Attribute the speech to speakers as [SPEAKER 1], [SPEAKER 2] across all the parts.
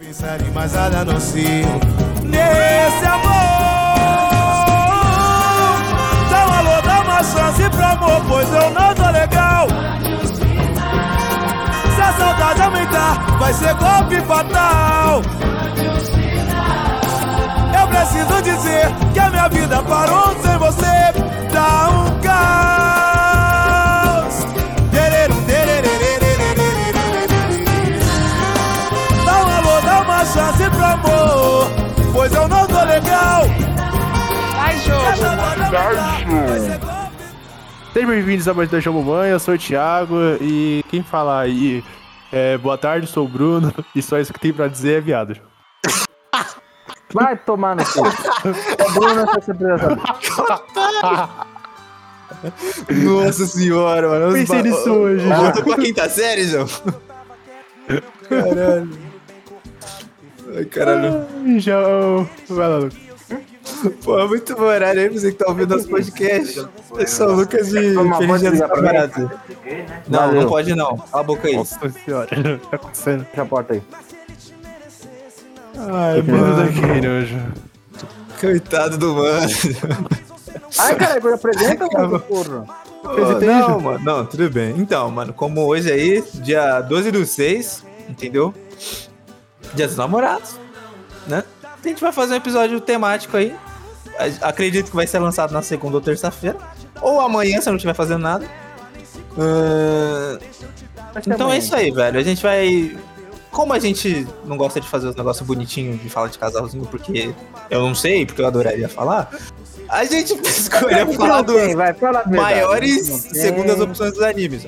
[SPEAKER 1] pensar em mais nada não ser nesse amor. Dá um alô, dá uma chance pro amor, pois eu não tô legal. Se a saudade aumentar, vai ser golpe fatal. Eu preciso dizer que a minha vida parou sem você. Dá um caos. Tererê, tererê, tererê, tererê, tererê. Dá um alô, dá uma chance pro amor. Pois eu não tô legal.
[SPEAKER 2] Vai, jogo.
[SPEAKER 3] Sejam bem-vindos a mais da Mamãe, eu sou o Thiago e quem falar aí é boa tarde, sou o Bruno e só isso que tem pra dizer é viado.
[SPEAKER 4] Vai tomar no cu. É Bruno, essa surpresa.
[SPEAKER 5] Nossa senhora, mano. Os
[SPEAKER 3] Pensei
[SPEAKER 5] ba-
[SPEAKER 3] nisso
[SPEAKER 5] o-
[SPEAKER 3] hoje,
[SPEAKER 5] o-
[SPEAKER 3] já.
[SPEAKER 5] Voltou pra quinta série, João. Caralho. Ai, caralho.
[SPEAKER 3] Ai, Já. Vai lá, Lucas.
[SPEAKER 5] Pô, é muito bom horário aí pra você que tá ouvindo nosso podcast. Eu sou o Lucas de
[SPEAKER 4] Toma, pode
[SPEAKER 5] Feliz
[SPEAKER 4] ligar
[SPEAKER 5] Dia dos
[SPEAKER 4] pra mim? né?
[SPEAKER 5] Namorados. Não, não
[SPEAKER 4] Valeu.
[SPEAKER 5] pode não. Cala a boca aí.
[SPEAKER 3] Nossa senhora, tá acontecendo.
[SPEAKER 4] Fecha a porta aí.
[SPEAKER 3] Ai, Bruno daquele hoje.
[SPEAKER 5] Coitado do mano.
[SPEAKER 4] Ai, cara, agora apresenta, mano, porra.
[SPEAKER 5] Pô, não, mano. Não, tudo bem. Então, mano, como hoje aí, dia 12 do 6, entendeu? Dia dos namorados, né? A gente vai fazer um episódio temático aí. A- Acredito que vai ser lançado na segunda ou terça-feira. Ou amanhã, se eu não estiver fazendo nada. Ahn,
[SPEAKER 4] Fecha a
[SPEAKER 5] então é
[SPEAKER 4] mãe.
[SPEAKER 5] isso aí, velho. A gente vai. Como a gente não gosta de fazer os negócios bonitinhos de falar de casalzinho, porque eu não sei, porque eu adoraria falar, a gente escolheu
[SPEAKER 4] Não
[SPEAKER 5] falar dos
[SPEAKER 4] tem, vai, fala a verdade. né? É.
[SPEAKER 5] maiores
[SPEAKER 4] Não tem.
[SPEAKER 5] segundas opções dos animes,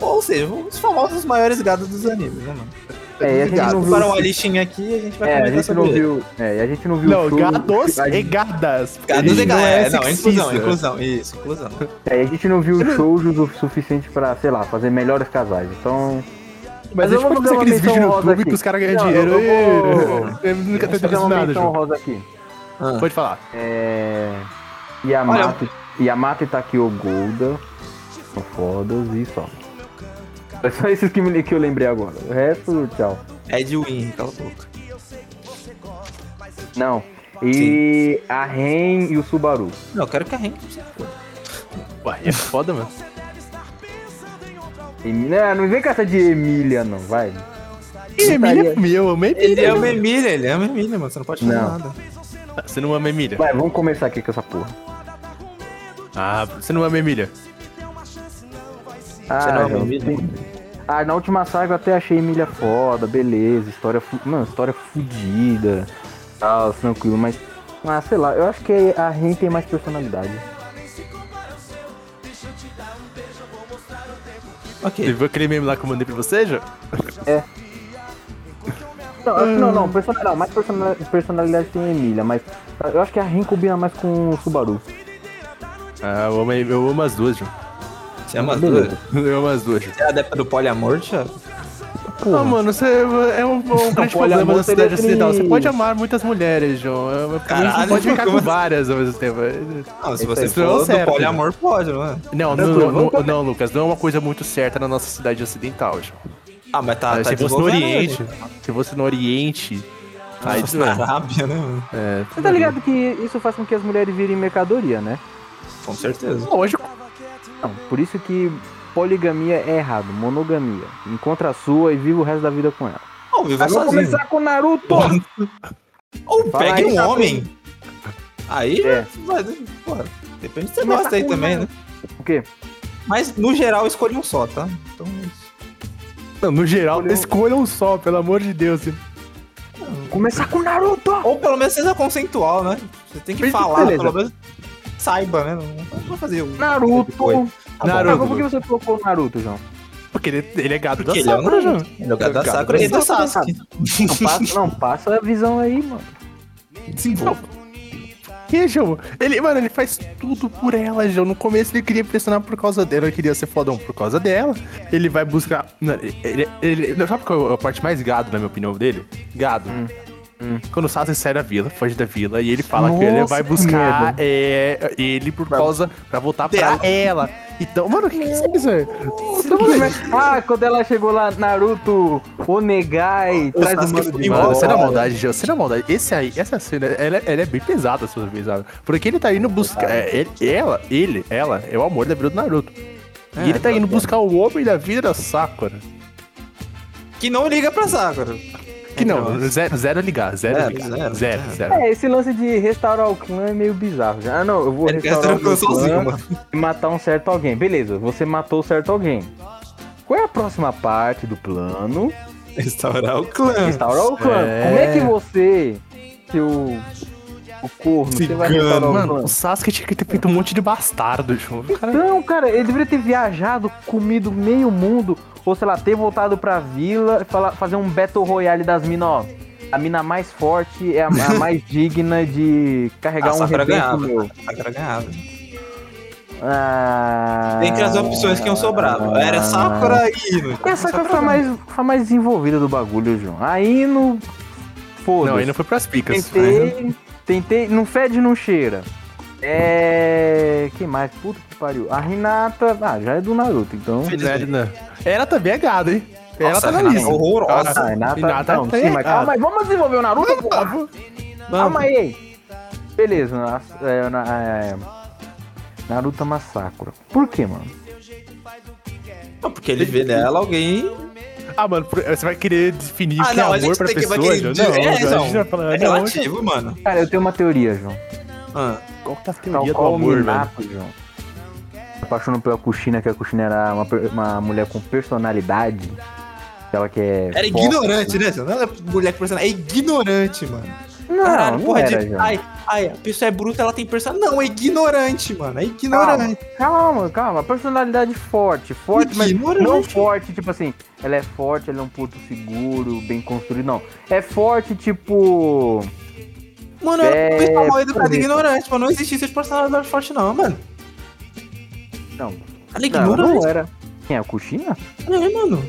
[SPEAKER 5] ó. Ou seja, os famosos maiores gados dos animes, né, mano?
[SPEAKER 4] É, e a gente não viu.
[SPEAKER 5] Para uma listinha aqui e a gente vai
[SPEAKER 4] É, a
[SPEAKER 5] comentar
[SPEAKER 4] gente
[SPEAKER 5] sobre
[SPEAKER 4] não
[SPEAKER 5] ele.
[SPEAKER 4] viu. É, e a gente não viu.
[SPEAKER 3] Não,
[SPEAKER 4] tudo.
[SPEAKER 3] gados
[SPEAKER 4] A
[SPEAKER 3] e
[SPEAKER 4] gente-
[SPEAKER 3] gadas.
[SPEAKER 5] Gados e
[SPEAKER 3] Ele não
[SPEAKER 5] gados, é, não,
[SPEAKER 3] sexista.
[SPEAKER 5] inclusão, inclusão, isso, inclusão.
[SPEAKER 4] É, e a gente não viu shoujos o suficiente pra, sei lá, fazer melhores casais. Então.
[SPEAKER 3] Mas
[SPEAKER 4] eu
[SPEAKER 3] a gente
[SPEAKER 4] vou
[SPEAKER 3] pode
[SPEAKER 4] fazer
[SPEAKER 3] fazer
[SPEAKER 4] uma
[SPEAKER 3] aqueles vídeos
[SPEAKER 4] menção
[SPEAKER 3] no
[SPEAKER 4] rosa
[SPEAKER 3] YouTube
[SPEAKER 4] aqui.
[SPEAKER 3] que os caras ganham
[SPEAKER 4] Não,
[SPEAKER 3] dinheiro.
[SPEAKER 4] eu vou-
[SPEAKER 3] Ê, Eu nunca
[SPEAKER 4] Deixa
[SPEAKER 3] tenho
[SPEAKER 4] eu fazer
[SPEAKER 3] visto
[SPEAKER 4] uma
[SPEAKER 3] nada,
[SPEAKER 4] menção
[SPEAKER 3] Ju.
[SPEAKER 4] rosa aqui.
[SPEAKER 5] Ah.
[SPEAKER 3] Pode falar.
[SPEAKER 4] É. Yamato, Yamato e Takio Golda. São fodas e só. É só esses que, me- que eu lembrei agora. O resto, tchau.
[SPEAKER 5] É de Win, cala a boca.
[SPEAKER 4] Não. E a Ren e o Subaru.
[SPEAKER 5] Não, eu quero que arranque.
[SPEAKER 3] Ué, é foda, mano.
[SPEAKER 4] Emília, né, não vem com essa de Emília, não, vai.
[SPEAKER 3] Emília é meu, eu amei
[SPEAKER 5] Ele é
[SPEAKER 3] Emília.
[SPEAKER 5] uma Emília, ele é uma Emília, mano, você não pode fazer
[SPEAKER 4] Não.
[SPEAKER 5] nada.
[SPEAKER 3] Você não ama Emília?
[SPEAKER 4] Vai, vamos começar aqui com essa porra.
[SPEAKER 3] Ah, você não ama Emília?
[SPEAKER 4] Ah,
[SPEAKER 5] não é
[SPEAKER 4] João,
[SPEAKER 5] Emília?
[SPEAKER 4] tem- Ah, na última saga eu até achei Emília foda, beleza, história, fu... mano, história fudida, tal, tranquilo, mas, ah, sei lá, eu acho que a Ren tem mais personalidade.
[SPEAKER 3] Você
[SPEAKER 5] Ok.
[SPEAKER 3] viu aquele meme lá que eu mandei pra você, já?
[SPEAKER 4] Não, acho- não, não, personalidade, mais persona- personalidade tem a Emília, mas eu acho que a Ren combina mais com o Subaru.
[SPEAKER 3] Ah, eu amo, eu amo as duas, João.
[SPEAKER 5] Você é uma
[SPEAKER 4] Beleza.
[SPEAKER 3] Eu amo as duas, João.
[SPEAKER 5] Você é adepto do poliamor, Thiago?
[SPEAKER 3] Ah, mano, você é um, um
[SPEAKER 4] poliamor
[SPEAKER 3] grande problema da
[SPEAKER 4] seria
[SPEAKER 3] sociedade ocidental. Você
[SPEAKER 4] tri-
[SPEAKER 3] pode amar muitas mulheres, João. É, mas por isso
[SPEAKER 5] Caralho,
[SPEAKER 3] não pode ficar
[SPEAKER 5] como
[SPEAKER 3] com
[SPEAKER 5] assim?
[SPEAKER 3] várias ao mesmo tempo.
[SPEAKER 5] Não, se
[SPEAKER 4] Isso
[SPEAKER 5] você
[SPEAKER 4] aí,
[SPEAKER 3] falou
[SPEAKER 5] for do
[SPEAKER 3] certo,
[SPEAKER 5] poliamor, pode,
[SPEAKER 4] é?
[SPEAKER 5] mano.
[SPEAKER 3] Não, não,
[SPEAKER 4] Tranquilo,
[SPEAKER 3] não, não,
[SPEAKER 4] vamos-
[SPEAKER 3] não, Lucas, não é uma coisa muito certa na nossa sociedade ocidental, João.
[SPEAKER 5] Ah, mas tá, tá
[SPEAKER 3] se fosse no
[SPEAKER 5] desenvolvendo, né,
[SPEAKER 3] Oriente,
[SPEAKER 5] gente?
[SPEAKER 3] se fosse no Oriente, aí é.
[SPEAKER 5] Ah,
[SPEAKER 3] tudo
[SPEAKER 5] na
[SPEAKER 3] bem.
[SPEAKER 5] Arábia, né, mano?
[SPEAKER 3] É,
[SPEAKER 4] Você tá ligado que isso faz com que as mulheres virem mercadoria, né?
[SPEAKER 5] Com certeza.
[SPEAKER 3] Lógico.
[SPEAKER 4] Não, por isso que poligamia é errado, monogamia. Encontra a sua e vive o resto da vida com ela.
[SPEAKER 5] Ou viva
[SPEAKER 4] Mas vamos
[SPEAKER 5] sozinho.
[SPEAKER 4] começar com Naruto!
[SPEAKER 5] Ou
[SPEAKER 4] Fala
[SPEAKER 5] pegue
[SPEAKER 4] aí,
[SPEAKER 5] um
[SPEAKER 4] tá
[SPEAKER 5] homem. Aí,
[SPEAKER 4] É.
[SPEAKER 5] vai, né? pô, depende do que você
[SPEAKER 4] Começar
[SPEAKER 5] gosta aí
[SPEAKER 4] com
[SPEAKER 5] também,
[SPEAKER 4] um,
[SPEAKER 5] né?
[SPEAKER 4] O quê?
[SPEAKER 5] Mas, no geral, escolhi um só, tá? Então,
[SPEAKER 3] Não, no geral,
[SPEAKER 4] Escolheu-
[SPEAKER 3] escolham só, pelo amor de Deus.
[SPEAKER 4] Começar com Naruto!
[SPEAKER 5] ou pelo menos seja consensual, né? Você tem que
[SPEAKER 4] Beleza.
[SPEAKER 5] falar, pelo menos saiba, né? Não vai fazer o...
[SPEAKER 4] Naruto!
[SPEAKER 5] Depois.
[SPEAKER 4] Tá bom.
[SPEAKER 3] Naruto.
[SPEAKER 4] Mas por que você colocou Naruto, João?
[SPEAKER 3] Porque ele, ele é gado da
[SPEAKER 5] Porque ele é um
[SPEAKER 3] Sakura, João.
[SPEAKER 5] Ele é o gato da
[SPEAKER 3] Gato
[SPEAKER 5] Sakura
[SPEAKER 4] da
[SPEAKER 5] e do
[SPEAKER 4] Sakura.
[SPEAKER 5] Sasuke.
[SPEAKER 4] Não passa, não, passa a visão aí, mano.
[SPEAKER 3] Desenvolva. Que, João? Ele, mano, ele faz tudo por ela, João. No começo ele queria impressionar por causa dela, ele queria ser fodão por causa dela. Ele vai buscar. Mano, ele, ele, ele- sabe qual é a parte mais gado, na minha opinião, dele? Gado. Quando o Sasuke sai da vila, foge da vila, e ele fala que ele
[SPEAKER 4] Nossa,
[SPEAKER 3] vai
[SPEAKER 4] que
[SPEAKER 3] buscar é, ele por causa. pra voltar pra
[SPEAKER 5] Dela.
[SPEAKER 3] ela. Então, mano, o que, que é isso, velho? Então, moleque,
[SPEAKER 4] Ah, quando ela chegou lá, Naruto, Onegai, traz o
[SPEAKER 5] Sasuke
[SPEAKER 4] mano
[SPEAKER 5] foi
[SPEAKER 4] de
[SPEAKER 5] embora,
[SPEAKER 4] volta.
[SPEAKER 3] Mano, será maldade, Gil? Será é maldade? Esse aí, essa cena, ela, ela é bem pesada, se você pensar. Porque ele tá indo buscar. é, ele- ela, ele, ela, é o amor da vida do Naruto.
[SPEAKER 5] É,
[SPEAKER 3] E ele tá indo buscar o homem da vida da Sakura.
[SPEAKER 5] Que não liga pra Sakura.
[SPEAKER 3] Que não,
[SPEAKER 5] Então,
[SPEAKER 3] zero, zero ligar, zero,
[SPEAKER 5] Zero,
[SPEAKER 3] ligar.
[SPEAKER 5] zero,
[SPEAKER 3] Zero, zero.
[SPEAKER 4] É, esse lance de restaurar o clã é meio bizarro. já. Ah, não, eu vou
[SPEAKER 5] Ele
[SPEAKER 4] restaurar o
[SPEAKER 5] restaurou
[SPEAKER 4] meu
[SPEAKER 5] sozinho,
[SPEAKER 4] clã
[SPEAKER 5] mano.
[SPEAKER 4] e matar um certo alguém. Beleza, você matou certo alguém. Qual é a próxima parte do plano?
[SPEAKER 5] Restaurar o clã.
[SPEAKER 4] Restaurar o clã.
[SPEAKER 3] É.
[SPEAKER 4] Como é que você, seu... O corno, você vai
[SPEAKER 5] Cigano.
[SPEAKER 4] restaurar o
[SPEAKER 3] Mano,
[SPEAKER 4] clã?
[SPEAKER 3] o Sasuke tinha que ter feito um monte de bastardo, Gil. O cara-
[SPEAKER 4] Então, cara, ele deveria ter viajado, comido meio mundo, ou sei lá, ter voltado pra vila e falar- fazer um Battle Royale das minas, ó. A mina mais forte é a, a mais digna de carregar
[SPEAKER 5] A
[SPEAKER 4] um
[SPEAKER 5] Sakura
[SPEAKER 4] rebento
[SPEAKER 5] ganhava.
[SPEAKER 4] meu.
[SPEAKER 5] A Sakura ganhava.
[SPEAKER 4] Ah,
[SPEAKER 5] Entre as opções que iam sobrava. Era Sakura e Ino.
[SPEAKER 4] E a Sakura foi a mais, foi a mais desenvolvida do bagulho, João. A Ino. Foda-se.
[SPEAKER 3] Não, assim, né? ele não foi pras picas.
[SPEAKER 4] Tentei, tentei, não fede, não cheira. É. Quem mais? Puta que pariu. A Renata. Ah, já é do Naruto, então.
[SPEAKER 3] Ela, não. né? ela também é gada, hein? ela
[SPEAKER 5] Nossa,
[SPEAKER 3] tá na
[SPEAKER 5] Renata,
[SPEAKER 3] lista.
[SPEAKER 5] horrorosa.
[SPEAKER 4] Ah, a Renata.
[SPEAKER 3] Renata
[SPEAKER 4] não,
[SPEAKER 3] tá
[SPEAKER 4] sim, mas
[SPEAKER 3] errada.
[SPEAKER 4] calma aí. Vamos desenvolver o Naruto, porra. Calma
[SPEAKER 5] Vamos.
[SPEAKER 4] aí. Beleza, a- é, na- é, Naruto Massacra. Por que, mano?
[SPEAKER 5] Não, porque ele vê nela alguém.
[SPEAKER 3] Ah, mano, por- você vai querer definir o
[SPEAKER 5] Ah,
[SPEAKER 3] que é
[SPEAKER 5] não, a
[SPEAKER 3] amor
[SPEAKER 5] gente
[SPEAKER 3] pra
[SPEAKER 5] tem que.
[SPEAKER 3] pessoa,
[SPEAKER 5] Vai querer
[SPEAKER 3] Gil?
[SPEAKER 5] dizer-
[SPEAKER 3] Não, Gil, a
[SPEAKER 5] é,
[SPEAKER 3] gente vai
[SPEAKER 5] não.
[SPEAKER 3] falar,
[SPEAKER 5] É
[SPEAKER 3] não,
[SPEAKER 5] relativo, mano.
[SPEAKER 4] Cara, eu tenho uma teoria, João.
[SPEAKER 5] Ah,
[SPEAKER 3] Qual que é a
[SPEAKER 4] Tal
[SPEAKER 3] teoria do
[SPEAKER 4] qual o
[SPEAKER 3] amor, velho?
[SPEAKER 4] Minato, João. Apaixonou pela Kushina, que a Kushina era uma, per- uma mulher com personalidade. Ela que é.
[SPEAKER 5] Era
[SPEAKER 4] forte.
[SPEAKER 5] ignorante, né? Não era mulher que personagem. É ignorante, mano.
[SPEAKER 4] Ah, Não,
[SPEAKER 5] Caralho,
[SPEAKER 4] não
[SPEAKER 5] porra
[SPEAKER 4] era,
[SPEAKER 5] de.
[SPEAKER 4] João.
[SPEAKER 5] Ai, ai, a pessoa é bruta, ela tem personalidade. Não, é ignorante, mano. É ignorante.
[SPEAKER 4] Calma, calma. Personalidade forte. Forte, mas
[SPEAKER 5] Ignorante.
[SPEAKER 4] não forte, tipo assim. Ela é forte, ela é um puto seguro, bem construído. Não. É forte, tipo.
[SPEAKER 5] Mano, ela é
[SPEAKER 4] É,
[SPEAKER 5] uma pessoa mal educada e
[SPEAKER 4] bonito.
[SPEAKER 5] ignorante, mano. Não existe isso de personalidade forte, não, mano.
[SPEAKER 4] Não.
[SPEAKER 5] Ela é
[SPEAKER 4] Não, não
[SPEAKER 5] ignorante.
[SPEAKER 4] era. Quem é? A Cuxina?
[SPEAKER 5] É, mano.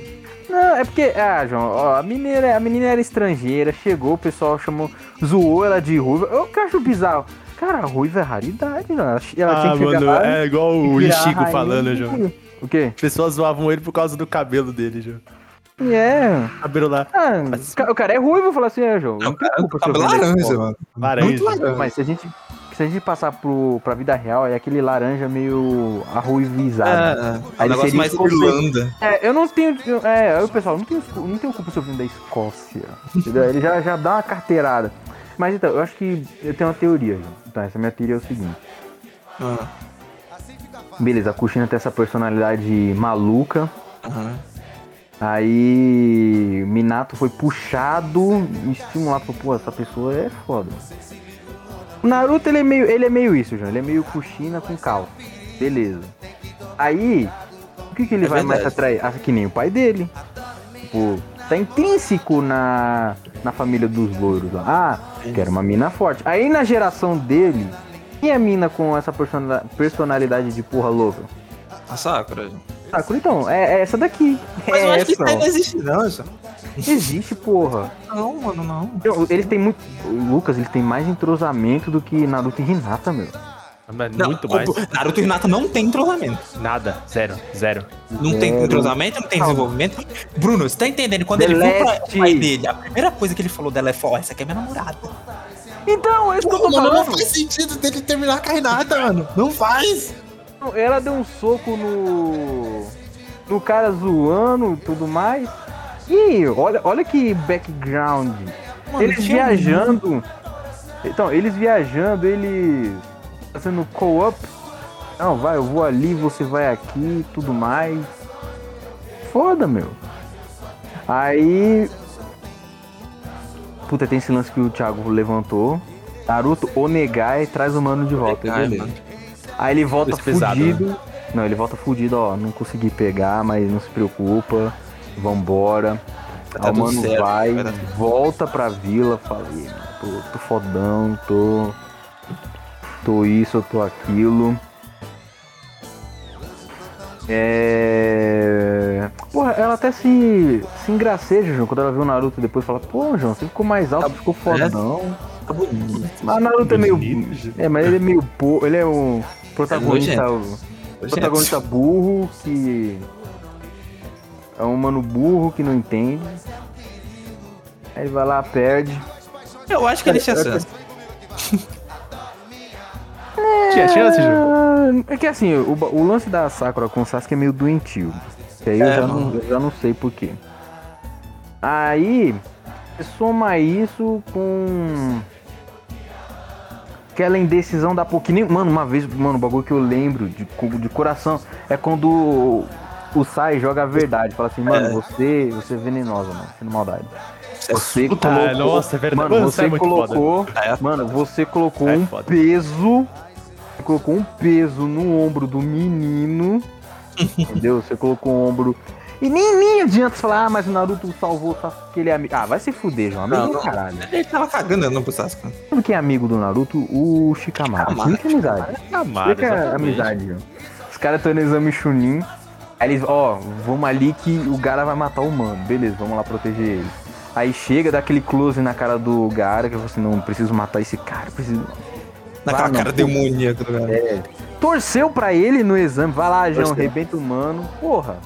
[SPEAKER 4] Não, é porque. Ah, João, ó, a menina, a menina era estrangeira, chegou, o pessoal chamou. Zoou ela de ruiva. Eu que acho bizarro. Cara, ruiva é raridade, mano. Ela, ela tinha
[SPEAKER 3] Ah,
[SPEAKER 4] que chegar
[SPEAKER 3] mano,
[SPEAKER 4] lá.
[SPEAKER 3] é igual
[SPEAKER 4] e
[SPEAKER 3] o
[SPEAKER 4] virar a
[SPEAKER 3] Ichigo
[SPEAKER 4] rainha
[SPEAKER 3] falando,
[SPEAKER 4] do
[SPEAKER 3] João.
[SPEAKER 4] bagulho. O quê?
[SPEAKER 3] As pessoas zoavam ele por causa do cabelo dele, João.
[SPEAKER 4] É.
[SPEAKER 3] Cabelo lá,
[SPEAKER 4] Ah, o cara é ruivo, falar assim, é, João. Não tem culpa se eu
[SPEAKER 5] Cabelo
[SPEAKER 4] vender esse
[SPEAKER 5] tá laranja,
[SPEAKER 4] copo.
[SPEAKER 5] mano.
[SPEAKER 3] laranja.
[SPEAKER 5] Muito laranja.
[SPEAKER 4] Mas se a gente, se a gente passar pro, pra vida real, é aquele laranja meio arruivizado.
[SPEAKER 5] É, é um
[SPEAKER 4] Aí
[SPEAKER 5] negócio
[SPEAKER 4] seria
[SPEAKER 5] mais
[SPEAKER 4] você-
[SPEAKER 5] Irlanda.
[SPEAKER 4] É, eu não tenho. eu- É, eu, pessoal, não tenho, não tenho culpa se eu vim da Escócia. entendeu? Ele já, já dá uma carteirada. Mas então, eu acho que eu tenho uma teoria. João. Então, essa minha teoria é o seguinte:
[SPEAKER 5] Ah,
[SPEAKER 4] beleza, a Cuxina tem essa personalidade maluca.
[SPEAKER 5] aham.
[SPEAKER 4] Aí Minato foi puxado, estimulado, falou, pô, essa pessoa é foda. O Naruto ele é meio, ele é meio isso, João. Ele é meio Kushina com cal. Beleza. Aí, o que, que ele
[SPEAKER 5] É
[SPEAKER 4] vai mais
[SPEAKER 5] verdade.
[SPEAKER 4] atrair? Ah, que nem o pai dele. Tipo, tá intrínseco na, na família dos loiros. lá. Ah, quero uma mina forte. Aí na geração dele, quem é a mina com essa persona- personalidade de porra louca?
[SPEAKER 5] A Sakura. gente.
[SPEAKER 4] Ah, então, é, é essa daqui.
[SPEAKER 5] Mas
[SPEAKER 4] é
[SPEAKER 5] eu acho que isso
[SPEAKER 4] essa,
[SPEAKER 5] aí
[SPEAKER 4] ó.
[SPEAKER 5] não existe, não, isso.
[SPEAKER 4] Existe, porra.
[SPEAKER 5] Não, mano, não.
[SPEAKER 4] Eu- Eles têm muito. O Lucas, ele tem mais entrosamento do que Naruto e Hinata, meu.
[SPEAKER 3] Ah, Mas
[SPEAKER 5] Não,
[SPEAKER 3] muito
[SPEAKER 5] o-
[SPEAKER 3] mais.
[SPEAKER 5] Naruto e Renata não tem entrosamento.
[SPEAKER 3] Nada. Zero. Zero.
[SPEAKER 5] Não tem
[SPEAKER 4] Zero.
[SPEAKER 5] entrosamento, não tem desenvolvimento. Bruno, você tá entendendo? Quando ele viu pra
[SPEAKER 4] Delete.
[SPEAKER 5] o pai dele, a primeira coisa que ele falou dela é: Ó, essa aqui é minha namorada.
[SPEAKER 4] Então, é isso que eu tô
[SPEAKER 5] Mano, não
[SPEAKER 4] falando.
[SPEAKER 5] faz sentido dele terminar com a Renata, mano. Não faz.
[SPEAKER 4] Ela deu um soco no. no cara zoando e tudo mais. E olha, olha que background.
[SPEAKER 5] Mano,
[SPEAKER 4] eles
[SPEAKER 5] tinha
[SPEAKER 4] viajando. Então, eles viajando, eles fazendo co-op. Não, vai, eu vou ali, você vai aqui e tudo mais. Foda, meu. Aí. Puta, tem esse lance que o Thiago levantou. Naruto, Onegai, traz o mano de volta.
[SPEAKER 5] Onegai,
[SPEAKER 4] beleza.
[SPEAKER 5] mano.
[SPEAKER 4] Aí ele volta
[SPEAKER 3] Esse pesado,
[SPEAKER 5] né?
[SPEAKER 4] fudido. Não, ele volta fudido, ó. Não consegui pegar, mas não se preocupa. Vambora. Aí
[SPEAKER 5] Vai dar
[SPEAKER 4] o
[SPEAKER 5] tudo
[SPEAKER 4] mano
[SPEAKER 5] certo,
[SPEAKER 4] vai,
[SPEAKER 5] vai dar tudo
[SPEAKER 4] volta pra vila, fala, "Ih, mano, tô, tô fodão, tô. Tô isso, eu tô aquilo. É. Porra, ela até se, se engraceja, João, quando ela viu o Naruto depois fala, pô, João, você ficou mais alto, ficou fodão.
[SPEAKER 5] Tá bonito.
[SPEAKER 4] Mas o Naruto é meio.
[SPEAKER 3] Bonito, Gil.
[SPEAKER 4] É, mas ele é meio. Po... Ele é o um protagonista. o- protagonista burro que. É um mano burro que não entende. Aí ele vai lá, perde.
[SPEAKER 5] Eu acho que ele tinha chance. É,
[SPEAKER 3] Tinha chance, Ju?
[SPEAKER 4] Ah, É que assim, o, ba- o lance da Sakura com o Sasuke é meio doentio. Que aí eu,
[SPEAKER 5] É,
[SPEAKER 4] já
[SPEAKER 5] mano.
[SPEAKER 4] não, eu já não sei porquê. Aí, você soma isso com. Aquela indecisão da pouco. Mano, uma vez, mano, o bagulho que eu lembro de, co- de coração é quando o- o Sai joga a verdade. Fala assim, mano,
[SPEAKER 5] É.
[SPEAKER 4] você, você é venenosa, mano, sendo maldade.
[SPEAKER 5] Isso é
[SPEAKER 4] Você
[SPEAKER 3] Puta,
[SPEAKER 4] colocou,
[SPEAKER 3] nossa, é verdade.
[SPEAKER 4] Mano,
[SPEAKER 3] Mano, isso
[SPEAKER 4] você
[SPEAKER 3] é muito
[SPEAKER 4] colocou,
[SPEAKER 5] É.
[SPEAKER 4] mano, você colocou
[SPEAKER 3] É
[SPEAKER 4] um
[SPEAKER 3] foda.
[SPEAKER 4] peso, você colocou um peso no ombro do menino, entendeu? Você colocou o ombro e nem, nem adianta falar, ah, mas o Naruto salvou tá, que ele é amigo. Ah, vai se fuder, João, amigo
[SPEAKER 5] Não,
[SPEAKER 4] do
[SPEAKER 5] não.
[SPEAKER 4] caralho.
[SPEAKER 5] Ele tava cagando não pro Sasuke.
[SPEAKER 4] Sabe quem é amigo do Naruto? O Shikamaru.
[SPEAKER 5] Shikamaru.
[SPEAKER 4] Fica amizade.
[SPEAKER 3] Camada,
[SPEAKER 4] Fica amizade, João. Os caras estão no exame Chunin. Aí eles, ó, vamos ali que o Gara vai matar o mano. Beleza, vamos lá proteger ele. Aí chega, dá aquele close na cara do Gara, que eu falo assim, não, preciso matar esse cara, preciso...
[SPEAKER 5] Naquela
[SPEAKER 4] Ah, não.
[SPEAKER 5] cara demoníaca do cara.
[SPEAKER 4] Torceu pra ele no exame, vai lá, João,
[SPEAKER 5] Torceu.
[SPEAKER 4] arrebenta o mano. Porra,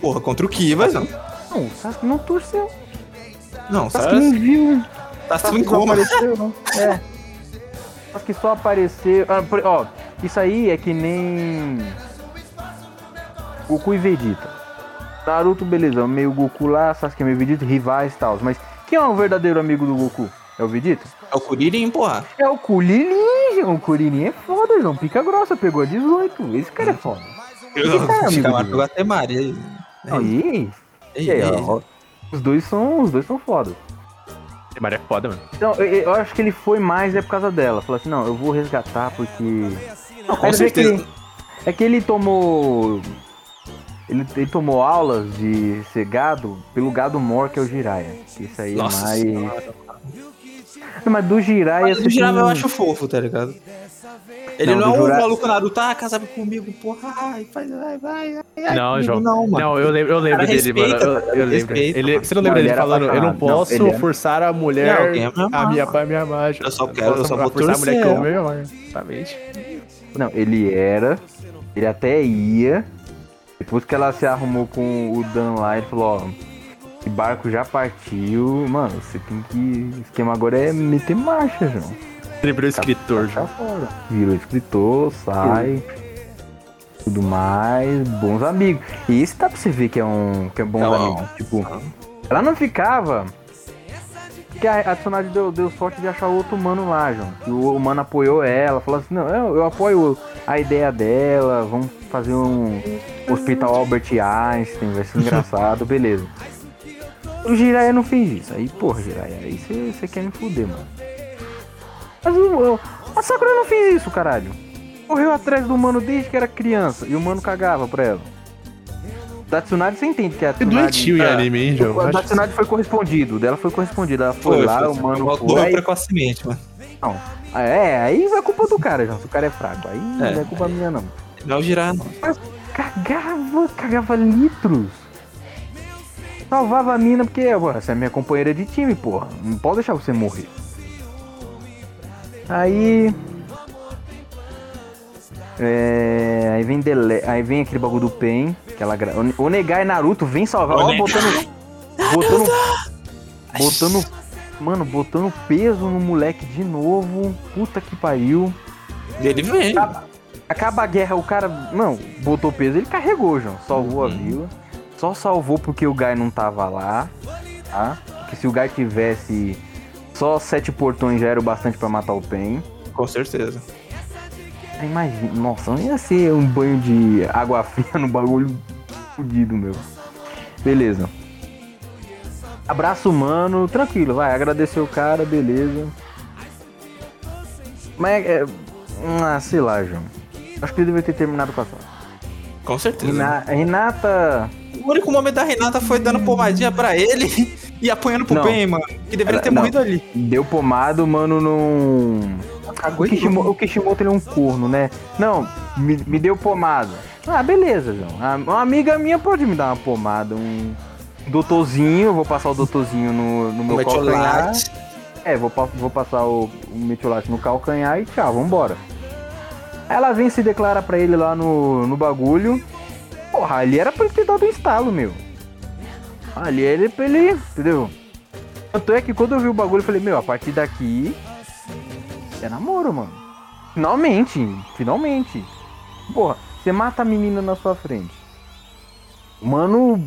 [SPEAKER 5] Porra, contra o Kiva, não.
[SPEAKER 4] não, o Sasuke não torceu. O
[SPEAKER 5] Não,
[SPEAKER 4] Sasuke
[SPEAKER 5] Sasuke
[SPEAKER 4] nem viu.
[SPEAKER 5] tá
[SPEAKER 4] O
[SPEAKER 5] tudo em
[SPEAKER 4] só
[SPEAKER 5] coma.
[SPEAKER 4] apareceu, não. É. O Sasuke só apareceu... ah, por- ó, isso aí é que nem... Goku e Vegeta. Naruto, beleza, meio Goku lá, Sasuke é meio Vegeta, rivais e tal. Mas quem é o verdadeiro amigo do Goku? É o Vegeta?
[SPEAKER 5] É o Kuririn, porra.
[SPEAKER 4] É o Kuririn, João. O Kuririn é foda, João. Pica grossa, pegou 18. Esse cara é foda. Esse cara é amigo
[SPEAKER 5] Shikamaru
[SPEAKER 4] do
[SPEAKER 5] pegou até Mari. aí.
[SPEAKER 4] Aí,
[SPEAKER 5] Ei,
[SPEAKER 4] e aí,
[SPEAKER 5] ei.
[SPEAKER 4] ó, os dois são, os dois são foda.
[SPEAKER 3] Maria é foda, mano.
[SPEAKER 4] Então, eu, eu acho que ele foi mais é por causa dela. Falou assim, não, eu vou resgatar porque... Não,
[SPEAKER 5] com certeza.
[SPEAKER 4] é que ele tomou... Ele, ele tomou aulas de ser gado pelo gado mor, que é o Jiraiya. Isso aí
[SPEAKER 5] Nossa
[SPEAKER 4] é mais... Não, mas do Jiraiya... assim,
[SPEAKER 5] Mas
[SPEAKER 4] você
[SPEAKER 5] o Jiraiya eu
[SPEAKER 4] tem-
[SPEAKER 5] acho fofo, tá ligado? Ele
[SPEAKER 4] Não,
[SPEAKER 5] não,
[SPEAKER 4] do
[SPEAKER 5] é o
[SPEAKER 4] Jura-
[SPEAKER 5] maluco Naruto, ah, casa comigo, porra, ai, faz, vai, vai, ai, ai,
[SPEAKER 3] Não,
[SPEAKER 5] É, comigo
[SPEAKER 3] João.
[SPEAKER 5] Não, mano.
[SPEAKER 3] Não, eu lembro, eu lembro
[SPEAKER 5] Cara,
[SPEAKER 3] dele, mano.
[SPEAKER 5] respeita,
[SPEAKER 3] Eu,
[SPEAKER 5] cara,
[SPEAKER 3] eu lembro.
[SPEAKER 5] respeita,
[SPEAKER 3] Ele,
[SPEAKER 5] mano.
[SPEAKER 3] você não lembra
[SPEAKER 4] Não, ele
[SPEAKER 3] dele
[SPEAKER 4] era
[SPEAKER 3] falando, eu não
[SPEAKER 4] apaixonado. Não,
[SPEAKER 3] posso
[SPEAKER 4] ele era-
[SPEAKER 3] forçar a
[SPEAKER 5] Não,
[SPEAKER 3] mulher
[SPEAKER 5] alguém vai me
[SPEAKER 3] a
[SPEAKER 5] amar.
[SPEAKER 3] minha pai me amar. João.
[SPEAKER 5] Eu só quero- eu só vou
[SPEAKER 3] forçar a mulher que eu
[SPEAKER 5] torcer.
[SPEAKER 3] amo, Exatamente.
[SPEAKER 4] Não, ele era. Ele até ia. Depois que ela se arrumou com o Dan lá, ele falou, ó. Esse barco já partiu. Mano, você tem que. O esquema agora é meter marcha, João.
[SPEAKER 3] Lembrou o escritor,
[SPEAKER 4] Tá
[SPEAKER 3] João.
[SPEAKER 4] fora. Virou escritor, sai. Tudo mais. Bons amigos. E esse dá pra você ver que é um. Que é bons
[SPEAKER 5] Não,
[SPEAKER 4] amigo. Tipo. Ela não ficava. Que a, a Tsunade deu, deu sorte de achar outro mano lá, João. E o, o mano apoiou ela, falou assim, não, eu, eu apoio a ideia dela, vamos fazer um hospital Albert Einstein, vai ser engraçado, beleza. O Jiraiya não fez isso. Aí, porra, Jiraiya, aí você quer me fuder, mano. Mas o, o- a Sakura não fez isso, caralho. Correu atrás do mano desde que era criança e o mano cagava pra ela. Da Tsunade você entende que a
[SPEAKER 3] É
[SPEAKER 4] Tsunade...
[SPEAKER 3] doentio em anime, hein, João?
[SPEAKER 4] O
[SPEAKER 3] Eu
[SPEAKER 4] da
[SPEAKER 3] acho-
[SPEAKER 4] Tsunade foi correspondido, o dela foi correspondido. Ela foi, lá,
[SPEAKER 3] assim.
[SPEAKER 4] o mano
[SPEAKER 5] maluco
[SPEAKER 4] foi.
[SPEAKER 5] precocemente, mano.
[SPEAKER 4] Não. É, aí é culpa do cara, já. Se o cara é fraco, aí não
[SPEAKER 5] É.
[SPEAKER 4] é culpa minha, não.
[SPEAKER 5] Não é o Jiraiya, não.
[SPEAKER 4] Cagava, cagava litros. Salvava a mina porque, ué, você é minha companheira de time, porra. Não pode deixar você morrer. Aí. É, aí vem Dele, aí vem aquele bagulho do Pen, que ela gra... One- Onegai Naruto vem salvar, ó,
[SPEAKER 5] Onegai.
[SPEAKER 4] botando botando botando mano, botando peso no moleque de novo. Puta que pariu.
[SPEAKER 5] Ele vem.
[SPEAKER 4] Tá. Acaba a guerra, o cara. Não, botou peso, ele carregou, João. Salvou a vila. Só salvou porque o Guy não tava lá. Tá? Porque se o Guy tivesse só sete portões já era o bastante pra matar o Pen.
[SPEAKER 5] Com certeza.
[SPEAKER 4] Aí Imagina, nossa, não ia ser um banho de água fria no bagulho fudido, meu. Beleza. Abraço humano, tranquilo, vai, agradecer o cara, beleza. Mas é. Ah, sei lá, João. Acho que ele devia ter terminado com a Sora.
[SPEAKER 5] Com certeza.
[SPEAKER 4] Rena- Renata.
[SPEAKER 5] O único momento da Renata foi dando pomadinha pra ele e apanhando pro
[SPEAKER 4] Não.
[SPEAKER 5] Ben, mano. Que deveria
[SPEAKER 4] Era-
[SPEAKER 5] ter
[SPEAKER 4] não.
[SPEAKER 5] morrido ali.
[SPEAKER 4] Deu pomada, o mano, não.
[SPEAKER 5] Cagou
[SPEAKER 4] O Kishimoto, o Kishimoto ele é um corno, né? Não, me, me deu pomada. Ah, beleza, João. A- Uma amiga minha pode me dar uma pomada, um doutorzinho, eu vou passar o doutorzinho no, no meu calcanhar.
[SPEAKER 5] Metiolate.
[SPEAKER 4] É, vou, pa- vou passar o, o metiolate no calcanhar e tchau, vambora. Aí Ela vem se declara pra ele lá no, no bagulho. Porra, ali era pra ele ter dado um estalo, meu. Ali era pra ele, entendeu? Tanto é que quando eu vi o bagulho, eu falei, meu, a partir daqui é namoro, mano. Finalmente, finalmente. Porra, você mata a menina na sua frente. Mano,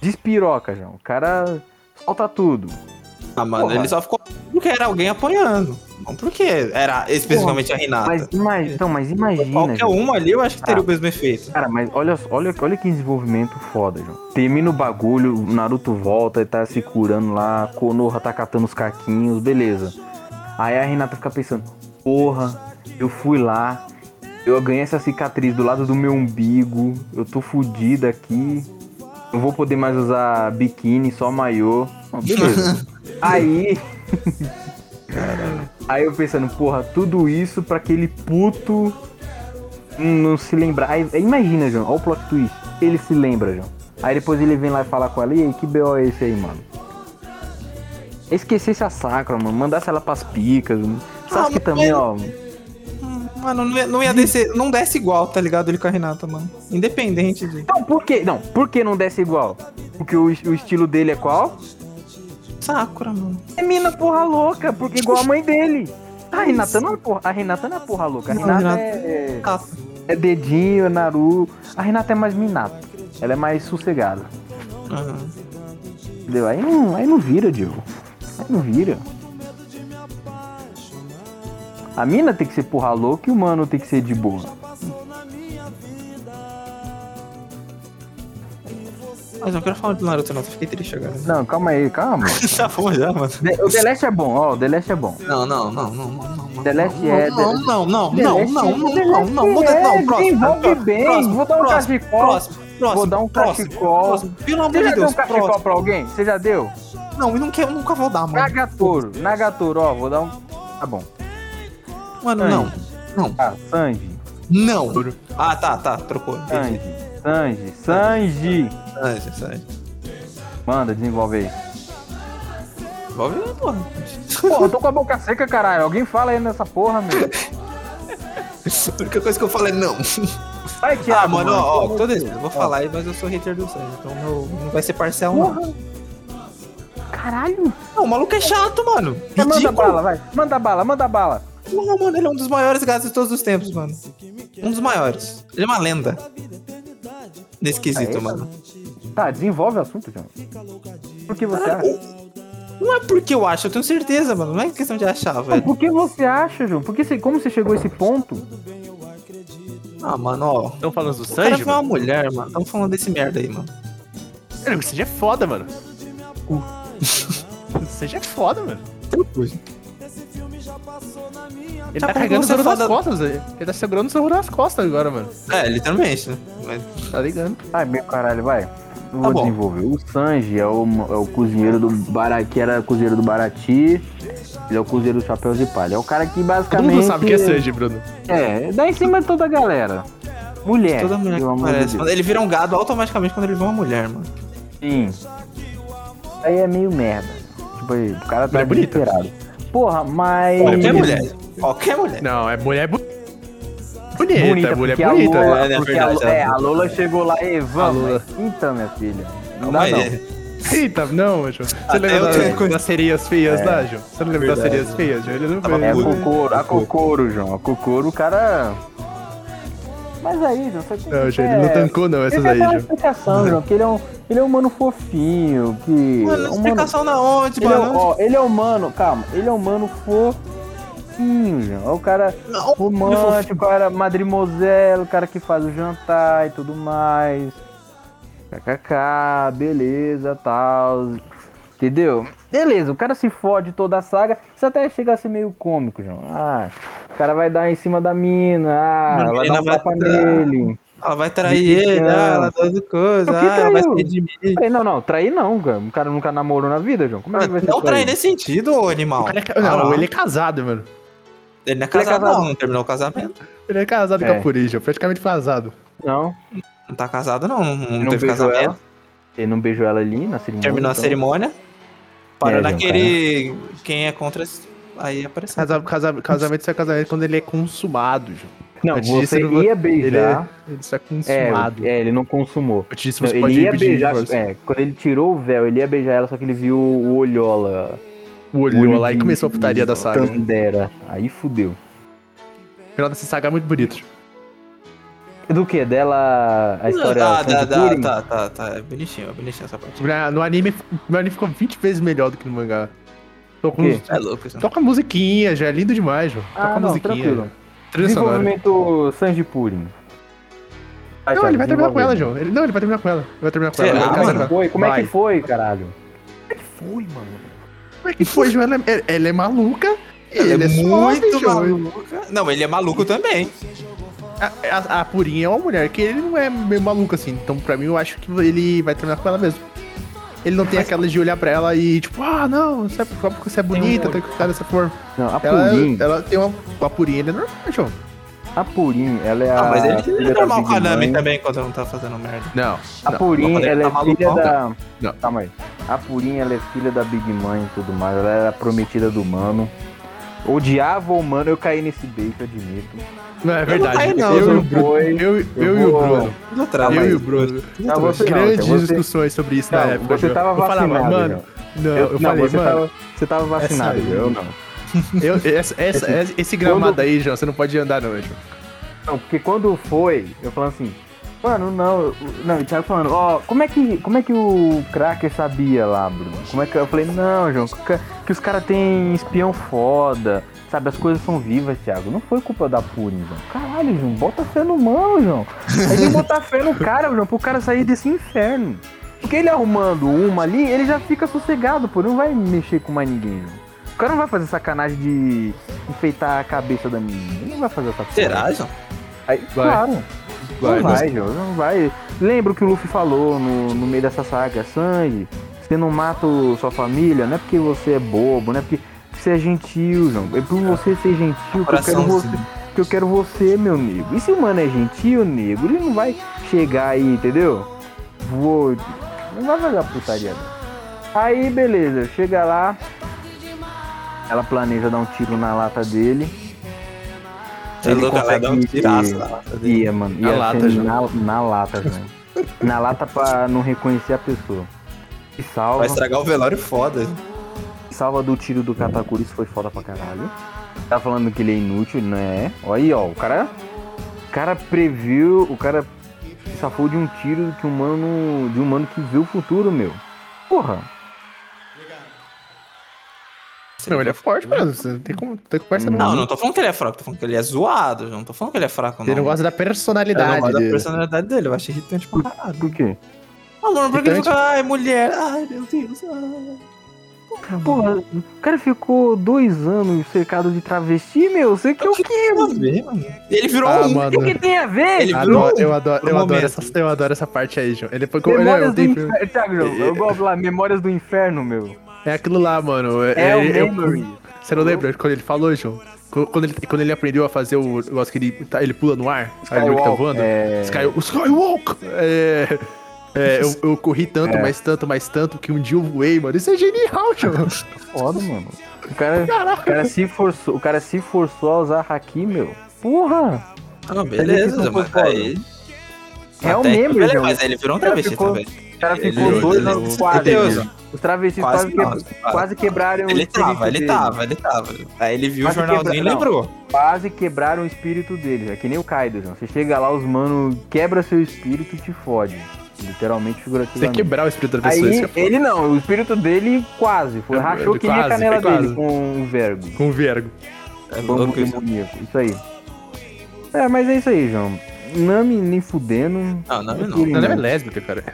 [SPEAKER 4] despiroca, já. O cara solta tudo.
[SPEAKER 5] Ah, mano,
[SPEAKER 4] Porra.
[SPEAKER 5] ele só ficou porque era alguém apanhando. Não porque era especificamente a Renata.
[SPEAKER 4] Mas, tá. ima- então, mas imagina.
[SPEAKER 5] Qualquer um.
[SPEAKER 4] João.
[SPEAKER 5] uma ali eu acho que teria o mesmo efeito.
[SPEAKER 4] Cara, mas olha, olha, olha que desenvolvimento foda, João. Termina o bagulho, o Naruto volta e tá se curando lá, Konoha tá catando os caquinhos, beleza. Aí a Renata fica pensando, porra, eu fui lá, eu ganhei essa cicatriz do lado do meu umbigo, eu tô fudida aqui, não vou poder mais usar biquíni, só maiô. Ah, beleza. Aí... Aí eu pensando, porra, tudo isso pra aquele puto não se lembrar. Aí, imagina, João, olha o plot twist. Ele se lembra, João. Aí depois ele vem lá e fala com ela, e aí, que B.O. é esse aí, mano? Esquecesse a sacra, mano. Mandasse ela pras picas. Mano. Sasuke
[SPEAKER 5] mas-
[SPEAKER 4] também, ó.
[SPEAKER 5] Mano, não ia, não ia descer, não desce igual, tá ligado? Ele com a Renata, mano. Independente de.
[SPEAKER 4] Então, por que? Não, por que não desce igual? Porque o, o estilo dele é qual?
[SPEAKER 5] Sakura, mano.
[SPEAKER 4] É mina porra louca, porque igual a mãe dele. A Renata não é porra, a Renata não é porra louca. A
[SPEAKER 5] Não,
[SPEAKER 4] Renata
[SPEAKER 5] Renata.
[SPEAKER 4] é,
[SPEAKER 5] Renata.
[SPEAKER 4] é dedinho, é Naru. A Renata é mais minato. Ela é mais sossegada.
[SPEAKER 5] Ah,
[SPEAKER 4] Entendeu? Aí não, aí não vira, Diego. Aí não vira. A mina tem que ser porra louca e o mano tem que ser de boa.
[SPEAKER 5] Mas não quero falar do Naruto, não. Fiquei triste agora.
[SPEAKER 4] Não, calma aí, calma.
[SPEAKER 5] tá bom já, mano.
[SPEAKER 4] De- o The Last é bom, ó, o The Last é bom.
[SPEAKER 5] Não, não, não, não, não, não, não.
[SPEAKER 4] The Last
[SPEAKER 5] não,
[SPEAKER 4] é-
[SPEAKER 5] Não, não, não,
[SPEAKER 4] The
[SPEAKER 5] não,
[SPEAKER 4] Last
[SPEAKER 5] não,
[SPEAKER 4] é-
[SPEAKER 5] não,
[SPEAKER 4] The
[SPEAKER 5] não,
[SPEAKER 4] Last
[SPEAKER 5] não, não,
[SPEAKER 4] é,
[SPEAKER 5] não, próximo.
[SPEAKER 4] desenvolve
[SPEAKER 5] próximo,
[SPEAKER 4] bem,
[SPEAKER 5] próximo,
[SPEAKER 4] vou dar um
[SPEAKER 5] próximo,
[SPEAKER 4] cachecol,
[SPEAKER 5] Próximo, próximo.
[SPEAKER 4] vou dar um
[SPEAKER 5] próximo,
[SPEAKER 4] cachecol.
[SPEAKER 5] próximo. Pelo
[SPEAKER 4] Você
[SPEAKER 5] amor
[SPEAKER 4] já
[SPEAKER 5] de
[SPEAKER 4] deu
[SPEAKER 5] Deus,
[SPEAKER 4] um cachecol
[SPEAKER 5] próximo. Hum.
[SPEAKER 4] pra alguém? Você já deu?
[SPEAKER 5] Não, eu não quero, nunca vou dar, mano.
[SPEAKER 4] Nagatoro, Nagatoro, ó, vou dar um. Tá bom.
[SPEAKER 5] Mano,
[SPEAKER 4] Sanji.
[SPEAKER 5] não. Não,
[SPEAKER 4] Ah, Sanji,
[SPEAKER 5] não. Ah, tá, tá, trocou.
[SPEAKER 4] Sanji,
[SPEAKER 5] Entendi.
[SPEAKER 4] Sanji, Sanji.
[SPEAKER 5] Sanji, Sanji.
[SPEAKER 4] Manda, desenvolve aí.
[SPEAKER 5] Envolve, porra.
[SPEAKER 4] Pô, eu tô com a boca seca, caralho. Alguém fala aí nessa porra, meu.
[SPEAKER 5] A única coisa que eu falei é não.
[SPEAKER 4] Vai, Thiago.
[SPEAKER 5] Ah, mano, ó, ó, toda vez, eu vou
[SPEAKER 4] Ó.
[SPEAKER 5] falar aí, mas eu sou hater do Sanji, então meu- não vai ser parcial,
[SPEAKER 4] Porra.
[SPEAKER 5] não.
[SPEAKER 4] Caralho.
[SPEAKER 5] Não, o maluco é chato, mano.
[SPEAKER 4] Mas Manda
[SPEAKER 5] Ridículo.
[SPEAKER 4] bala, vai. Manda bala, manda bala.
[SPEAKER 5] Porra, mano, ele é um dos maiores gatos de todos os tempos, mano. Um dos maiores. Ele é uma lenda. Nesse quesito,
[SPEAKER 4] Ah, é?
[SPEAKER 5] mano.
[SPEAKER 4] Tá, desenvolve o assunto, João. Por que você acha?
[SPEAKER 5] Não é porque eu acho, eu tenho certeza, mano. Não é questão de achar,
[SPEAKER 4] Não,
[SPEAKER 5] velho.
[SPEAKER 4] por que você acha, João? Por que você, como você chegou a esse ponto?
[SPEAKER 5] Ah, mano, ó.
[SPEAKER 3] Estão falando do
[SPEAKER 5] O cara
[SPEAKER 3] Sanji,
[SPEAKER 5] foi uma
[SPEAKER 3] mano?
[SPEAKER 5] mulher, mano. Tamo falando desse merda aí, mano.
[SPEAKER 3] Cara, O Sanji é foda, mano. o Sanji é foda, mano. Ele tá
[SPEAKER 5] Tá com
[SPEAKER 3] carregando o
[SPEAKER 5] você
[SPEAKER 3] Zoro nas
[SPEAKER 5] foda-
[SPEAKER 3] costas, velho. Ele tá segurando o Zoro nas costas agora, mano.
[SPEAKER 5] É, literalmente, né? Mas,
[SPEAKER 3] Tá ligando?
[SPEAKER 4] Ai, meu caralho, vai. Não
[SPEAKER 3] Tá
[SPEAKER 4] vou
[SPEAKER 5] bom.
[SPEAKER 4] desenvolver. O Sanji é o, é o cozinheiro do Barati, que era cozinheiro do Barati. Ele é o cozinheiro do Chapéu de Palha. É o cara que
[SPEAKER 3] Todo
[SPEAKER 4] basicamente.
[SPEAKER 3] mundo sabe que é Sanji, Bruno.
[SPEAKER 4] É, dá em cima de toda a galera. Mulher.
[SPEAKER 5] toda mulher que
[SPEAKER 4] É, pelo amor de
[SPEAKER 5] aparece.
[SPEAKER 4] Deus.
[SPEAKER 5] mano, Ele vira um gado automaticamente quando ele vê uma mulher, mano.
[SPEAKER 4] Sim. Aí é meio merda. Tipo, aí, o cara tá
[SPEAKER 3] Mulher bonita.
[SPEAKER 4] desesperado. Porra, mas.
[SPEAKER 5] Qualquer mulher. Qualquer mulher.
[SPEAKER 3] Não, é mulher bu- bonita.
[SPEAKER 4] Bonita,
[SPEAKER 3] mulher
[SPEAKER 4] porque a
[SPEAKER 3] bonita.
[SPEAKER 4] Lola,
[SPEAKER 5] né? É
[SPEAKER 4] porque
[SPEAKER 5] verdade,
[SPEAKER 4] a, Lo-
[SPEAKER 5] ela-
[SPEAKER 4] é, a Lola chegou lá e
[SPEAKER 3] A
[SPEAKER 4] vamos.
[SPEAKER 3] Lola.
[SPEAKER 4] Então, minha filha. Não
[SPEAKER 5] Calma
[SPEAKER 4] dá,
[SPEAKER 5] aí.
[SPEAKER 4] não.
[SPEAKER 3] Eita, não, João. Você
[SPEAKER 4] Ah,
[SPEAKER 5] Até eu
[SPEAKER 3] lembra
[SPEAKER 5] tenho
[SPEAKER 3] da-
[SPEAKER 5] coisa-
[SPEAKER 3] das serias feias lá, João? Você não lembra das
[SPEAKER 5] Verdade.
[SPEAKER 3] serias feias, João? Ele não
[SPEAKER 5] Tava
[SPEAKER 3] foi.
[SPEAKER 4] É a
[SPEAKER 5] Ui.
[SPEAKER 4] Cocoro, a Cocoro, João. A Cocoro, o cara. Mas aí, João, você tem
[SPEAKER 3] Não,
[SPEAKER 4] que.
[SPEAKER 3] João, ele não
[SPEAKER 4] é,
[SPEAKER 3] tancou não
[SPEAKER 4] tem
[SPEAKER 3] essas
[SPEAKER 4] que
[SPEAKER 3] aí,
[SPEAKER 4] dar uma
[SPEAKER 3] João.
[SPEAKER 4] explicação, João, que ele é um, ele é um mano fofinho, que.
[SPEAKER 5] Mano,
[SPEAKER 4] um mano-
[SPEAKER 5] explicação na onde,
[SPEAKER 4] Ele é, um-
[SPEAKER 5] mano?
[SPEAKER 4] ó, ele é humano, calma, ele é humano fofinho, João. É o cara
[SPEAKER 5] Não,
[SPEAKER 4] romântico, o cara madrimoselo, o cara que faz o jantar e tudo mais. KKK, beleza, tal. Entendeu? Beleza, o cara se fode toda a saga. Isso até chega a ser meio cômico, João. Ah, o cara vai dar em cima da mina. Ah,
[SPEAKER 5] Mano,
[SPEAKER 4] ela vai
[SPEAKER 5] ele
[SPEAKER 4] dar um
[SPEAKER 5] não vai
[SPEAKER 4] tapa
[SPEAKER 5] dar.
[SPEAKER 4] nele.
[SPEAKER 5] Ela vai trair ele, ah, ela tá dando coisa,
[SPEAKER 4] Por
[SPEAKER 5] ah,
[SPEAKER 4] que
[SPEAKER 5] ela
[SPEAKER 4] traiu?
[SPEAKER 5] vai se redimir.
[SPEAKER 4] Falei, não, não, trair não, cara. O cara nunca namorou na vida, João. Como é que vai ser
[SPEAKER 5] Não trair
[SPEAKER 4] trair?
[SPEAKER 5] nesse sentido, ô animal.
[SPEAKER 3] O cara é ca- Não,
[SPEAKER 5] Ah,
[SPEAKER 3] ele é casado, mano.
[SPEAKER 5] ele não é casado,
[SPEAKER 4] casado.
[SPEAKER 5] não, não terminou o casamento.
[SPEAKER 3] Ele é casado com
[SPEAKER 4] É.
[SPEAKER 3] a Puri, João. Praticamente casado.
[SPEAKER 4] Não,
[SPEAKER 5] Não tá casado, não. Não,
[SPEAKER 4] ele não
[SPEAKER 5] teve
[SPEAKER 4] beijou
[SPEAKER 5] casamento.
[SPEAKER 4] ela. Ele não beijou ela ali na cerimônia.
[SPEAKER 5] Terminou a
[SPEAKER 4] então.
[SPEAKER 5] cerimônia. Parou
[SPEAKER 4] É, João,
[SPEAKER 5] naquele. Quem é contra. Aí apareceu.
[SPEAKER 3] Casa- casa- Casamento só é casamento quando ele é consumado, João.
[SPEAKER 4] Não,
[SPEAKER 3] Antes disso,
[SPEAKER 4] você
[SPEAKER 3] ele-
[SPEAKER 4] ia beijar.
[SPEAKER 3] Ele, ele só é
[SPEAKER 4] É,
[SPEAKER 3] consumado.
[SPEAKER 4] é, ele não consumou.
[SPEAKER 3] Antes disso,
[SPEAKER 4] Não,
[SPEAKER 3] você pode
[SPEAKER 4] ele ia
[SPEAKER 3] pedir
[SPEAKER 4] beijar.
[SPEAKER 3] divórcio.
[SPEAKER 4] É, quando ele tirou o véu, ele ia beijar ela, só que ele viu o olhola.
[SPEAKER 3] O olho, lá e começou a putaria da saga.
[SPEAKER 4] Então-
[SPEAKER 3] O
[SPEAKER 4] Tandera. Aí fudeu.
[SPEAKER 3] final dessa saga é muito bonito.
[SPEAKER 4] Do que? Dela. A história
[SPEAKER 5] tá,
[SPEAKER 4] Sanji
[SPEAKER 5] tá, tá,
[SPEAKER 4] Kurin?
[SPEAKER 5] tá, tá, tá. É bonitinho, é bonitinho essa parte.
[SPEAKER 3] Na- No anime, no anime ficou 20 vezes melhor do que no mangá. Toca,
[SPEAKER 4] Quê?
[SPEAKER 3] uns-
[SPEAKER 5] É louco isso.
[SPEAKER 3] toca musiquinha, já é lindo demais, mano.
[SPEAKER 4] Ah,
[SPEAKER 3] toca
[SPEAKER 4] não,
[SPEAKER 3] musiquinha.
[SPEAKER 4] tranquilo.
[SPEAKER 3] Trilha sonora.
[SPEAKER 4] Desenvolvimento Sanji Purim.
[SPEAKER 3] Não, ele vai terminar com ela, João. Ele, não, ele vai terminar com ela. Ele vai terminar com
[SPEAKER 5] Será,
[SPEAKER 3] ela. Ele vai
[SPEAKER 5] mano?
[SPEAKER 3] casar.
[SPEAKER 4] Foi, como é
[SPEAKER 3] Vai.
[SPEAKER 4] que foi, caralho? Como é que foi, mano?
[SPEAKER 3] Como é que foi, João? Ela é, ela é maluca. e
[SPEAKER 5] Ela
[SPEAKER 3] ele
[SPEAKER 5] é muito
[SPEAKER 3] suave, João.
[SPEAKER 5] maluca. Não, ele é maluco também.
[SPEAKER 3] A, a- a Purinha é uma mulher que ele não é meio maluco assim. Então, pra mim, eu acho que ele vai terminar com ela mesmo. Ele não tem aquela de olhar pra ela e tipo, ah, não, sabe só porque você é bonita, tem que ficar dessa forma.
[SPEAKER 4] Não, a
[SPEAKER 3] Ela, é
[SPEAKER 4] Purim,
[SPEAKER 3] ela tem uma. A Purinha ele é normal, João.
[SPEAKER 4] a Purim, ela é a.
[SPEAKER 5] Ah, mas
[SPEAKER 4] filha
[SPEAKER 5] ele é
[SPEAKER 4] da
[SPEAKER 5] normal
[SPEAKER 4] Big
[SPEAKER 5] com a Nami
[SPEAKER 4] Mãe.
[SPEAKER 5] também quando não tá fazendo merda.
[SPEAKER 3] Não.
[SPEAKER 4] A Purim,
[SPEAKER 5] falei,
[SPEAKER 4] ela
[SPEAKER 5] tá
[SPEAKER 4] é
[SPEAKER 5] maluco,
[SPEAKER 4] filha
[SPEAKER 5] não?
[SPEAKER 4] da.
[SPEAKER 3] Não.
[SPEAKER 4] Calma aí. A Purim, ela é filha da Big Mãe e tudo mais. Ela era prometida do mano. Odiava o mano, eu caí nesse bait, admito.
[SPEAKER 3] Não, é verdade.
[SPEAKER 5] caí,
[SPEAKER 3] eu
[SPEAKER 5] não,
[SPEAKER 3] e o
[SPEAKER 5] João.
[SPEAKER 3] Bruno.
[SPEAKER 4] Foi.
[SPEAKER 3] Eu, eu,
[SPEAKER 4] Eu
[SPEAKER 3] e o
[SPEAKER 4] vou-
[SPEAKER 3] Bruno.
[SPEAKER 5] Tudo atrás.
[SPEAKER 3] eu
[SPEAKER 5] mas-
[SPEAKER 3] e o Bruno.
[SPEAKER 4] Não, você não,
[SPEAKER 3] Grandes
[SPEAKER 4] então você-
[SPEAKER 3] discussões sobre isso na
[SPEAKER 4] Não,
[SPEAKER 3] época.
[SPEAKER 4] você
[SPEAKER 3] João.
[SPEAKER 4] tava
[SPEAKER 3] eu falava,
[SPEAKER 4] vacinado,
[SPEAKER 3] mano. Não, eu,
[SPEAKER 4] não,
[SPEAKER 3] falei,
[SPEAKER 4] você,
[SPEAKER 3] mano. É
[SPEAKER 4] tava, você tava vacinado,
[SPEAKER 3] essa-
[SPEAKER 4] eu não.
[SPEAKER 3] eu- essa- essa- esse gramado aí, João, você não pode andar, não, João.
[SPEAKER 4] Não, porque quando foi, eu falando assim, mano, não, eu- não, ele tava falando, ó, como é que, como é que o Cracker sabia lá, Bruno? Como é que eu falei, não, João, que, que os caras têm espião foda, sabe, as coisas são vivas, Thiago. Não foi culpa da Purim, João. Caralho, João, bota fé no mano, João. Aí tem que botar fé no cara, João, pro cara sair desse inferno. Porque ele arrumando uma ali, ele já fica sossegado, pô, não vai mexer com mais ninguém, João. O cara não vai fazer sacanagem de enfeitar a cabeça da menina. Ele não vai fazer essa porra.
[SPEAKER 5] Será, João?
[SPEAKER 4] Aí,
[SPEAKER 3] Vai.
[SPEAKER 4] Claro.
[SPEAKER 3] Vai,
[SPEAKER 4] não vai, João, não vai. Lembra o que o Luffy falou no, no meio dessa saga, Sanji, você não mata o- sua família, não é porque você é bobo, não é porque você é gentil, João. É por você ser gentil que eu quero você,
[SPEAKER 5] Coraçãozinho.
[SPEAKER 4] que eu quero você, meu nego. E se o mano é gentil, nego, ele não vai chegar aí, entendeu? Vou. Não vai fazer a putaria. não. Aí, beleza, chega lá. Ela planeja dar um tiro na lata dele.
[SPEAKER 5] Tá louco, ela dá um tiraço na lata dele.
[SPEAKER 4] Ia, mano.
[SPEAKER 3] Na
[SPEAKER 4] Ia
[SPEAKER 3] lata,
[SPEAKER 4] ser
[SPEAKER 3] já.
[SPEAKER 4] na, na lata, velho. na lata pra não reconhecer a pessoa. E salva.
[SPEAKER 5] Vai estragar o velório foda.
[SPEAKER 4] Salva do tiro do Katakuri, isso foi foda pra caralho. Tá falando que ele é inútil, né? Olha aí, ó. O cara. O cara previu. O cara se safou de um tiro que um mano. De um mano que viu o futuro, meu. Porra.
[SPEAKER 3] Não, ele é forte, mano. Você não tem como tem conversa não.
[SPEAKER 5] Não, não tô falando que ele é fraco, tô falando que ele é zoado, João. Não tô falando que ele é fraco, não.
[SPEAKER 3] Ele não gosta da
[SPEAKER 5] Eu não
[SPEAKER 3] personalidade
[SPEAKER 5] gosto da
[SPEAKER 3] dele.
[SPEAKER 5] personalidade dele, eu acho irritante pra caralho.
[SPEAKER 4] Por quê?
[SPEAKER 5] Ah, mano, por que ele
[SPEAKER 3] Irritante.
[SPEAKER 5] fica, ai, mulher, ai, meu Deus, ai.
[SPEAKER 4] Porra, o cara ficou dois anos cercado de travesti, meu. Sei que eu.
[SPEAKER 5] que tem a ver, mano? Ele virou
[SPEAKER 3] Ah,
[SPEAKER 5] um.
[SPEAKER 3] mano.
[SPEAKER 4] O que tem a ver?
[SPEAKER 5] Ele virou
[SPEAKER 3] Adoro, eu adoro,
[SPEAKER 5] por
[SPEAKER 3] eu
[SPEAKER 5] um
[SPEAKER 3] adoro,
[SPEAKER 5] momento.
[SPEAKER 3] essa, eu adoro essa parte aí, João. Ele foi com ele é,
[SPEAKER 4] Memórias
[SPEAKER 3] eu
[SPEAKER 4] do
[SPEAKER 3] tenho-
[SPEAKER 4] Inferno. Thiago, João, eu gosto lá, Memórias do Inferno, meu.
[SPEAKER 3] é aquilo lá, mano. É,
[SPEAKER 4] É o
[SPEAKER 3] ele- eu-
[SPEAKER 4] Memory.
[SPEAKER 3] você não lembra quando ele falou, João? Qu- Quando ele, quando ele aprendeu a fazer o o negócio que ele, tá- ele pula no ar, sabe onde que tá
[SPEAKER 4] Skywalk,
[SPEAKER 3] voando?
[SPEAKER 4] é.
[SPEAKER 3] Sky, o Skywalk! É, é, eu, eu corri tanto, mais tanto, mais tanto, que um dia eu voei, mano. Isso é genial, João.
[SPEAKER 4] Foda, mano. O cara, o cara se forçou, o cara se forçou a usar haki, meu. Porra!
[SPEAKER 5] Ah,
[SPEAKER 4] Ele
[SPEAKER 5] beleza,
[SPEAKER 4] ficou
[SPEAKER 5] mas
[SPEAKER 4] foda.
[SPEAKER 5] aí.
[SPEAKER 4] É o
[SPEAKER 5] Até-
[SPEAKER 4] meme,
[SPEAKER 5] beleza,
[SPEAKER 4] João.
[SPEAKER 5] Mas ele virou um
[SPEAKER 4] O cara
[SPEAKER 5] travesti
[SPEAKER 4] ficou-
[SPEAKER 5] também.
[SPEAKER 4] O cara
[SPEAKER 5] Ele- um
[SPEAKER 4] ficou
[SPEAKER 5] ele-
[SPEAKER 4] dois
[SPEAKER 5] ele-
[SPEAKER 4] anos
[SPEAKER 5] ele-
[SPEAKER 4] quase.
[SPEAKER 5] Deus,
[SPEAKER 4] meu. Os travestis
[SPEAKER 5] Quase
[SPEAKER 4] quase,
[SPEAKER 5] não,
[SPEAKER 4] quebra-
[SPEAKER 5] quase.
[SPEAKER 4] quase quebraram
[SPEAKER 5] Ele
[SPEAKER 4] o espírito
[SPEAKER 5] tava, ele
[SPEAKER 4] um dele.
[SPEAKER 5] tava, ele tava. Aí ele viu
[SPEAKER 4] Mas
[SPEAKER 5] o jornalzinho e
[SPEAKER 4] quebra- não.
[SPEAKER 5] lembrou.
[SPEAKER 4] Quase quebraram o espírito dele. É que nem o Kaido, João. Você chega lá, os mano quebra seu espírito e te fode. Literalmente,
[SPEAKER 3] Você tem que
[SPEAKER 4] figurativamente.
[SPEAKER 3] quebrar o espírito da pessoa. isso
[SPEAKER 4] Aí,
[SPEAKER 3] que é foda.
[SPEAKER 4] ele não, o espírito dele quase. Foi,
[SPEAKER 3] É,
[SPEAKER 4] rachou
[SPEAKER 3] ele
[SPEAKER 4] que nem a
[SPEAKER 3] quase,
[SPEAKER 4] canela
[SPEAKER 3] foi
[SPEAKER 4] dele
[SPEAKER 3] quase.
[SPEAKER 4] com um vergo.
[SPEAKER 3] Com o vergo.
[SPEAKER 5] É
[SPEAKER 4] Bambu
[SPEAKER 5] louco isso.
[SPEAKER 4] demoníaco, isso aí. É, mas é isso aí, João. Nami nem fudendo.
[SPEAKER 5] Não, não, não.
[SPEAKER 4] Purim,
[SPEAKER 3] Não, ela é
[SPEAKER 4] né?
[SPEAKER 3] lésbica, cara.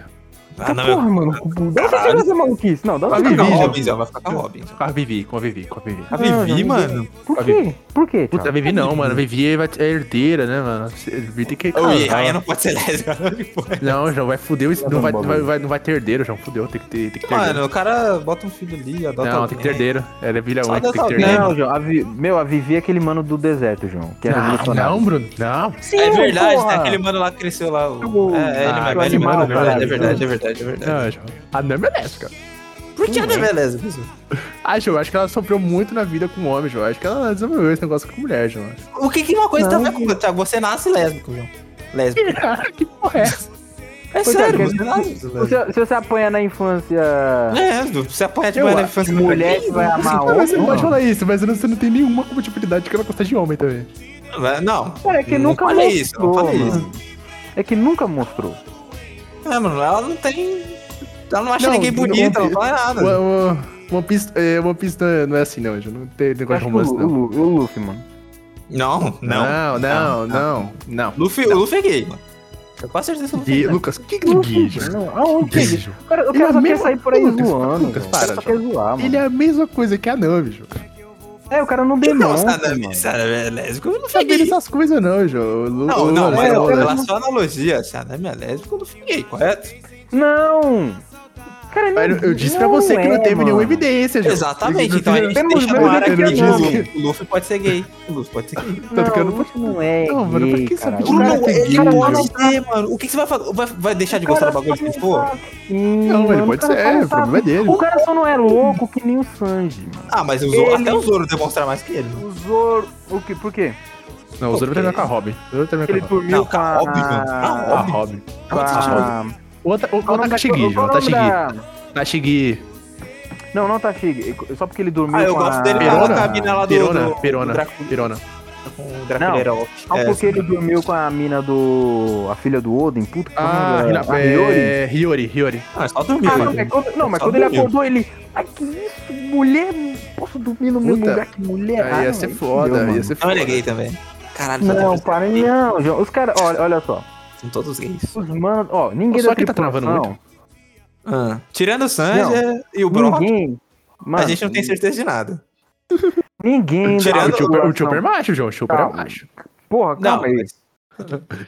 [SPEAKER 5] Ah, não,
[SPEAKER 4] Porra, mano. Dá pra tirar essa maluquice. Não, dá pra
[SPEAKER 5] Vai
[SPEAKER 3] Vivi,
[SPEAKER 5] ficar com a
[SPEAKER 3] João.
[SPEAKER 5] Robin, Zé, vai ficar com a Robin.
[SPEAKER 3] Com a Vivi, com a Vivi, com a Vivi.
[SPEAKER 5] A
[SPEAKER 4] Não,
[SPEAKER 5] Vivi,
[SPEAKER 4] não,
[SPEAKER 5] mano.
[SPEAKER 4] Por quê? Por quê? Thiago?
[SPEAKER 3] Puta, a Vivi não, mano. A Vivi vai- é herdeira, né, mano? A Vivi tem que.
[SPEAKER 5] Ui,
[SPEAKER 3] casar.
[SPEAKER 5] rainha não pode ser lésbica. não, que porra.
[SPEAKER 3] Não, João, vai fuder. o- Não vai,
[SPEAKER 4] Vamos,
[SPEAKER 3] vai,
[SPEAKER 4] vamos.
[SPEAKER 3] vai- não vai ter herdeiro, João. Fudeu, tem que ter, tem que ter herdeiro.
[SPEAKER 5] Mano, o cara bota um filho ali, adota
[SPEAKER 3] Não,
[SPEAKER 5] alguém.
[SPEAKER 3] tem que ter herdeiro. Ela é filha
[SPEAKER 5] Só
[SPEAKER 3] única, tem que ter
[SPEAKER 5] Deus
[SPEAKER 3] herdeiro.
[SPEAKER 4] Não, João. a Vi- Meu, a Vivi é aquele mano do deserto, João. Que era
[SPEAKER 3] Não,
[SPEAKER 4] revolucionário.
[SPEAKER 3] Ah, não, Bruno. Não.
[SPEAKER 5] É verdade,
[SPEAKER 4] porra.
[SPEAKER 5] né? Aquele mano lá que cresceu lá. o-
[SPEAKER 4] Jogo-
[SPEAKER 5] É, é ele
[SPEAKER 3] Ah,
[SPEAKER 5] mesmo, é ele mesmo.
[SPEAKER 4] né?
[SPEAKER 3] animal,
[SPEAKER 5] É verdade,
[SPEAKER 4] cara.
[SPEAKER 3] Ah,
[SPEAKER 5] é verdade, é verdade, é verdade.
[SPEAKER 3] Não, João. A Nami é lésbica.
[SPEAKER 5] Por que a TV é lésbica? João?
[SPEAKER 3] Ah, João, acho que ela sofreu muito na vida com homem, João. Acho que ela desenvolveu esse negócio com mulher, João.
[SPEAKER 5] O que, que uma coisa tem a ver com outra? Você nasce lésbico, João. Lésbico.
[SPEAKER 3] que porra é essa?
[SPEAKER 5] É
[SPEAKER 4] Pois é,
[SPEAKER 5] sério,
[SPEAKER 4] quer
[SPEAKER 5] você
[SPEAKER 4] dizer,
[SPEAKER 5] nasce
[SPEAKER 4] Se,
[SPEAKER 5] lésbico.
[SPEAKER 4] se você apanha na infância
[SPEAKER 5] É, você apanha de
[SPEAKER 3] Eu
[SPEAKER 5] maneira
[SPEAKER 3] acho é
[SPEAKER 5] infância.
[SPEAKER 4] mulher que vai amar
[SPEAKER 3] Não, mas você
[SPEAKER 4] homem.
[SPEAKER 3] não pode falar isso, mas você não tem nenhuma compatibilidade que ela gosta de homem também.
[SPEAKER 5] Não.
[SPEAKER 4] É que
[SPEAKER 5] não
[SPEAKER 4] nunca
[SPEAKER 5] falei
[SPEAKER 4] mostrou,
[SPEAKER 5] isso, não falei
[SPEAKER 4] mano.
[SPEAKER 5] isso.
[SPEAKER 4] É que nunca mostrou.
[SPEAKER 5] É, mano, ela não tem. Ela não acha
[SPEAKER 3] Não,
[SPEAKER 5] ninguém
[SPEAKER 3] não-
[SPEAKER 5] bonito, ela não fala nada.
[SPEAKER 3] Uma, uma, uma pista, é, uma pista não é- não é assim, não, João. Não tem negócio
[SPEAKER 4] Acho
[SPEAKER 3] de
[SPEAKER 4] que o,
[SPEAKER 3] romance,
[SPEAKER 4] o,
[SPEAKER 3] não.
[SPEAKER 4] Lu- o Luffy, mano.
[SPEAKER 5] Não, não.
[SPEAKER 3] Não, não, não, Ah. não.
[SPEAKER 5] Luffy, o Luffy é gay, mano. Eu quase certeza que o Luffy é
[SPEAKER 3] Gui,
[SPEAKER 5] gay.
[SPEAKER 3] Lucas, o que que do Gui, João?
[SPEAKER 4] Não, ah, o que é isso? O cara, o
[SPEAKER 3] Ele é
[SPEAKER 4] cara só quer
[SPEAKER 3] mesmo-
[SPEAKER 4] sair por aí
[SPEAKER 3] Lucas,
[SPEAKER 4] zoando.
[SPEAKER 3] Lucas,
[SPEAKER 4] velho.
[SPEAKER 3] para,
[SPEAKER 4] o cara só quer zoar, mano.
[SPEAKER 3] Ele é a mesma coisa que a Nami, João.
[SPEAKER 4] É, né, o cara não
[SPEAKER 5] Não,
[SPEAKER 4] demonstra,
[SPEAKER 5] Sanami,
[SPEAKER 4] mano.
[SPEAKER 5] Sanami é lésbico, eu não
[SPEAKER 3] Não saber
[SPEAKER 5] fiquei.
[SPEAKER 3] essas coisas, não, João. Lu-
[SPEAKER 5] Não,
[SPEAKER 3] Lu-
[SPEAKER 5] não, é
[SPEAKER 3] Lu-
[SPEAKER 5] mas
[SPEAKER 4] né?
[SPEAKER 3] Lu-
[SPEAKER 5] eu-
[SPEAKER 3] Lu-
[SPEAKER 5] ela só analogia. Sanami é lésbico, eu não fiquei, correto?
[SPEAKER 4] Não! Cara,
[SPEAKER 3] Mas eu-
[SPEAKER 4] não-
[SPEAKER 3] eu disse pra você que não
[SPEAKER 4] é,
[SPEAKER 3] teve nenhuma
[SPEAKER 4] mano.
[SPEAKER 3] evidência, João.
[SPEAKER 5] Exatamente, então a
[SPEAKER 3] teve-
[SPEAKER 5] gente
[SPEAKER 4] Temos
[SPEAKER 5] deixa no
[SPEAKER 4] mais
[SPEAKER 5] ar
[SPEAKER 4] do
[SPEAKER 5] aqui
[SPEAKER 4] que
[SPEAKER 5] que
[SPEAKER 4] a
[SPEAKER 5] o
[SPEAKER 3] gente.
[SPEAKER 5] Luffy- o Luffy pode ser gay. O Luffy pode ser gay.
[SPEAKER 3] Tanto que eu
[SPEAKER 4] Não,
[SPEAKER 3] não-
[SPEAKER 4] o Luffy não é
[SPEAKER 3] Não, mano,
[SPEAKER 4] gay,
[SPEAKER 3] pra que
[SPEAKER 4] cara.
[SPEAKER 3] saber?
[SPEAKER 4] O
[SPEAKER 5] Bruno,
[SPEAKER 4] cara é
[SPEAKER 3] vai ser
[SPEAKER 5] ele
[SPEAKER 3] gay,
[SPEAKER 5] pode
[SPEAKER 3] João.
[SPEAKER 5] ser, mano. O que, que você vai fazer? Vai, vai deixar de gostar
[SPEAKER 4] é
[SPEAKER 5] do bagulho que for?
[SPEAKER 4] Sim,
[SPEAKER 3] Não, ele
[SPEAKER 4] mano, o
[SPEAKER 3] pode
[SPEAKER 4] cara
[SPEAKER 3] ser,
[SPEAKER 4] só não
[SPEAKER 3] o problema
[SPEAKER 4] sabe.
[SPEAKER 3] é dele.
[SPEAKER 4] O cara só não é louco que nem o Sanji, mano.
[SPEAKER 5] Ah, mas o Zoro,
[SPEAKER 4] Ele-
[SPEAKER 5] até o Zoro demonstrar mais que ele. né?
[SPEAKER 4] O Zoro... O quê? Por quê?
[SPEAKER 3] Não, o Zoro terminou com a Robin. O Zoro
[SPEAKER 4] Ele
[SPEAKER 3] terminou com
[SPEAKER 4] dormiu
[SPEAKER 5] Não,
[SPEAKER 4] com a... tá.
[SPEAKER 5] óbvio, mano. Ah,
[SPEAKER 3] a Robin. A
[SPEAKER 5] óbvio.
[SPEAKER 3] Robin.
[SPEAKER 4] Com a...
[SPEAKER 3] Outra, outra, outra
[SPEAKER 4] tá
[SPEAKER 3] Tashigi, João.
[SPEAKER 4] Qual o Ah. nome
[SPEAKER 3] Tashigi.
[SPEAKER 4] da-
[SPEAKER 3] Tashigi.
[SPEAKER 4] Não, não tá Shig. Só porque ele dormiu
[SPEAKER 5] Ah, eu
[SPEAKER 4] com
[SPEAKER 5] gosto
[SPEAKER 4] a...
[SPEAKER 5] dele
[SPEAKER 3] Perona?
[SPEAKER 5] com a mina lá do...
[SPEAKER 3] Perona,
[SPEAKER 5] do,
[SPEAKER 3] Perona,
[SPEAKER 5] do Dracu-
[SPEAKER 3] Perona.
[SPEAKER 5] com o Draculeira Off.
[SPEAKER 4] Só
[SPEAKER 5] É,
[SPEAKER 4] porque ele dormiu com a mina do... A filha do Odin, puta que
[SPEAKER 3] Ah,
[SPEAKER 4] pariu,
[SPEAKER 3] Hina-
[SPEAKER 4] a Hiyori.
[SPEAKER 3] é, Hiyori, Hiyori.
[SPEAKER 5] Ah, é só dormir.
[SPEAKER 4] Ah, não,
[SPEAKER 5] velho.
[SPEAKER 4] mas quando, não, mas
[SPEAKER 5] Só
[SPEAKER 4] quando ele
[SPEAKER 5] dormiu.
[SPEAKER 4] acordou, ele... Ai, que isso? Mulher? Posso dormir no mesmo
[SPEAKER 3] Puta.
[SPEAKER 4] lugar que mulher?
[SPEAKER 3] Aí ia
[SPEAKER 4] Ah,
[SPEAKER 3] ser
[SPEAKER 4] não,
[SPEAKER 3] foda,
[SPEAKER 4] mano.
[SPEAKER 3] ia ser
[SPEAKER 5] Não,
[SPEAKER 3] foda.
[SPEAKER 5] ele é gay também. Caralho, só
[SPEAKER 4] Não, é um
[SPEAKER 5] tem-
[SPEAKER 4] para não, João. Os caras, olha, olha só.
[SPEAKER 5] São todos gays.
[SPEAKER 4] Os manos, ó, ninguém
[SPEAKER 3] Só
[SPEAKER 4] da
[SPEAKER 3] que tá
[SPEAKER 4] tripulação,
[SPEAKER 3] travando muito.
[SPEAKER 5] Ah, Tirando o Sanji
[SPEAKER 4] Não.
[SPEAKER 5] e o Brock,
[SPEAKER 4] Ninguém. Mano,
[SPEAKER 5] a gente não tem certeza de nada.
[SPEAKER 4] Ninguém. da
[SPEAKER 5] Tirando
[SPEAKER 3] Ah, o Chopper, o
[SPEAKER 4] tripulação-
[SPEAKER 3] Chopper é macho, João. O Chopper é
[SPEAKER 4] Calma.
[SPEAKER 3] macho.
[SPEAKER 4] Porra,
[SPEAKER 5] Não,
[SPEAKER 4] calma aí.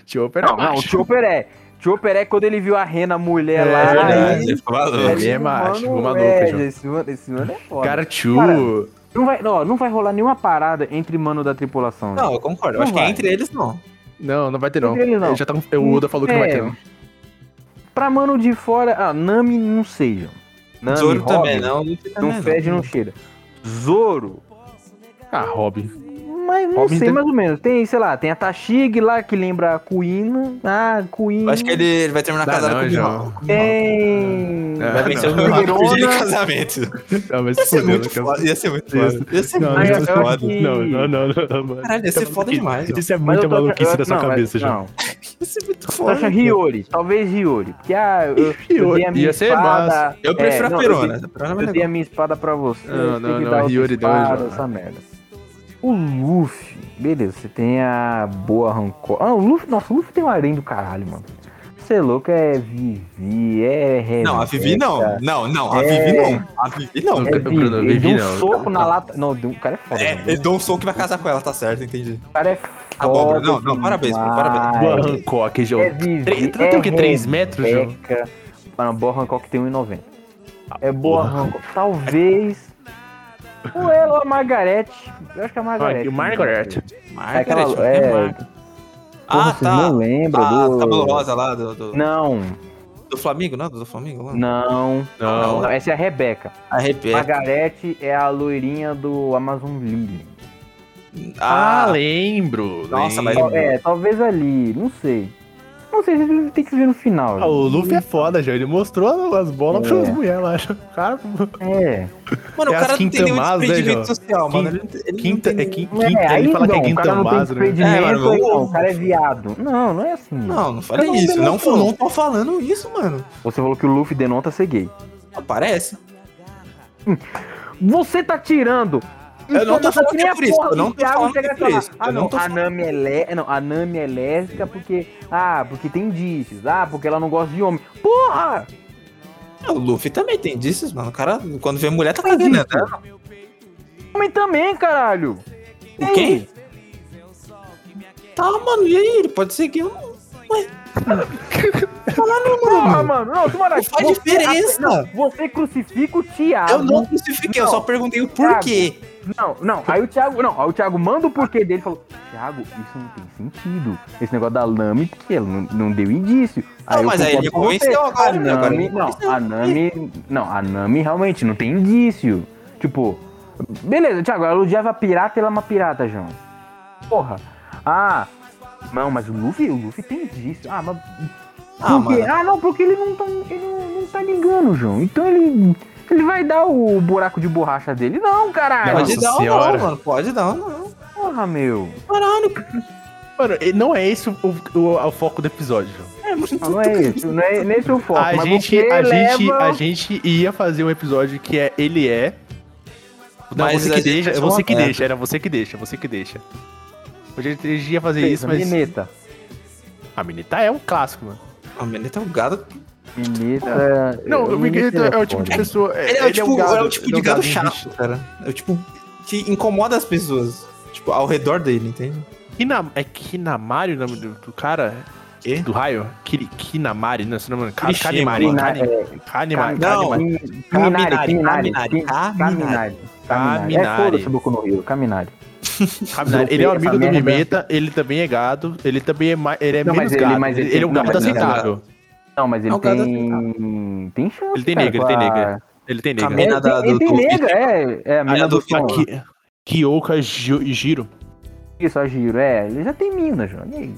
[SPEAKER 3] Chopper é
[SPEAKER 4] Não, não, o
[SPEAKER 3] macho.
[SPEAKER 4] Chopper é. Chopper é quando ele viu a Rena mulher
[SPEAKER 3] É
[SPEAKER 4] lá.
[SPEAKER 3] verdade.
[SPEAKER 4] aí-
[SPEAKER 5] ele ficou maluco.
[SPEAKER 3] Ele é
[SPEAKER 4] Esse
[SPEAKER 3] macho,
[SPEAKER 4] mano
[SPEAKER 3] ficou maluco,
[SPEAKER 4] é,
[SPEAKER 3] João.
[SPEAKER 4] Esse mano, esse mano é foda.
[SPEAKER 3] Cara, tchu.
[SPEAKER 4] Cara, não, vai, ó, não vai rolar nenhuma parada entre mano da tripulação. né?
[SPEAKER 5] Não, eu concordo. Eu
[SPEAKER 4] Não
[SPEAKER 5] acho que
[SPEAKER 4] vai.
[SPEAKER 5] entre eles, não.
[SPEAKER 3] Não, não vai ter não.
[SPEAKER 4] Não tem ele, não. É.
[SPEAKER 3] Ele já tá com- O Oda falou que não vai ter não.
[SPEAKER 4] Pra mano de fora, ah, Nami não seja. Nami,
[SPEAKER 5] Zoro
[SPEAKER 4] Robin,
[SPEAKER 5] também não. Luffy também
[SPEAKER 4] Não fede, não cheira. Zoro,
[SPEAKER 3] Ah, Robin.
[SPEAKER 4] mas não
[SPEAKER 3] Robin
[SPEAKER 4] sei
[SPEAKER 3] tem-
[SPEAKER 4] mais ou menos. Tem, sei lá, tem a Tashig lá que lembra a Kuina. Ah,
[SPEAKER 5] Eu
[SPEAKER 4] Kuina.
[SPEAKER 5] acho que ele, ele vai terminar
[SPEAKER 3] Dá
[SPEAKER 5] casado
[SPEAKER 3] não,
[SPEAKER 5] com o
[SPEAKER 3] João.
[SPEAKER 5] Mihawk.
[SPEAKER 4] tem.
[SPEAKER 3] É.
[SPEAKER 5] Vai vencer o
[SPEAKER 3] não.
[SPEAKER 5] Mihawk
[SPEAKER 4] Verona.
[SPEAKER 5] por dia de casamento.
[SPEAKER 3] Não, mas
[SPEAKER 5] Ia ser
[SPEAKER 3] fodeu, né,
[SPEAKER 5] muito
[SPEAKER 3] cara?
[SPEAKER 5] foda. Ia ser muito
[SPEAKER 3] Isso.
[SPEAKER 5] foda. Ia ser
[SPEAKER 3] Não,
[SPEAKER 4] Ai,
[SPEAKER 5] muito
[SPEAKER 4] eu- eu
[SPEAKER 5] foda.
[SPEAKER 4] acho que-
[SPEAKER 3] Não, não, não, não, mano.
[SPEAKER 5] Caralho, ia ser
[SPEAKER 3] Tá
[SPEAKER 5] foda
[SPEAKER 3] maluquice.
[SPEAKER 5] demais, João.
[SPEAKER 3] Isso é
[SPEAKER 4] Mas
[SPEAKER 3] muita
[SPEAKER 4] eu tô-
[SPEAKER 3] maluquice
[SPEAKER 4] eu-
[SPEAKER 3] da sua
[SPEAKER 4] não, mas-
[SPEAKER 3] cabeça, João.
[SPEAKER 4] Não,
[SPEAKER 5] Ia ser é muito
[SPEAKER 4] Só acha
[SPEAKER 5] foda.
[SPEAKER 4] Hiyori, talvez Hiyori. Porque ah, eu, eu
[SPEAKER 3] Hiyori,
[SPEAKER 4] dei a minha
[SPEAKER 3] ia ser
[SPEAKER 4] espada.
[SPEAKER 5] Eu prefiro
[SPEAKER 4] é,
[SPEAKER 5] a
[SPEAKER 4] não,
[SPEAKER 5] Perona.
[SPEAKER 4] Eu,
[SPEAKER 5] A Perona
[SPEAKER 4] dei, eu
[SPEAKER 5] é mais
[SPEAKER 4] dei a
[SPEAKER 5] legal.
[SPEAKER 4] minha espada pra você.
[SPEAKER 3] Não,
[SPEAKER 4] você
[SPEAKER 3] não,
[SPEAKER 4] que
[SPEAKER 3] não,
[SPEAKER 4] dá outra
[SPEAKER 3] Hiyori não,
[SPEAKER 4] espada,
[SPEAKER 3] João.
[SPEAKER 4] essa merda. O Luffy, beleza, você tem a boa rancor. Ah, o Luffy, nossa, o Luffy tem um harém do caralho, mano. Você é louco, é Vivi, é Rebeca,
[SPEAKER 5] Não, a Vivi não. Não, não, a
[SPEAKER 4] É.
[SPEAKER 5] Vivi não. A Vivi não.
[SPEAKER 4] É Vivi,
[SPEAKER 3] Bruno,
[SPEAKER 4] ele
[SPEAKER 3] Vivi
[SPEAKER 4] deu um
[SPEAKER 3] não.
[SPEAKER 4] soco na lata. Não, deu- o cara é foda.
[SPEAKER 5] É,
[SPEAKER 4] mano.
[SPEAKER 5] ele deu um soco e vai casar com ela, tá certo, entendi.
[SPEAKER 4] O cara é
[SPEAKER 5] Tá bom,
[SPEAKER 4] foda.
[SPEAKER 5] Bruno, não, não, parabéns,
[SPEAKER 4] demais.
[SPEAKER 5] parabéns.
[SPEAKER 3] Boa Hancock, João.
[SPEAKER 4] É Vivi,
[SPEAKER 3] Tre-
[SPEAKER 4] é
[SPEAKER 3] Não tem o que? 3 metros, João?
[SPEAKER 4] Rebeca. Mano, boa Hancock tem 1,90. É boa
[SPEAKER 3] porra.
[SPEAKER 4] Hancock. Talvez. Ou ela ou a Margarete. Eu acho que é a
[SPEAKER 3] Olha,
[SPEAKER 4] Margarete.
[SPEAKER 3] e o Margaret.
[SPEAKER 4] É aquela.
[SPEAKER 5] Margaret,
[SPEAKER 4] é,
[SPEAKER 5] Mar-
[SPEAKER 4] porra,
[SPEAKER 5] Ah,
[SPEAKER 4] vocês
[SPEAKER 5] tá.
[SPEAKER 4] não lembram
[SPEAKER 5] Ah,
[SPEAKER 4] do.
[SPEAKER 5] cabelo rosa lá do, do,
[SPEAKER 4] Não,
[SPEAKER 5] do Flamengo, não? é? Do Flamengo lá?
[SPEAKER 4] não,
[SPEAKER 3] Não.
[SPEAKER 4] não. Essa é a Rebeca.
[SPEAKER 5] Arrepia.
[SPEAKER 4] Margarete é a loirinha do Amazon Lily.
[SPEAKER 3] Ah,
[SPEAKER 5] Ah,
[SPEAKER 3] lembro.
[SPEAKER 5] Nossa,
[SPEAKER 3] lembro.
[SPEAKER 5] mas-
[SPEAKER 4] É, talvez ali, não sei. Não sei, a gente tem que ver no final.
[SPEAKER 3] Ah, o Luffy é foda, João. Ele mostrou as bolas
[SPEAKER 4] É.
[SPEAKER 3] pras mulheres lá. João. Cara,
[SPEAKER 4] É.
[SPEAKER 5] mano,
[SPEAKER 3] é
[SPEAKER 5] o
[SPEAKER 3] as
[SPEAKER 5] cara não tem nenhum
[SPEAKER 3] quintamas, né,
[SPEAKER 5] desprendimento
[SPEAKER 3] João?
[SPEAKER 5] social, mano. Ele, ele não
[SPEAKER 3] quinta,
[SPEAKER 5] tem
[SPEAKER 3] é
[SPEAKER 5] nenhum-
[SPEAKER 3] quin- quinta.
[SPEAKER 4] aí
[SPEAKER 3] ele fala que é
[SPEAKER 4] não, o cara não tem
[SPEAKER 3] quintambazo, né?
[SPEAKER 4] desprendimento,
[SPEAKER 5] É, mano,
[SPEAKER 4] aí não,
[SPEAKER 5] vamos-
[SPEAKER 4] o cara é viado. Não, não é assim. mano.
[SPEAKER 5] Não, não falei
[SPEAKER 3] Não,
[SPEAKER 5] isso.
[SPEAKER 3] não,
[SPEAKER 5] Não,
[SPEAKER 3] não.
[SPEAKER 5] não tô falando isso, mano.
[SPEAKER 4] Você falou que o Luffy denota ser gay.
[SPEAKER 5] Aparece.
[SPEAKER 4] Você tá tirando!
[SPEAKER 5] Eu não tô
[SPEAKER 4] Informação
[SPEAKER 5] falando
[SPEAKER 4] que nem
[SPEAKER 5] que é
[SPEAKER 4] a
[SPEAKER 5] por isso,
[SPEAKER 4] porra
[SPEAKER 5] eu
[SPEAKER 4] do
[SPEAKER 5] não tô
[SPEAKER 4] Thiago
[SPEAKER 5] falando
[SPEAKER 4] chega
[SPEAKER 5] que é
[SPEAKER 4] e
[SPEAKER 5] por
[SPEAKER 4] fala,
[SPEAKER 5] isso,
[SPEAKER 4] Ah,
[SPEAKER 5] eu não
[SPEAKER 4] não,
[SPEAKER 5] tô
[SPEAKER 4] a
[SPEAKER 5] falando
[SPEAKER 4] Nami é lé... não, a Nami é lésbica porque... Ah, porque tem indícios. Ah, porque ela não gosta de homem. Porra!
[SPEAKER 5] Ah, O Luffy também tem disso, mano. O cara, quando vê mulher, tá cagando. né?
[SPEAKER 4] Homem também, caralho!
[SPEAKER 5] O quê? Tá, mano, e aí? Ele pode ser gay ou não. Ué. Tá Falando,
[SPEAKER 4] Porra,
[SPEAKER 5] mano.
[SPEAKER 4] mano, não, tomara
[SPEAKER 5] Não faz diferença.
[SPEAKER 4] Não, você crucifica o Thiago.
[SPEAKER 5] Eu Ah, não crucifiquei, eu só perguntei o porquê.
[SPEAKER 4] Não, não. Aí o Thiago. Não, aí o Thiago manda o porquê dele e falou: Thiago, isso não tem sentido. Esse negócio da Lami, porque ela não, não deu indício.
[SPEAKER 5] Não, mas aí
[SPEAKER 4] concordo
[SPEAKER 5] ele
[SPEAKER 4] com você.
[SPEAKER 5] convenceu agora,
[SPEAKER 4] A
[SPEAKER 5] né? Agora
[SPEAKER 4] Nami,
[SPEAKER 5] ele
[SPEAKER 4] não, a Nami. Não, a Nami realmente não tem indício. Tipo, beleza, Thiago, ela odiava pirata e ela é uma pirata, João. Porra. Ah, não, mas o Luffy, o Luffy tem indício. Ah, mas.
[SPEAKER 5] Ah,
[SPEAKER 4] por quê?
[SPEAKER 5] mano.
[SPEAKER 4] ah não, porque ele não tá, ele não, não tá ligando, João. Então ele. Ele vai dar o buraco de borracha dele. Não, caralho.
[SPEAKER 5] Pode
[SPEAKER 3] Nossa
[SPEAKER 5] dar ou
[SPEAKER 3] senhora.
[SPEAKER 5] não, mano. Pode dar ou não.
[SPEAKER 4] Porra, meu.
[SPEAKER 5] Caralho,
[SPEAKER 3] Mano, e não é esse o, o- o foco do episódio, João.
[SPEAKER 4] Não, não é isso, não é nem seu foco.
[SPEAKER 3] a
[SPEAKER 4] mas
[SPEAKER 3] gente,
[SPEAKER 4] você
[SPEAKER 3] a,
[SPEAKER 4] leva...
[SPEAKER 3] gente, a gente ia fazer um episódio que é ele é. Não,
[SPEAKER 5] Mas
[SPEAKER 3] você
[SPEAKER 5] a
[SPEAKER 3] que
[SPEAKER 5] gente
[SPEAKER 3] deixa,
[SPEAKER 5] deixou
[SPEAKER 3] você que
[SPEAKER 5] aberto.
[SPEAKER 3] deixa, era você que deixa, você que deixa. A gente a gente ia fazer
[SPEAKER 4] Pensa,
[SPEAKER 3] isso, mas.
[SPEAKER 4] Mineta.
[SPEAKER 3] A Mineta é um clássico, mano.
[SPEAKER 5] O Meneta é um gado.
[SPEAKER 4] Mineta.
[SPEAKER 3] Ah. Não, o Mineta é, o tipo de
[SPEAKER 4] foda.
[SPEAKER 3] pessoa.
[SPEAKER 5] Ele é, o tipo,
[SPEAKER 3] um gado,
[SPEAKER 5] é o tipo
[SPEAKER 3] ele é
[SPEAKER 5] de
[SPEAKER 3] um
[SPEAKER 5] gado
[SPEAKER 3] bicho.
[SPEAKER 5] chato, cara. É o tipo que incomoda as pessoas. Tipo, ao redor dele, entende?
[SPEAKER 3] Kina, é Kinamari o nome do, do cara?
[SPEAKER 5] Quê?
[SPEAKER 3] Do raio? Kiri, Kinamari, não, seu nome é Ka-
[SPEAKER 5] Kirishima,
[SPEAKER 3] Kanimari.
[SPEAKER 5] mano.
[SPEAKER 3] Kani-
[SPEAKER 4] é,
[SPEAKER 3] Kanimari.
[SPEAKER 5] Não,
[SPEAKER 3] Kanimari.
[SPEAKER 4] Caminari,
[SPEAKER 5] Caminari,
[SPEAKER 4] Caminari.
[SPEAKER 5] Caminari.
[SPEAKER 4] Caminari. Caminari. É
[SPEAKER 3] Caminari.
[SPEAKER 4] foda-se Boku no Rio, Caminari.
[SPEAKER 3] Caminari. Ele é um amigo do
[SPEAKER 4] Essa merda.
[SPEAKER 3] Mimeta, ele também é gado, ele também é, ma- ele é
[SPEAKER 4] Não,
[SPEAKER 3] menos
[SPEAKER 4] mas ele-
[SPEAKER 3] gado.
[SPEAKER 4] mas ele
[SPEAKER 3] ele,
[SPEAKER 4] tem-
[SPEAKER 3] é um
[SPEAKER 4] não,
[SPEAKER 3] gado
[SPEAKER 4] mas ele é
[SPEAKER 3] aceitável.
[SPEAKER 4] Não, mas
[SPEAKER 5] É
[SPEAKER 4] ele
[SPEAKER 5] o cara
[SPEAKER 3] tá
[SPEAKER 4] tem. Tem chance.
[SPEAKER 3] Ele tem
[SPEAKER 4] cara,
[SPEAKER 3] negra,
[SPEAKER 4] com
[SPEAKER 3] ele tem
[SPEAKER 4] a-
[SPEAKER 3] negra. Ele tem
[SPEAKER 5] Caminari.
[SPEAKER 3] nega.
[SPEAKER 5] Mina
[SPEAKER 4] É,
[SPEAKER 5] da-
[SPEAKER 4] tem- Ele
[SPEAKER 5] do-
[SPEAKER 4] tem
[SPEAKER 5] do-
[SPEAKER 4] negra, é. É, a mina
[SPEAKER 5] é
[SPEAKER 4] do
[SPEAKER 5] do
[SPEAKER 4] som.
[SPEAKER 5] Fiote.
[SPEAKER 3] Ki- Kyoka Gio- Giro.
[SPEAKER 4] Isso, a Giro. É, ele já tem mina, João. E aí?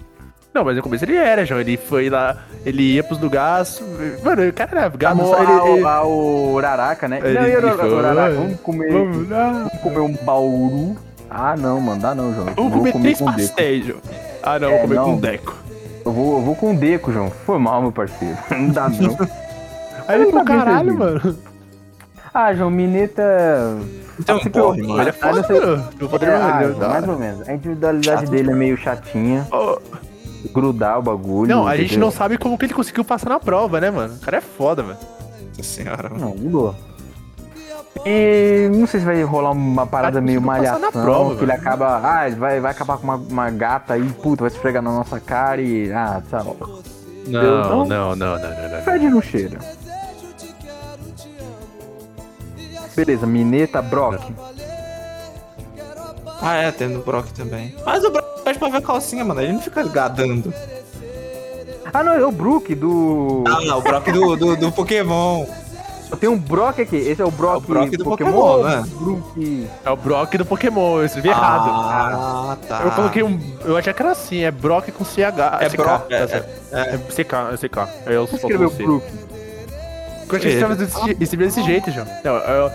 [SPEAKER 3] Não, mas no começo ele era, João. Ele foi lá, ele ia pros lugares. Mano, o cara era gado.
[SPEAKER 4] Chamou
[SPEAKER 3] só ele-
[SPEAKER 4] a-
[SPEAKER 3] ele-
[SPEAKER 4] a- o Uraraka, né?
[SPEAKER 3] Ele-
[SPEAKER 4] Não, e o
[SPEAKER 3] ele
[SPEAKER 4] Uraraka,
[SPEAKER 3] foi,
[SPEAKER 4] Uraraka, vamos comer.
[SPEAKER 3] Vamos lá.
[SPEAKER 4] Vamos comer um bauru. Ah, não, mano, dá não, João.
[SPEAKER 3] Eu vou comer três
[SPEAKER 4] com deco.
[SPEAKER 3] pastéis, João. Ah, não, vou
[SPEAKER 4] É,
[SPEAKER 3] comer
[SPEAKER 4] não.
[SPEAKER 3] com Deco.
[SPEAKER 4] Eu vou, eu vou com deco, João. Foi mal, meu parceiro. Não dá não.
[SPEAKER 3] Aí ele
[SPEAKER 4] Ele tá bem
[SPEAKER 3] falou,
[SPEAKER 4] servido.
[SPEAKER 3] caralho, mano.
[SPEAKER 4] ah, João, Mineta.
[SPEAKER 5] Então,
[SPEAKER 4] Ah, se
[SPEAKER 5] corre,
[SPEAKER 4] preocupa.
[SPEAKER 5] mano.
[SPEAKER 3] Ele
[SPEAKER 4] Ah,
[SPEAKER 3] é foda,
[SPEAKER 4] não sei-
[SPEAKER 3] mano. Eu vou
[SPEAKER 4] É, ah,
[SPEAKER 3] dar-
[SPEAKER 4] João, mais ou menos. A individualidade
[SPEAKER 5] Chato.
[SPEAKER 4] dele é meio chatinha.
[SPEAKER 3] Ó,
[SPEAKER 4] Grudar o bagulho.
[SPEAKER 3] oh, Não, a gente
[SPEAKER 4] entendeu?
[SPEAKER 3] não sabe como que ele conseguiu passar na prova, né, mano? O cara é foda, velho.
[SPEAKER 5] Nossa senhora, mano.
[SPEAKER 4] Não, mudou. E não sei se vai rolar uma parada
[SPEAKER 3] Cara,
[SPEAKER 4] meio
[SPEAKER 3] conseguiu passar
[SPEAKER 4] malhação,
[SPEAKER 3] na prova,
[SPEAKER 4] que ele
[SPEAKER 3] velho.
[SPEAKER 4] acaba, ah, ele vai, vai acabar com uma, uma gata aí, puta, vai se esfregar na nossa cara e, ah, sabe.
[SPEAKER 3] Não, não, não, não, não, não.
[SPEAKER 4] Fede no cheiro. Beleza, Mineta, Brock.
[SPEAKER 5] Ah, é, tem no Brock também. Mas o Brock pede pra ver a calcinha, mano. Ele não fica gadando.
[SPEAKER 4] Ah, não, é o Brook do.
[SPEAKER 5] Ah, não, o Brock do, do, do Pokémon.
[SPEAKER 4] Tem um Brock aqui. Esse é o Brock,
[SPEAKER 5] É o Brock do Pokémon,
[SPEAKER 4] ou
[SPEAKER 5] né?
[SPEAKER 4] Brook.
[SPEAKER 3] É o Brock do Pokémon, eu escrevi errado.
[SPEAKER 5] Ah, tá.
[SPEAKER 3] Eu coloquei um. Eu achei que era assim, é Brock com CH. É CK,
[SPEAKER 5] Brock, é,
[SPEAKER 3] tá certo. É CK, é CK. É o
[SPEAKER 4] Você escreveu Brook.
[SPEAKER 3] Eu achei que tava desse- escreveu desse jeito, João. Não, eu-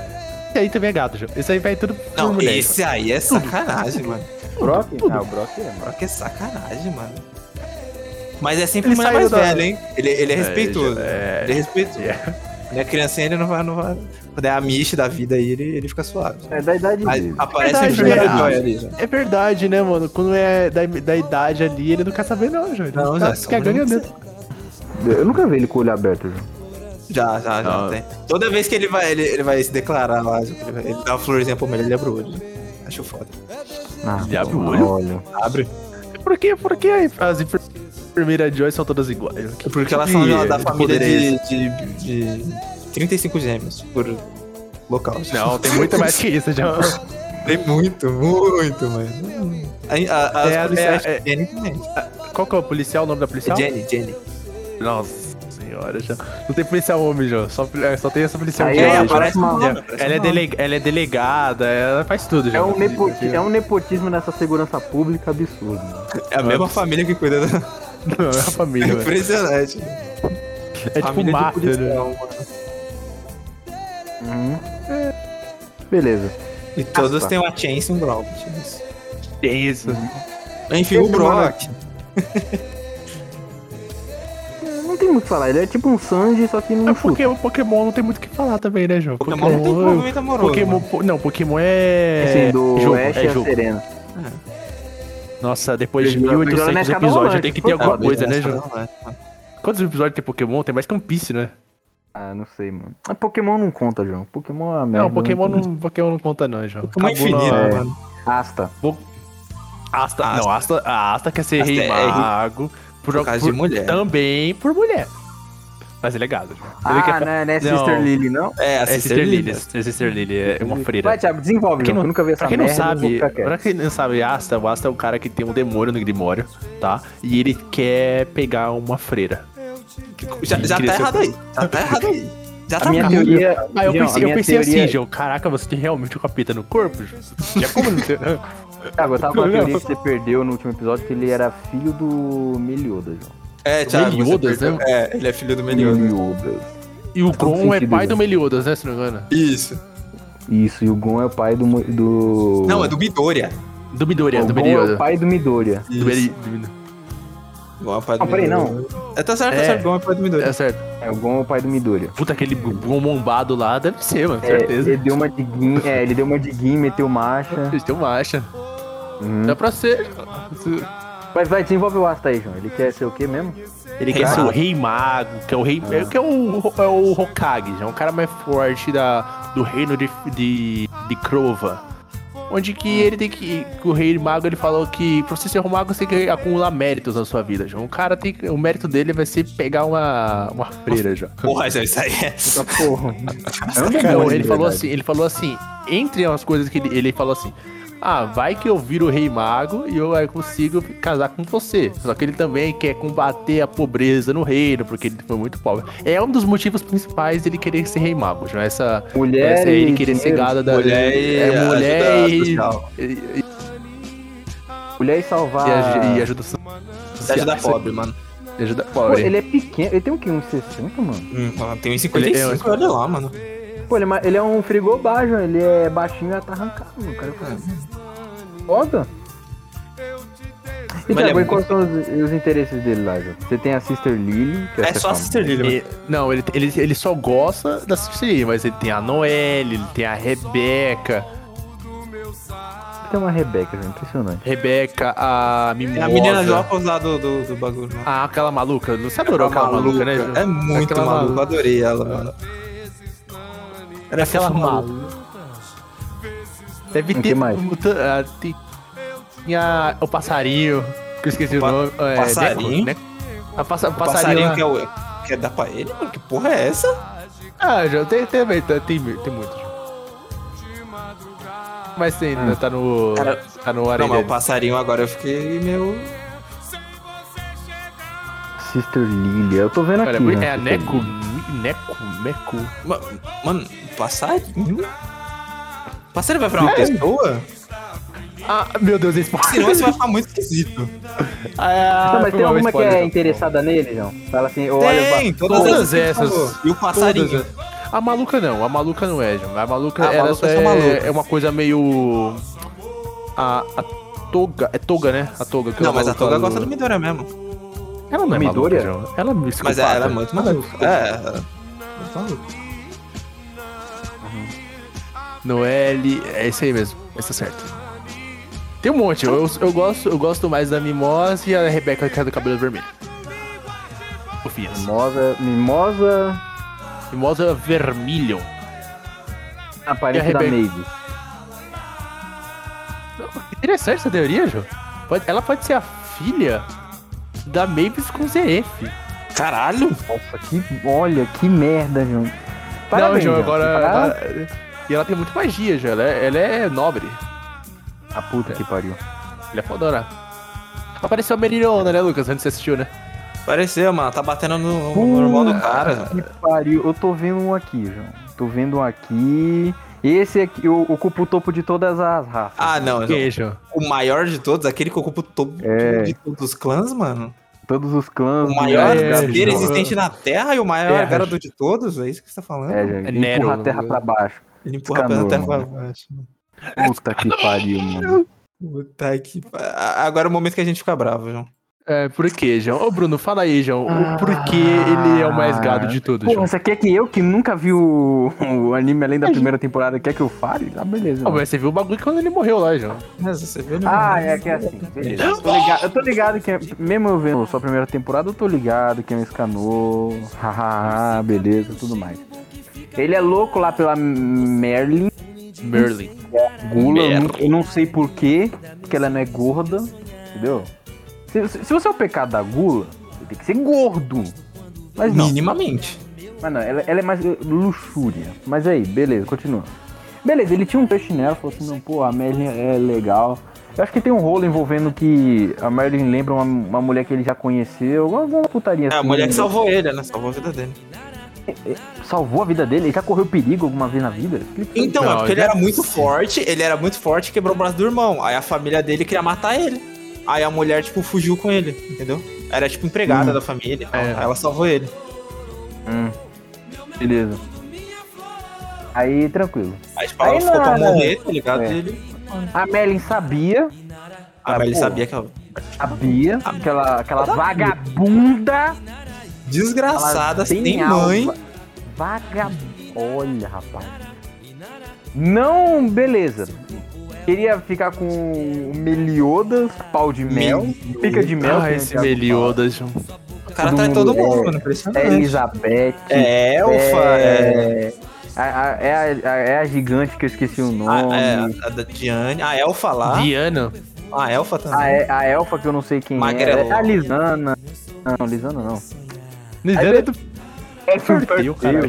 [SPEAKER 3] Esse aí também é gato, João. Esse aí vai tudo por
[SPEAKER 5] Não,
[SPEAKER 3] mulher.
[SPEAKER 5] esse aí é sacanagem, mano.
[SPEAKER 4] Brock? Ah, o Brock é. mano.
[SPEAKER 5] Brock é sacanagem, mano. Mas é sempre
[SPEAKER 3] Ele
[SPEAKER 5] mulher
[SPEAKER 3] saiu
[SPEAKER 5] mais
[SPEAKER 3] da-
[SPEAKER 5] velho, hein? Ele, ele é
[SPEAKER 3] É,
[SPEAKER 5] respeitoso.
[SPEAKER 3] é.
[SPEAKER 5] Ele é respeitoso.
[SPEAKER 3] É.
[SPEAKER 5] Ele é criancinha, ele não vai. Não vai... Quando é a Mish da vida aí, ele, ele fica suave.
[SPEAKER 4] É da idade
[SPEAKER 5] Mas
[SPEAKER 4] dele.
[SPEAKER 5] aparece
[SPEAKER 3] Verdade,
[SPEAKER 5] o primeiro
[SPEAKER 3] né?
[SPEAKER 5] Joy ali, já.
[SPEAKER 3] É verdade, né, mano? Quando é da, da idade ali, ele não quer saber, não, João. Ele
[SPEAKER 5] Não,
[SPEAKER 3] tá-
[SPEAKER 5] já,
[SPEAKER 3] quer
[SPEAKER 5] só
[SPEAKER 3] ganhar
[SPEAKER 5] não-
[SPEAKER 3] dentro.
[SPEAKER 4] Eu nunca vi ele com o olho aberto. João.
[SPEAKER 5] Já, já, já
[SPEAKER 3] Ah.
[SPEAKER 5] tem. Toda vez que ele vai, ele, ele vai se declarar lá, ele, vai- ele dá uma florzinha pra mulher, ele abre o olho. Acho foda.
[SPEAKER 4] Ah,
[SPEAKER 3] Ele abre o
[SPEAKER 4] mano,
[SPEAKER 3] olho?
[SPEAKER 4] olha.
[SPEAKER 5] Abre.
[SPEAKER 3] Por que, por que as enfer- enfermeiras Joy são todas iguais? Que-
[SPEAKER 5] Porque elas
[SPEAKER 3] que
[SPEAKER 5] são da- da
[SPEAKER 3] poder
[SPEAKER 5] família
[SPEAKER 3] é
[SPEAKER 5] de,
[SPEAKER 3] esse?
[SPEAKER 5] de, de 35 gêmeos por local.
[SPEAKER 3] Não, tem muito mais que isso, João.
[SPEAKER 5] Tem muito, muito, mano. A, a, as
[SPEAKER 3] É,
[SPEAKER 5] policiais-
[SPEAKER 3] é, é.
[SPEAKER 5] Jenny também.
[SPEAKER 3] Qual que é o policial, o nome da policial?
[SPEAKER 5] Jenny, Jenny.
[SPEAKER 3] Nossa senhora, João. Não tem policial homem, João. Só, é, só tem essa policial
[SPEAKER 4] Aí,
[SPEAKER 3] mulher,
[SPEAKER 4] ó,
[SPEAKER 3] João.
[SPEAKER 4] aparece uma-
[SPEAKER 5] nome, um aparece
[SPEAKER 3] Ela é,
[SPEAKER 5] um
[SPEAKER 3] dele- ela é delegada, ela faz tudo,
[SPEAKER 4] É
[SPEAKER 3] João.
[SPEAKER 4] um, nepoti- é um nepotismo nessa segurança pública absurdo. mano.
[SPEAKER 5] nome. É a mesma família que cuida da.
[SPEAKER 3] Não, é uma
[SPEAKER 5] É
[SPEAKER 3] família, velho.
[SPEAKER 5] impressionante.
[SPEAKER 3] É tipo
[SPEAKER 5] família de
[SPEAKER 3] máfia, né?
[SPEAKER 5] policial, mano.
[SPEAKER 4] Hum. Beleza.
[SPEAKER 5] E todas
[SPEAKER 4] Aspa.
[SPEAKER 5] têm uma Chance e um Brawl. Chance.
[SPEAKER 3] É isso.
[SPEAKER 5] Enfim, o
[SPEAKER 4] Esse, mano,
[SPEAKER 5] Brock.
[SPEAKER 4] Não tem muito o que falar. Ele é tipo um Sanji, só que não
[SPEAKER 3] É
[SPEAKER 4] chuta.
[SPEAKER 3] porque o Pokémon não tem muito o que falar também, né, João?
[SPEAKER 5] Pokémon não tem envolvimento amoroso.
[SPEAKER 3] Pokémon,
[SPEAKER 5] mano.
[SPEAKER 3] po- não, Pokémon é.
[SPEAKER 4] Assim, do
[SPEAKER 3] jogo,
[SPEAKER 4] Ash
[SPEAKER 3] é
[SPEAKER 4] e a
[SPEAKER 3] jogo.
[SPEAKER 4] Serena.
[SPEAKER 3] Nossa, depois de
[SPEAKER 4] Jogo- jogo na
[SPEAKER 3] 1800
[SPEAKER 4] escada
[SPEAKER 3] episódios
[SPEAKER 4] rolante,
[SPEAKER 3] tem que ter
[SPEAKER 4] por
[SPEAKER 3] alguma
[SPEAKER 4] favor.
[SPEAKER 3] coisa, né,
[SPEAKER 5] Não,
[SPEAKER 3] João?
[SPEAKER 5] não é.
[SPEAKER 3] Quantos episódios tem Pokémon? Tem mais que um Piece, né?
[SPEAKER 4] Ah, não sei, mano. Mas Pokémon não conta, João. Pokémon é uma merda.
[SPEAKER 3] Não, Pokémon
[SPEAKER 4] tem-
[SPEAKER 3] não, Pokémon não conta, não, João.
[SPEAKER 5] Pokémon é
[SPEAKER 3] Acabou
[SPEAKER 5] infinito,
[SPEAKER 3] na-
[SPEAKER 5] mano.
[SPEAKER 4] Asta.
[SPEAKER 3] Asta, Não, Asta, a Asta quer ser
[SPEAKER 5] Asta
[SPEAKER 3] rei
[SPEAKER 5] é-
[SPEAKER 3] mago por,
[SPEAKER 5] por causa de mulher.
[SPEAKER 3] Também por mulher. Mas ele é gado. Ele quer
[SPEAKER 4] Ah,
[SPEAKER 3] fa-
[SPEAKER 4] não, não é Sister
[SPEAKER 3] não.
[SPEAKER 4] Lily, não?
[SPEAKER 5] É, a
[SPEAKER 3] É
[SPEAKER 5] Sister
[SPEAKER 3] Sister Lily.
[SPEAKER 5] Lilias.
[SPEAKER 3] É Sister Lily, é uma freira.
[SPEAKER 4] Vai, Thiago, desenvolve,
[SPEAKER 3] Pra quem
[SPEAKER 4] não,
[SPEAKER 3] não,
[SPEAKER 4] eu nunca vi essa
[SPEAKER 3] pra quem não
[SPEAKER 4] merda, eu vou
[SPEAKER 3] sabe,
[SPEAKER 4] ficar quieto.
[SPEAKER 3] pra quem não sabe, Asta, o Asta é o cara que tem um demônio no Grimório, tá? E ele quer pegar uma freira. assim,
[SPEAKER 5] Já, já tá
[SPEAKER 3] Cresceu.
[SPEAKER 5] errado aí. Já tá errado aí. Já tá
[SPEAKER 4] minha
[SPEAKER 5] errado.
[SPEAKER 4] teoria-
[SPEAKER 3] Aí eu
[SPEAKER 4] João, a
[SPEAKER 3] pensei, eu
[SPEAKER 4] minha
[SPEAKER 3] pensei
[SPEAKER 4] teoria-
[SPEAKER 3] assim, João, caraca, você tem realmente o capeta no corpo? João? Já é né? como não tem?
[SPEAKER 4] Thiago, eu tava com uma
[SPEAKER 3] Não.
[SPEAKER 4] teoria que você perdeu no último episódio, que ele era filho do Meliodas, João.
[SPEAKER 5] É, Thiago. você
[SPEAKER 3] Meliodas,
[SPEAKER 5] perdeu.
[SPEAKER 3] né?
[SPEAKER 5] É, ele é filho do Meliodas.
[SPEAKER 4] Meliodas.
[SPEAKER 3] E o Gron é
[SPEAKER 4] sentido,
[SPEAKER 3] pai
[SPEAKER 4] né?
[SPEAKER 3] do Meliodas, né, se não me engano?
[SPEAKER 5] Isso.
[SPEAKER 4] Isso, e o Gon é o pai do... Mo- do...
[SPEAKER 5] Não, é do Midoriya.
[SPEAKER 3] Do Midoriya,
[SPEAKER 4] O
[SPEAKER 3] do
[SPEAKER 4] Gon é o
[SPEAKER 3] Meliodas.
[SPEAKER 4] pai do Midoriya.
[SPEAKER 3] Do Meli- do Meli-
[SPEAKER 5] Igual a pai do
[SPEAKER 4] Não, Ah, peraí,
[SPEAKER 5] Midoriya. É, tá certo, tá
[SPEAKER 3] É.
[SPEAKER 5] certo. Igual a pai do Midoriya.
[SPEAKER 3] É certo.
[SPEAKER 4] É, o Gon é o pai do Midoriya.
[SPEAKER 3] Puta, aquele Gron bombado lá deve ser, mano,
[SPEAKER 4] É,
[SPEAKER 3] certeza.
[SPEAKER 4] ele deu uma de guin, é, ele deu uma de guin, meteu marcha.
[SPEAKER 3] Eles têm uma acha.
[SPEAKER 4] Uhum.
[SPEAKER 3] um Dá pra ser.
[SPEAKER 4] Mas vai, desenvolve o Asta aí, João. Ele quer ser o quê mesmo?
[SPEAKER 3] Ele
[SPEAKER 5] Rei
[SPEAKER 3] quer ser o
[SPEAKER 5] Mago.
[SPEAKER 3] Rei Mago, que é o Rei. é- Que é o, é o Hokage, é um cara mais forte da, do reino de, de, de Crova. Onde que ele tem que. que O rei mago ele falou que pra você ser um mago você tem que acumular méritos na sua vida, João. O cara tem que- O mérito dele vai ser pegar uma, uma freira, João.
[SPEAKER 5] Porra, isso aí é.
[SPEAKER 4] Essa porra. É um
[SPEAKER 3] Não,
[SPEAKER 4] demônio,
[SPEAKER 3] ele
[SPEAKER 4] na
[SPEAKER 3] falou
[SPEAKER 4] verdade.
[SPEAKER 3] assim, ele falou assim, entre as coisas que ele, ele falou assim, ah, vai que eu viro o rei mago e eu aí, consigo casar com você. Só que ele também quer combater a pobreza no reino, porque ele foi muito pobre. É um dos motivos principais dele querer ser rei mago, João. Essa,
[SPEAKER 4] Mulher
[SPEAKER 3] essa
[SPEAKER 4] e
[SPEAKER 3] ele querer ser
[SPEAKER 4] dinheiro.
[SPEAKER 3] gado da
[SPEAKER 5] Mulher e
[SPEAKER 3] é, mulher
[SPEAKER 5] ajuda
[SPEAKER 3] e,
[SPEAKER 5] social.
[SPEAKER 3] e, e-
[SPEAKER 4] Mulher e salvar.
[SPEAKER 3] e
[SPEAKER 4] Ah.
[SPEAKER 3] aj- e ajuda so-
[SPEAKER 5] Você ajuda
[SPEAKER 3] social.
[SPEAKER 5] pobre, mano.
[SPEAKER 3] E ajuda
[SPEAKER 4] Pô,
[SPEAKER 3] pobre.
[SPEAKER 4] ele é pequeno. Ele tem o quê? Uns 60, mano?
[SPEAKER 5] Hum, tem
[SPEAKER 3] Ele
[SPEAKER 5] 1,55,
[SPEAKER 3] é-
[SPEAKER 5] olha lá, mano.
[SPEAKER 4] Pô, ele é, ma- ele é um frigobar, João. Ele é baixinho e atarrancado, mano. O Cara, é Foda. E
[SPEAKER 5] Mas ele é
[SPEAKER 4] Thiago, e
[SPEAKER 5] muito-
[SPEAKER 4] quais são os, os interesses dele lá, João? Você tem a Sister Lily, que
[SPEAKER 5] É
[SPEAKER 4] essa
[SPEAKER 5] só a
[SPEAKER 4] famosa.
[SPEAKER 5] Sister Lily, mano.
[SPEAKER 3] E- não, ele, ele, ele só gosta da Cecília, mas ele tem a Noelle, ele tem a Rebeca,
[SPEAKER 4] Tem uma Rebeca, João. Impressionante.
[SPEAKER 3] Rebeca, a
[SPEAKER 5] É
[SPEAKER 3] Mimosa.
[SPEAKER 5] a menina de óculos lá do, do, do bagulho, mano.
[SPEAKER 3] Ah, aquela maluca. Você adorou aquela maluca, né? Ju?
[SPEAKER 5] É muito
[SPEAKER 3] Aquela
[SPEAKER 5] maluca, eu
[SPEAKER 3] maluca.
[SPEAKER 5] adorei ela, mano. Era
[SPEAKER 3] Aquela
[SPEAKER 5] fofa, maluca.
[SPEAKER 3] maluca. Deve
[SPEAKER 4] que
[SPEAKER 3] ter.
[SPEAKER 4] mais?
[SPEAKER 3] muita- ah, tem- Tinha o passarinho, que eu esqueci
[SPEAKER 5] Pa-
[SPEAKER 3] o nome. é,
[SPEAKER 5] passarinho?
[SPEAKER 3] Né? A passa,
[SPEAKER 5] O passarinho
[SPEAKER 3] passarinho. né?
[SPEAKER 5] que é o. Quer dar pra ele, mano? Que porra é essa?
[SPEAKER 3] Ah, já tem, tem, tem, tem, tem muito. Ju. Mas tem, ainda tá no.
[SPEAKER 5] Cara,
[SPEAKER 3] tá no
[SPEAKER 5] Ah. Não,
[SPEAKER 3] arena.
[SPEAKER 5] mas o passarinho agora eu fiquei meio.
[SPEAKER 4] Sister Lily. Eu tô vendo
[SPEAKER 3] Olha,
[SPEAKER 4] aqui. né,
[SPEAKER 3] é a
[SPEAKER 4] Sister
[SPEAKER 3] Neco,
[SPEAKER 4] Lily.
[SPEAKER 3] Neco, Meco.
[SPEAKER 5] Ma- Mano, passarinho? Passarinho vai virar uma pessoa?
[SPEAKER 3] Ah, meu Deus, esse
[SPEAKER 5] Senão você vai ficar muito esquisito.
[SPEAKER 3] Ah,
[SPEAKER 4] Não, mas
[SPEAKER 3] foi
[SPEAKER 4] tem
[SPEAKER 3] mal,
[SPEAKER 4] alguma que
[SPEAKER 3] spoiler,
[SPEAKER 4] é
[SPEAKER 3] não.
[SPEAKER 4] interessada nele, João? Fala assim, ô, olha,
[SPEAKER 5] Tem,
[SPEAKER 4] ba-
[SPEAKER 5] todas,
[SPEAKER 3] todas
[SPEAKER 5] essas. que você
[SPEAKER 3] essas.
[SPEAKER 5] falou. E o passarinho?
[SPEAKER 3] Todas, A maluca não, a maluca não é, João. A maluca,
[SPEAKER 5] Ah, a
[SPEAKER 3] ela
[SPEAKER 5] maluca
[SPEAKER 3] só
[SPEAKER 5] é
[SPEAKER 3] é,
[SPEAKER 5] só maluca.
[SPEAKER 3] é uma coisa meio. A, a toga. É toga, né? A toga. que é
[SPEAKER 5] Não,
[SPEAKER 3] uma
[SPEAKER 5] mas a
[SPEAKER 3] maluca
[SPEAKER 5] Toga
[SPEAKER 3] do-
[SPEAKER 5] gosta do Midoriya mesmo.
[SPEAKER 3] Ela não é
[SPEAKER 4] Midoriya?
[SPEAKER 3] maluca, João. Ela é meio
[SPEAKER 5] Mas
[SPEAKER 3] psicopata.
[SPEAKER 5] ela é muito maluca. É, ela é muito maluca.
[SPEAKER 3] Noelle, é isso aí mesmo. Esse é certo. Tem um monte, eu, eu, gosto, eu gosto mais da Mimosa e a Rebeca que é do cabelo vermelho. Fofinhas.
[SPEAKER 4] Mimosa, mimosa
[SPEAKER 3] Mimosa vermelho.
[SPEAKER 4] a parente
[SPEAKER 3] E a
[SPEAKER 4] da
[SPEAKER 3] Rebeca?
[SPEAKER 4] Maeve.
[SPEAKER 3] Interessante essa teoria, Jô. Pode- ela pode ser a filha da Mavis com ZF.
[SPEAKER 5] Caralho!
[SPEAKER 4] Nossa, que, olha, que merda, João.
[SPEAKER 3] não,
[SPEAKER 4] Parabéns, Tá
[SPEAKER 3] Jô,
[SPEAKER 4] João.
[SPEAKER 3] agora,
[SPEAKER 4] Parabéns.
[SPEAKER 3] agora- E ela tem muito magia, Jô. Ela, é- ela é nobre.
[SPEAKER 4] A puta que pariu.
[SPEAKER 3] Ela é fodona. Apareceu a Merirona, né, Lucas? Antes você assistiu, né?
[SPEAKER 5] Pareceu, mano. Tá batendo no, no normal do cara.
[SPEAKER 4] Que pariu. Eu tô vendo um aqui, João. Tô vendo um aqui. Esse aqui eu ocupa o topo de todas as raças.
[SPEAKER 5] Ah, não. não.
[SPEAKER 3] Que, Jô?
[SPEAKER 5] O maior de todos, aquele que ocupa o topo
[SPEAKER 4] É.
[SPEAKER 5] de todos os clãs, mano.
[SPEAKER 4] Todos os clãs.
[SPEAKER 5] O maior
[SPEAKER 4] né,
[SPEAKER 3] é,
[SPEAKER 4] cara,
[SPEAKER 5] guerreiro
[SPEAKER 4] João.
[SPEAKER 5] existente na Terra e o maior
[SPEAKER 3] Terra.
[SPEAKER 5] garoto de todos? É isso que você tá falando?
[SPEAKER 4] É, João.
[SPEAKER 3] É
[SPEAKER 4] Ele empurra
[SPEAKER 3] Nero,
[SPEAKER 4] a terra
[SPEAKER 3] né?
[SPEAKER 4] pra baixo.
[SPEAKER 5] Ele empurra a perna
[SPEAKER 4] Escanou,
[SPEAKER 5] até pra baixo.
[SPEAKER 4] Puta que pariu, mano.
[SPEAKER 5] Puta que pa- a- Agora é o momento que a gente fica bravo, João.
[SPEAKER 3] É, por que, João? Ô, Bruno, fala aí, João. O porquê ele é o mais gado de todos,
[SPEAKER 4] Porra,
[SPEAKER 3] João?
[SPEAKER 4] você quer que eu, que nunca vi o, o anime além da primeira temporada, quer que eu fale? Ah, beleza.
[SPEAKER 3] Não,
[SPEAKER 4] mano.
[SPEAKER 3] mas você viu o bagulho quando ele morreu lá, João.
[SPEAKER 5] Mas você viu,
[SPEAKER 4] Ah, é que é assim, beleza. Eu tô ligado, eu tô ligado que, é, mesmo eu vendo sua primeira temporada, eu tô ligado que é um escanou, hahaha, beleza, tudo mais. Ele é louco lá pela Merlin,
[SPEAKER 3] Merlin.
[SPEAKER 4] gula, eu
[SPEAKER 5] Merlin.
[SPEAKER 4] não, eu não sei porquê, porque ela não é gorda, entendeu? Se, se- se você é o pecado da gula, você tem que ser gordo. Mas não.
[SPEAKER 5] Minimamente.
[SPEAKER 4] Mas não, ela, ela é mais eh, luxúria. Mas aí, beleza, continua. Beleza, ele tinha um peixe nela, falou assim, não, pô, a Merlin é legal. Eu acho que tem um rolo envolvendo que a Merlin lembra uma, uma mulher que ele já conheceu, alguma- alguma putaria
[SPEAKER 5] É,
[SPEAKER 4] assim.
[SPEAKER 5] a mulher que salvou ele, né? Salvou a vida dele.
[SPEAKER 4] Salvou a vida dele? Ele já correu perigo alguma vez na vida? Ele-
[SPEAKER 5] Então,
[SPEAKER 3] Não,
[SPEAKER 5] é porque ele
[SPEAKER 3] ele-
[SPEAKER 5] era muito forte, ele era muito forte e quebrou o braço do irmão. Aí a família dele queria matar ele. Aí a mulher, tipo, fugiu com ele, entendeu? Era, tipo, empregada da família.
[SPEAKER 3] É.
[SPEAKER 5] Aí ela salvou ele.
[SPEAKER 4] Hum, beleza. Aí, tranquilo.
[SPEAKER 5] Aí, tipo, ela
[SPEAKER 4] Aí
[SPEAKER 5] ficou pra
[SPEAKER 4] nada.
[SPEAKER 5] morrer, tá ligado?
[SPEAKER 4] É.
[SPEAKER 5] E ele...
[SPEAKER 4] A Merlin sabia,
[SPEAKER 5] Ah, mas ele
[SPEAKER 4] pô.
[SPEAKER 5] sabia que ela...
[SPEAKER 4] sabia, aquela, aquela vagabunda...
[SPEAKER 5] Desgraçada,
[SPEAKER 4] Ela
[SPEAKER 5] sem
[SPEAKER 4] alma.
[SPEAKER 5] mãe.
[SPEAKER 4] Vagabundo. Olha, rapaz. Não, beleza. Queria ficar com o Meliodas, pau de mel. Pica de mel. é que
[SPEAKER 3] Ah,
[SPEAKER 4] nem
[SPEAKER 3] esse
[SPEAKER 4] o Thiago
[SPEAKER 3] Meliodas, João.
[SPEAKER 5] O cara trai
[SPEAKER 4] mundo
[SPEAKER 5] todo mundo,
[SPEAKER 4] é-
[SPEAKER 5] mano.
[SPEAKER 4] fala. É
[SPEAKER 5] Impressionante.
[SPEAKER 4] Elizabeth.
[SPEAKER 5] É, elfa, é...
[SPEAKER 4] a- a- é a, a- é a gigante que eu esqueci o
[SPEAKER 5] A,
[SPEAKER 4] nome.
[SPEAKER 5] é, a da Diane, a Elfa
[SPEAKER 4] Ah?
[SPEAKER 5] lá. Ah,
[SPEAKER 3] Diana.
[SPEAKER 5] A Elfa
[SPEAKER 4] A,
[SPEAKER 5] também.
[SPEAKER 4] e- a elfa que eu não sei quem
[SPEAKER 5] Magrelo.
[SPEAKER 4] é. A Lisana. Não, Lisana não.
[SPEAKER 3] Diana é do
[SPEAKER 4] É
[SPEAKER 3] perfil, cara.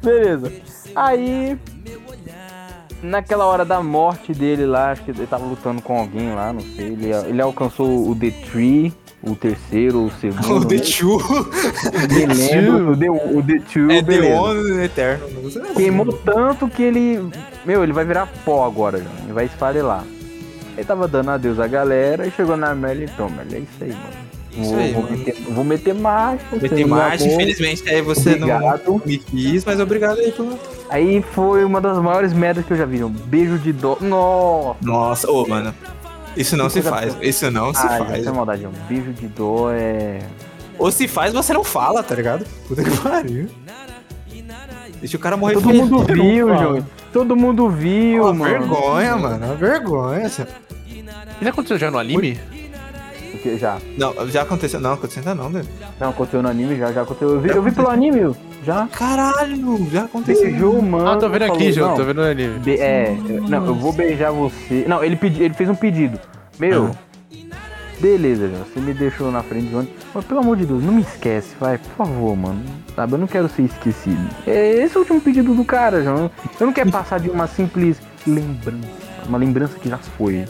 [SPEAKER 4] Beleza. Aí. Naquela hora da morte dele lá, acho que ele tava lutando com alguém lá, não sei. Ele, ele alcançou o The Tree, o terceiro, o segundo.
[SPEAKER 5] O The Two.
[SPEAKER 4] me lembro, o The, o The Two.
[SPEAKER 5] É The
[SPEAKER 4] beleza.
[SPEAKER 5] One Eterno.
[SPEAKER 4] Queimou tanto que ele. Meu, ele vai virar pó agora, já. ele vai esfarelar. Ele tava dando adeus à galera e chegou na Merlin, então, Merlin, é isso aí, mano.
[SPEAKER 5] Isso
[SPEAKER 4] vou,
[SPEAKER 5] aí,
[SPEAKER 4] vou
[SPEAKER 5] mano.
[SPEAKER 4] meter, vou meter marcha. você
[SPEAKER 5] Meter
[SPEAKER 4] não me
[SPEAKER 5] marcha,
[SPEAKER 4] amou.
[SPEAKER 5] infelizmente, aí você não
[SPEAKER 4] Obrigado.
[SPEAKER 5] me quis, mas obrigado aí pelo.
[SPEAKER 4] Aí foi uma das maiores merdas que eu já vi. Um beijo de dó. Nossa!
[SPEAKER 5] Nossa, ô, mano. Isso não
[SPEAKER 4] Que
[SPEAKER 5] se
[SPEAKER 4] coisa
[SPEAKER 5] faz, isso não se
[SPEAKER 4] Ai,
[SPEAKER 5] faz.
[SPEAKER 4] essa é maldade. Um beijo de dó é.
[SPEAKER 5] Ou se faz, você não fala, tá ligado? Puta que pariu. Deixa o cara morrer
[SPEAKER 4] Todo
[SPEAKER 5] feliz.
[SPEAKER 4] mundo viu,
[SPEAKER 3] fala.
[SPEAKER 4] João. Todo mundo viu,
[SPEAKER 5] é Uma
[SPEAKER 4] mano.
[SPEAKER 5] vergonha, mano. Uma vergonha. essa-
[SPEAKER 3] Isso aconteceu já no anime?
[SPEAKER 4] Porque Já.
[SPEAKER 5] Não, já aconteceu. Não, aconteceu ainda não, velho.
[SPEAKER 4] Não, aconteceu no anime, já, já aconteceu. Eu vi, eu vi pelo anime, já.
[SPEAKER 5] Caralho, já aconteceu.
[SPEAKER 4] Beijou, mano.
[SPEAKER 3] Ah, tô vendo aqui,
[SPEAKER 4] falou,
[SPEAKER 3] João.
[SPEAKER 4] não,
[SPEAKER 3] Tô vendo no anime.
[SPEAKER 4] be- é, não, eu vou beijar você. Não, ele, pedi, ele fez um pedido. Meu,
[SPEAKER 5] Ah.
[SPEAKER 4] beleza, João. Você me deixou na frente de onde. Mas pelo amor de Deus, não me esquece, vai, por favor, mano. Sabe, eu não quero ser esquecido. É, esse é o último pedido do cara, João. Eu não quero passar de uma simples lembrança. Uma lembrança que já foi.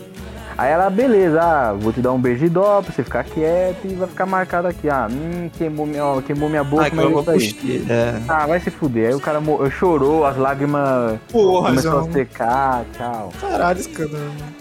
[SPEAKER 4] Aí ela, beleza, ah, vou te dar um beijo de dó pra você ficar quieto e vai ficar marcado aqui. Ah, hum, queimou minha, ó, queimou minha boca,
[SPEAKER 5] Ah, que
[SPEAKER 4] mas
[SPEAKER 5] eu vou
[SPEAKER 4] é isso aí.
[SPEAKER 5] puxar. É.
[SPEAKER 4] Ah, vai se fuder. Aí o cara mo- chorou, as lágrimas
[SPEAKER 5] Porra,
[SPEAKER 4] começaram
[SPEAKER 5] João.
[SPEAKER 4] a secar, tchau.
[SPEAKER 5] Caralho, esse cara.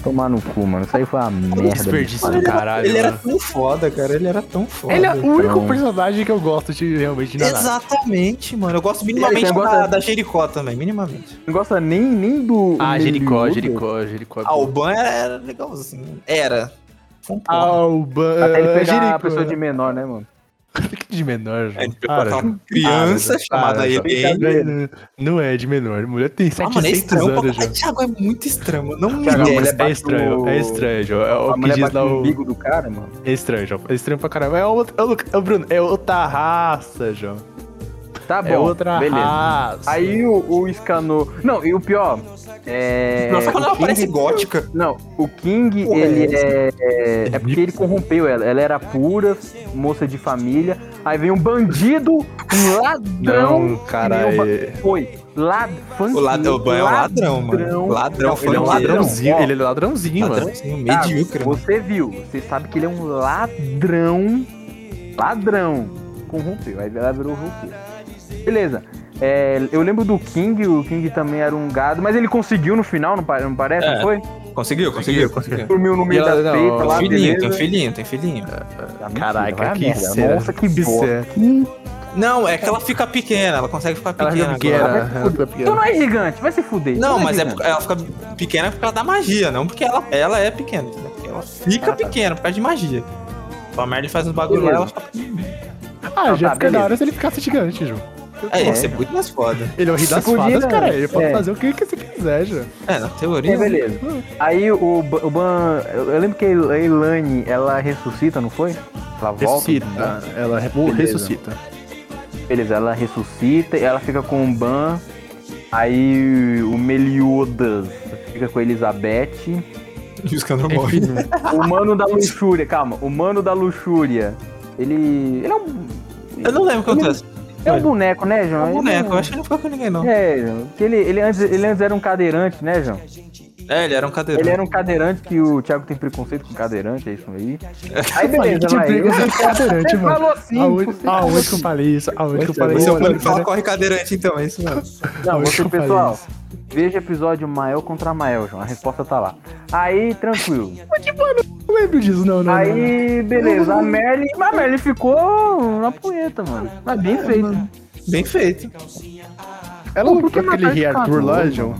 [SPEAKER 4] Tomar no cu, mano. Isso aí foi uma merda.
[SPEAKER 3] Desperdício
[SPEAKER 5] Ele
[SPEAKER 3] do
[SPEAKER 5] era-
[SPEAKER 3] caralho,
[SPEAKER 5] Ele era
[SPEAKER 3] mano.
[SPEAKER 5] tão foda, cara. Ele era tão foda.
[SPEAKER 3] Ele é o único
[SPEAKER 4] Então-
[SPEAKER 3] personagem que eu gosto de realmente de análise.
[SPEAKER 5] Exatamente, mano. Eu gosto minimamente
[SPEAKER 4] Esse negócio
[SPEAKER 5] da,
[SPEAKER 4] é-
[SPEAKER 5] da Jericó também, minimamente.
[SPEAKER 4] Não gosta nem, nem do.
[SPEAKER 3] Ah,
[SPEAKER 4] do
[SPEAKER 3] Jericó,
[SPEAKER 4] Meliodas.
[SPEAKER 3] Jericó,
[SPEAKER 4] é
[SPEAKER 3] Jericó.
[SPEAKER 5] A Alban Ah, era, era legalzinho. né? Era. Foi um
[SPEAKER 3] Ah,
[SPEAKER 5] porra.
[SPEAKER 3] Alba.
[SPEAKER 4] Até ele pegar
[SPEAKER 3] É, Jericó.
[SPEAKER 4] a pessoa de menor, né, mano?
[SPEAKER 3] Que de menor,
[SPEAKER 5] Aí
[SPEAKER 3] João.
[SPEAKER 5] ele pegou
[SPEAKER 3] Para,
[SPEAKER 5] aquela
[SPEAKER 3] João.
[SPEAKER 5] tipo, tá criança
[SPEAKER 3] Para,
[SPEAKER 5] chamada
[SPEAKER 3] para, João.
[SPEAKER 5] Helene.
[SPEAKER 3] Não é de menor. Mulher tem
[SPEAKER 5] Ah, mano, é
[SPEAKER 3] 700
[SPEAKER 5] estranho.
[SPEAKER 3] anos,
[SPEAKER 5] pra-
[SPEAKER 3] João.
[SPEAKER 5] Thiago é muito estranho. mano. Não me
[SPEAKER 4] Thiago, a
[SPEAKER 5] desce.
[SPEAKER 4] mulher
[SPEAKER 3] É
[SPEAKER 4] bate
[SPEAKER 3] estranho,
[SPEAKER 4] no-
[SPEAKER 3] é estranho, João. É
[SPEAKER 4] A
[SPEAKER 3] o que
[SPEAKER 4] mulher
[SPEAKER 3] diz
[SPEAKER 4] bate
[SPEAKER 3] lá
[SPEAKER 4] no
[SPEAKER 3] o.
[SPEAKER 4] umbigo do cara, mano.
[SPEAKER 3] É estranho, João. É estranho pra caramba. É, outro, é, outro- é o Bruno, é outra raça, João.
[SPEAKER 4] Tá bom.
[SPEAKER 3] É outra
[SPEAKER 4] beleza.
[SPEAKER 3] raça.
[SPEAKER 4] Aí o, o Escanor. Não, e o pior. É.
[SPEAKER 5] Nossa, quando
[SPEAKER 4] o
[SPEAKER 5] ela parece
[SPEAKER 4] King-
[SPEAKER 5] gótica.
[SPEAKER 4] Não, o King,
[SPEAKER 5] Porra,
[SPEAKER 4] ele
[SPEAKER 5] é
[SPEAKER 4] é. É porque ele corrompeu ela. Ela era pura, moça de família. Aí vem um bandido, um ladrão.
[SPEAKER 3] Não, cara,
[SPEAKER 4] que nem
[SPEAKER 3] é-
[SPEAKER 4] um ba- Foi. Lad...
[SPEAKER 5] O, lad... o Ban é um ladrão, mano. Ladrão,
[SPEAKER 4] Não,
[SPEAKER 5] foi
[SPEAKER 3] Ele é um
[SPEAKER 4] Bandeirão,
[SPEAKER 3] ladrãozinho,
[SPEAKER 4] ó.
[SPEAKER 3] ele é ladrãozinho, mano.
[SPEAKER 5] Ladrãozinho,
[SPEAKER 4] Thiago,
[SPEAKER 5] assim, medíocre. mano.
[SPEAKER 4] tá, Você viu, você sabe que ele é um ladrão. Ladrão. Corrompeu. Aí ela virou roupeiro. Beleza. É, eu lembro do King, o King também era um gado, mas ele conseguiu no final, não, pa- não parece?
[SPEAKER 5] É.
[SPEAKER 4] Não foi?
[SPEAKER 5] Conseguiu, conseguiu, conseguiu. É.
[SPEAKER 4] Dormiu no meio
[SPEAKER 3] E ela-
[SPEAKER 4] da
[SPEAKER 3] não,
[SPEAKER 4] peita lá,
[SPEAKER 5] Tem filhinho, tem
[SPEAKER 4] beleza.
[SPEAKER 5] filhinho, tem filhinho.
[SPEAKER 4] Ah, mentira, vai a
[SPEAKER 3] Caraca, que
[SPEAKER 4] merda.
[SPEAKER 3] será?
[SPEAKER 4] Nossa, que
[SPEAKER 3] Que
[SPEAKER 4] bosta.
[SPEAKER 3] será?
[SPEAKER 5] Não, é que ela fica pequena, ela consegue ficar
[SPEAKER 3] Ela
[SPEAKER 5] pequena.
[SPEAKER 3] é
[SPEAKER 5] agora.
[SPEAKER 3] pequena. ela é
[SPEAKER 4] Tu não
[SPEAKER 3] pequena.
[SPEAKER 4] é gigante, vai se fuder.
[SPEAKER 5] Não,
[SPEAKER 4] Tu
[SPEAKER 5] mas é,
[SPEAKER 4] gigante.
[SPEAKER 5] porque- ela fica pequena porque ela dá magia, não porque ela, ela é pequena. entendeu? Porque ela fica
[SPEAKER 4] Ah, tá.
[SPEAKER 5] pequena por causa de magia. Então a Merlin faz uns bagulho lá, ela fica...
[SPEAKER 3] Ah, já
[SPEAKER 4] tá,
[SPEAKER 3] fica da
[SPEAKER 4] beleza.
[SPEAKER 3] hora se ele ficasse gigante, João.
[SPEAKER 5] É,
[SPEAKER 4] É.
[SPEAKER 5] isso é muito mais foda.
[SPEAKER 3] Ele é o rei das
[SPEAKER 4] Podia,
[SPEAKER 3] fadas,
[SPEAKER 4] né?
[SPEAKER 3] cara. Ele pode
[SPEAKER 4] É.
[SPEAKER 3] fazer o que, que você quiser, João.
[SPEAKER 5] É, na teoria...
[SPEAKER 4] É, beleza.
[SPEAKER 5] né? Hum.
[SPEAKER 4] Aí o, Ba- o Ban. Eu eu lembro que a Elane, ela ressuscita, não foi? Ela volta. né?
[SPEAKER 3] Ela
[SPEAKER 4] Beleza. Beleza, ela ressuscita e ela fica com o Ban. Aí o Meliodas fica com a Elizabeth.
[SPEAKER 5] E os caras morrem.
[SPEAKER 4] O mano da luxúria, calma, o mano da luxúria. Ele. Ele é um.
[SPEAKER 5] Eu não lembro quanto é.
[SPEAKER 4] É um boneco, né, João?
[SPEAKER 5] É um boneco,
[SPEAKER 4] Ele
[SPEAKER 5] eu acho que ele não ficou com ninguém, não.
[SPEAKER 4] não- É, João. Que ele, ele, antes, ele antes era um cadeirante, né, João?
[SPEAKER 5] É, ele era um cadeirão.
[SPEAKER 4] Ele era um cadeirante que o Thiago tem preconceito com cadeirante, é isso aí. é Aí
[SPEAKER 3] Falei
[SPEAKER 4] beleza,
[SPEAKER 3] de
[SPEAKER 4] vai.
[SPEAKER 3] preconceito com cadeirante,
[SPEAKER 4] Você
[SPEAKER 3] mano.
[SPEAKER 4] falou assim.
[SPEAKER 3] Aonde,
[SPEAKER 4] você-
[SPEAKER 3] aonde que eu falei isso? Aonde
[SPEAKER 4] um
[SPEAKER 3] que eu falei
[SPEAKER 5] Esse é o
[SPEAKER 3] isso?
[SPEAKER 5] plano que fala, corre cadeirante, então, é isso mesmo.
[SPEAKER 4] Não,
[SPEAKER 3] Aonde
[SPEAKER 4] você,
[SPEAKER 3] que eu falei
[SPEAKER 4] pessoal,
[SPEAKER 3] isso?
[SPEAKER 4] veja o episódio Mael contra Mael, João. A resposta tá lá. Aí, tranquilo.
[SPEAKER 3] Não lembro disso, não, não. não.
[SPEAKER 4] Aí, beleza, a Merlin. A Merlin ficou na punheta, mano. Mas bem feito.
[SPEAKER 5] Bem feito.
[SPEAKER 3] Ela não
[SPEAKER 4] Por que
[SPEAKER 3] ficou com aquele
[SPEAKER 4] matar esse
[SPEAKER 3] Rei
[SPEAKER 4] cara?
[SPEAKER 3] Arthur lá, João?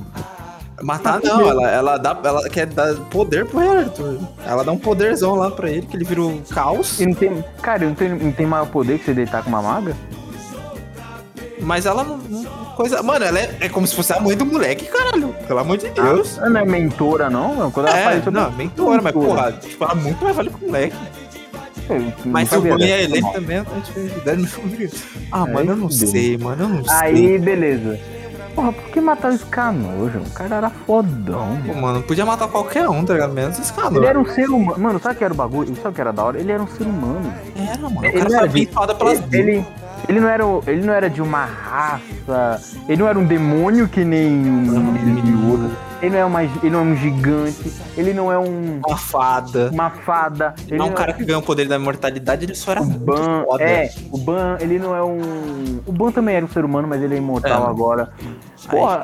[SPEAKER 5] Matar não, ela, ela, dá, ela quer dar poder pro Rei Arthur. Ela dá um poderzão lá pra ele, que ele virou um caos.
[SPEAKER 4] E não tem. Cara, não tem, não tem maior poder que você deitar com uma maga?
[SPEAKER 5] Mas ela não. não- coisa... Mano, ela é, é como se fosse a mãe do moleque, caralho. Pelo amor de Deus.
[SPEAKER 4] Ela não é mentora, não, mano. Quando ela
[SPEAKER 5] é,
[SPEAKER 4] apareceu.
[SPEAKER 5] não, mentora, mas
[SPEAKER 4] mentora.
[SPEAKER 5] porra, tipo, ela muito mais vale pro moleque.
[SPEAKER 4] eu não
[SPEAKER 5] Mas se eu
[SPEAKER 4] sabia
[SPEAKER 5] ponho a
[SPEAKER 4] dessa,
[SPEAKER 5] Helene
[SPEAKER 4] não.
[SPEAKER 5] também, eu tenho dificuldade no filme. Ah,
[SPEAKER 4] Aí
[SPEAKER 5] mano, eu não
[SPEAKER 4] fudeu.
[SPEAKER 5] sei, mano, eu não sei.
[SPEAKER 4] Aí, beleza. Porra, por que mataram esse cano, João? O cara era fodão, mano.
[SPEAKER 5] Pô, mano, podia matar qualquer um, tá ligado? Menos esse
[SPEAKER 4] Ele
[SPEAKER 5] calor.
[SPEAKER 4] era um ser humano. Mano, sabe o que era o bagulho? Sabe o que era da hora? Ele era um ser humano.
[SPEAKER 5] Era, É, mano. O
[SPEAKER 4] Ele
[SPEAKER 5] cara
[SPEAKER 4] era
[SPEAKER 5] foi
[SPEAKER 4] vi-
[SPEAKER 5] pintado pelas duas.
[SPEAKER 4] Ele, ele, não era, o- ele não era de uma raça. Ele não era um demônio que nem um Ele não é, uma, ele não é um gigante. Ele não é um,
[SPEAKER 5] Uma fada.
[SPEAKER 4] uma fada. Ele
[SPEAKER 5] Não é um cara que ganhou o poder da imortalidade, ele só era
[SPEAKER 4] o
[SPEAKER 5] muito
[SPEAKER 4] Um Ban,
[SPEAKER 5] foda.
[SPEAKER 4] é, o Ban, ele não é um. O Ban também era um ser humano, mas ele é imortal
[SPEAKER 5] É.
[SPEAKER 4] agora. Porra,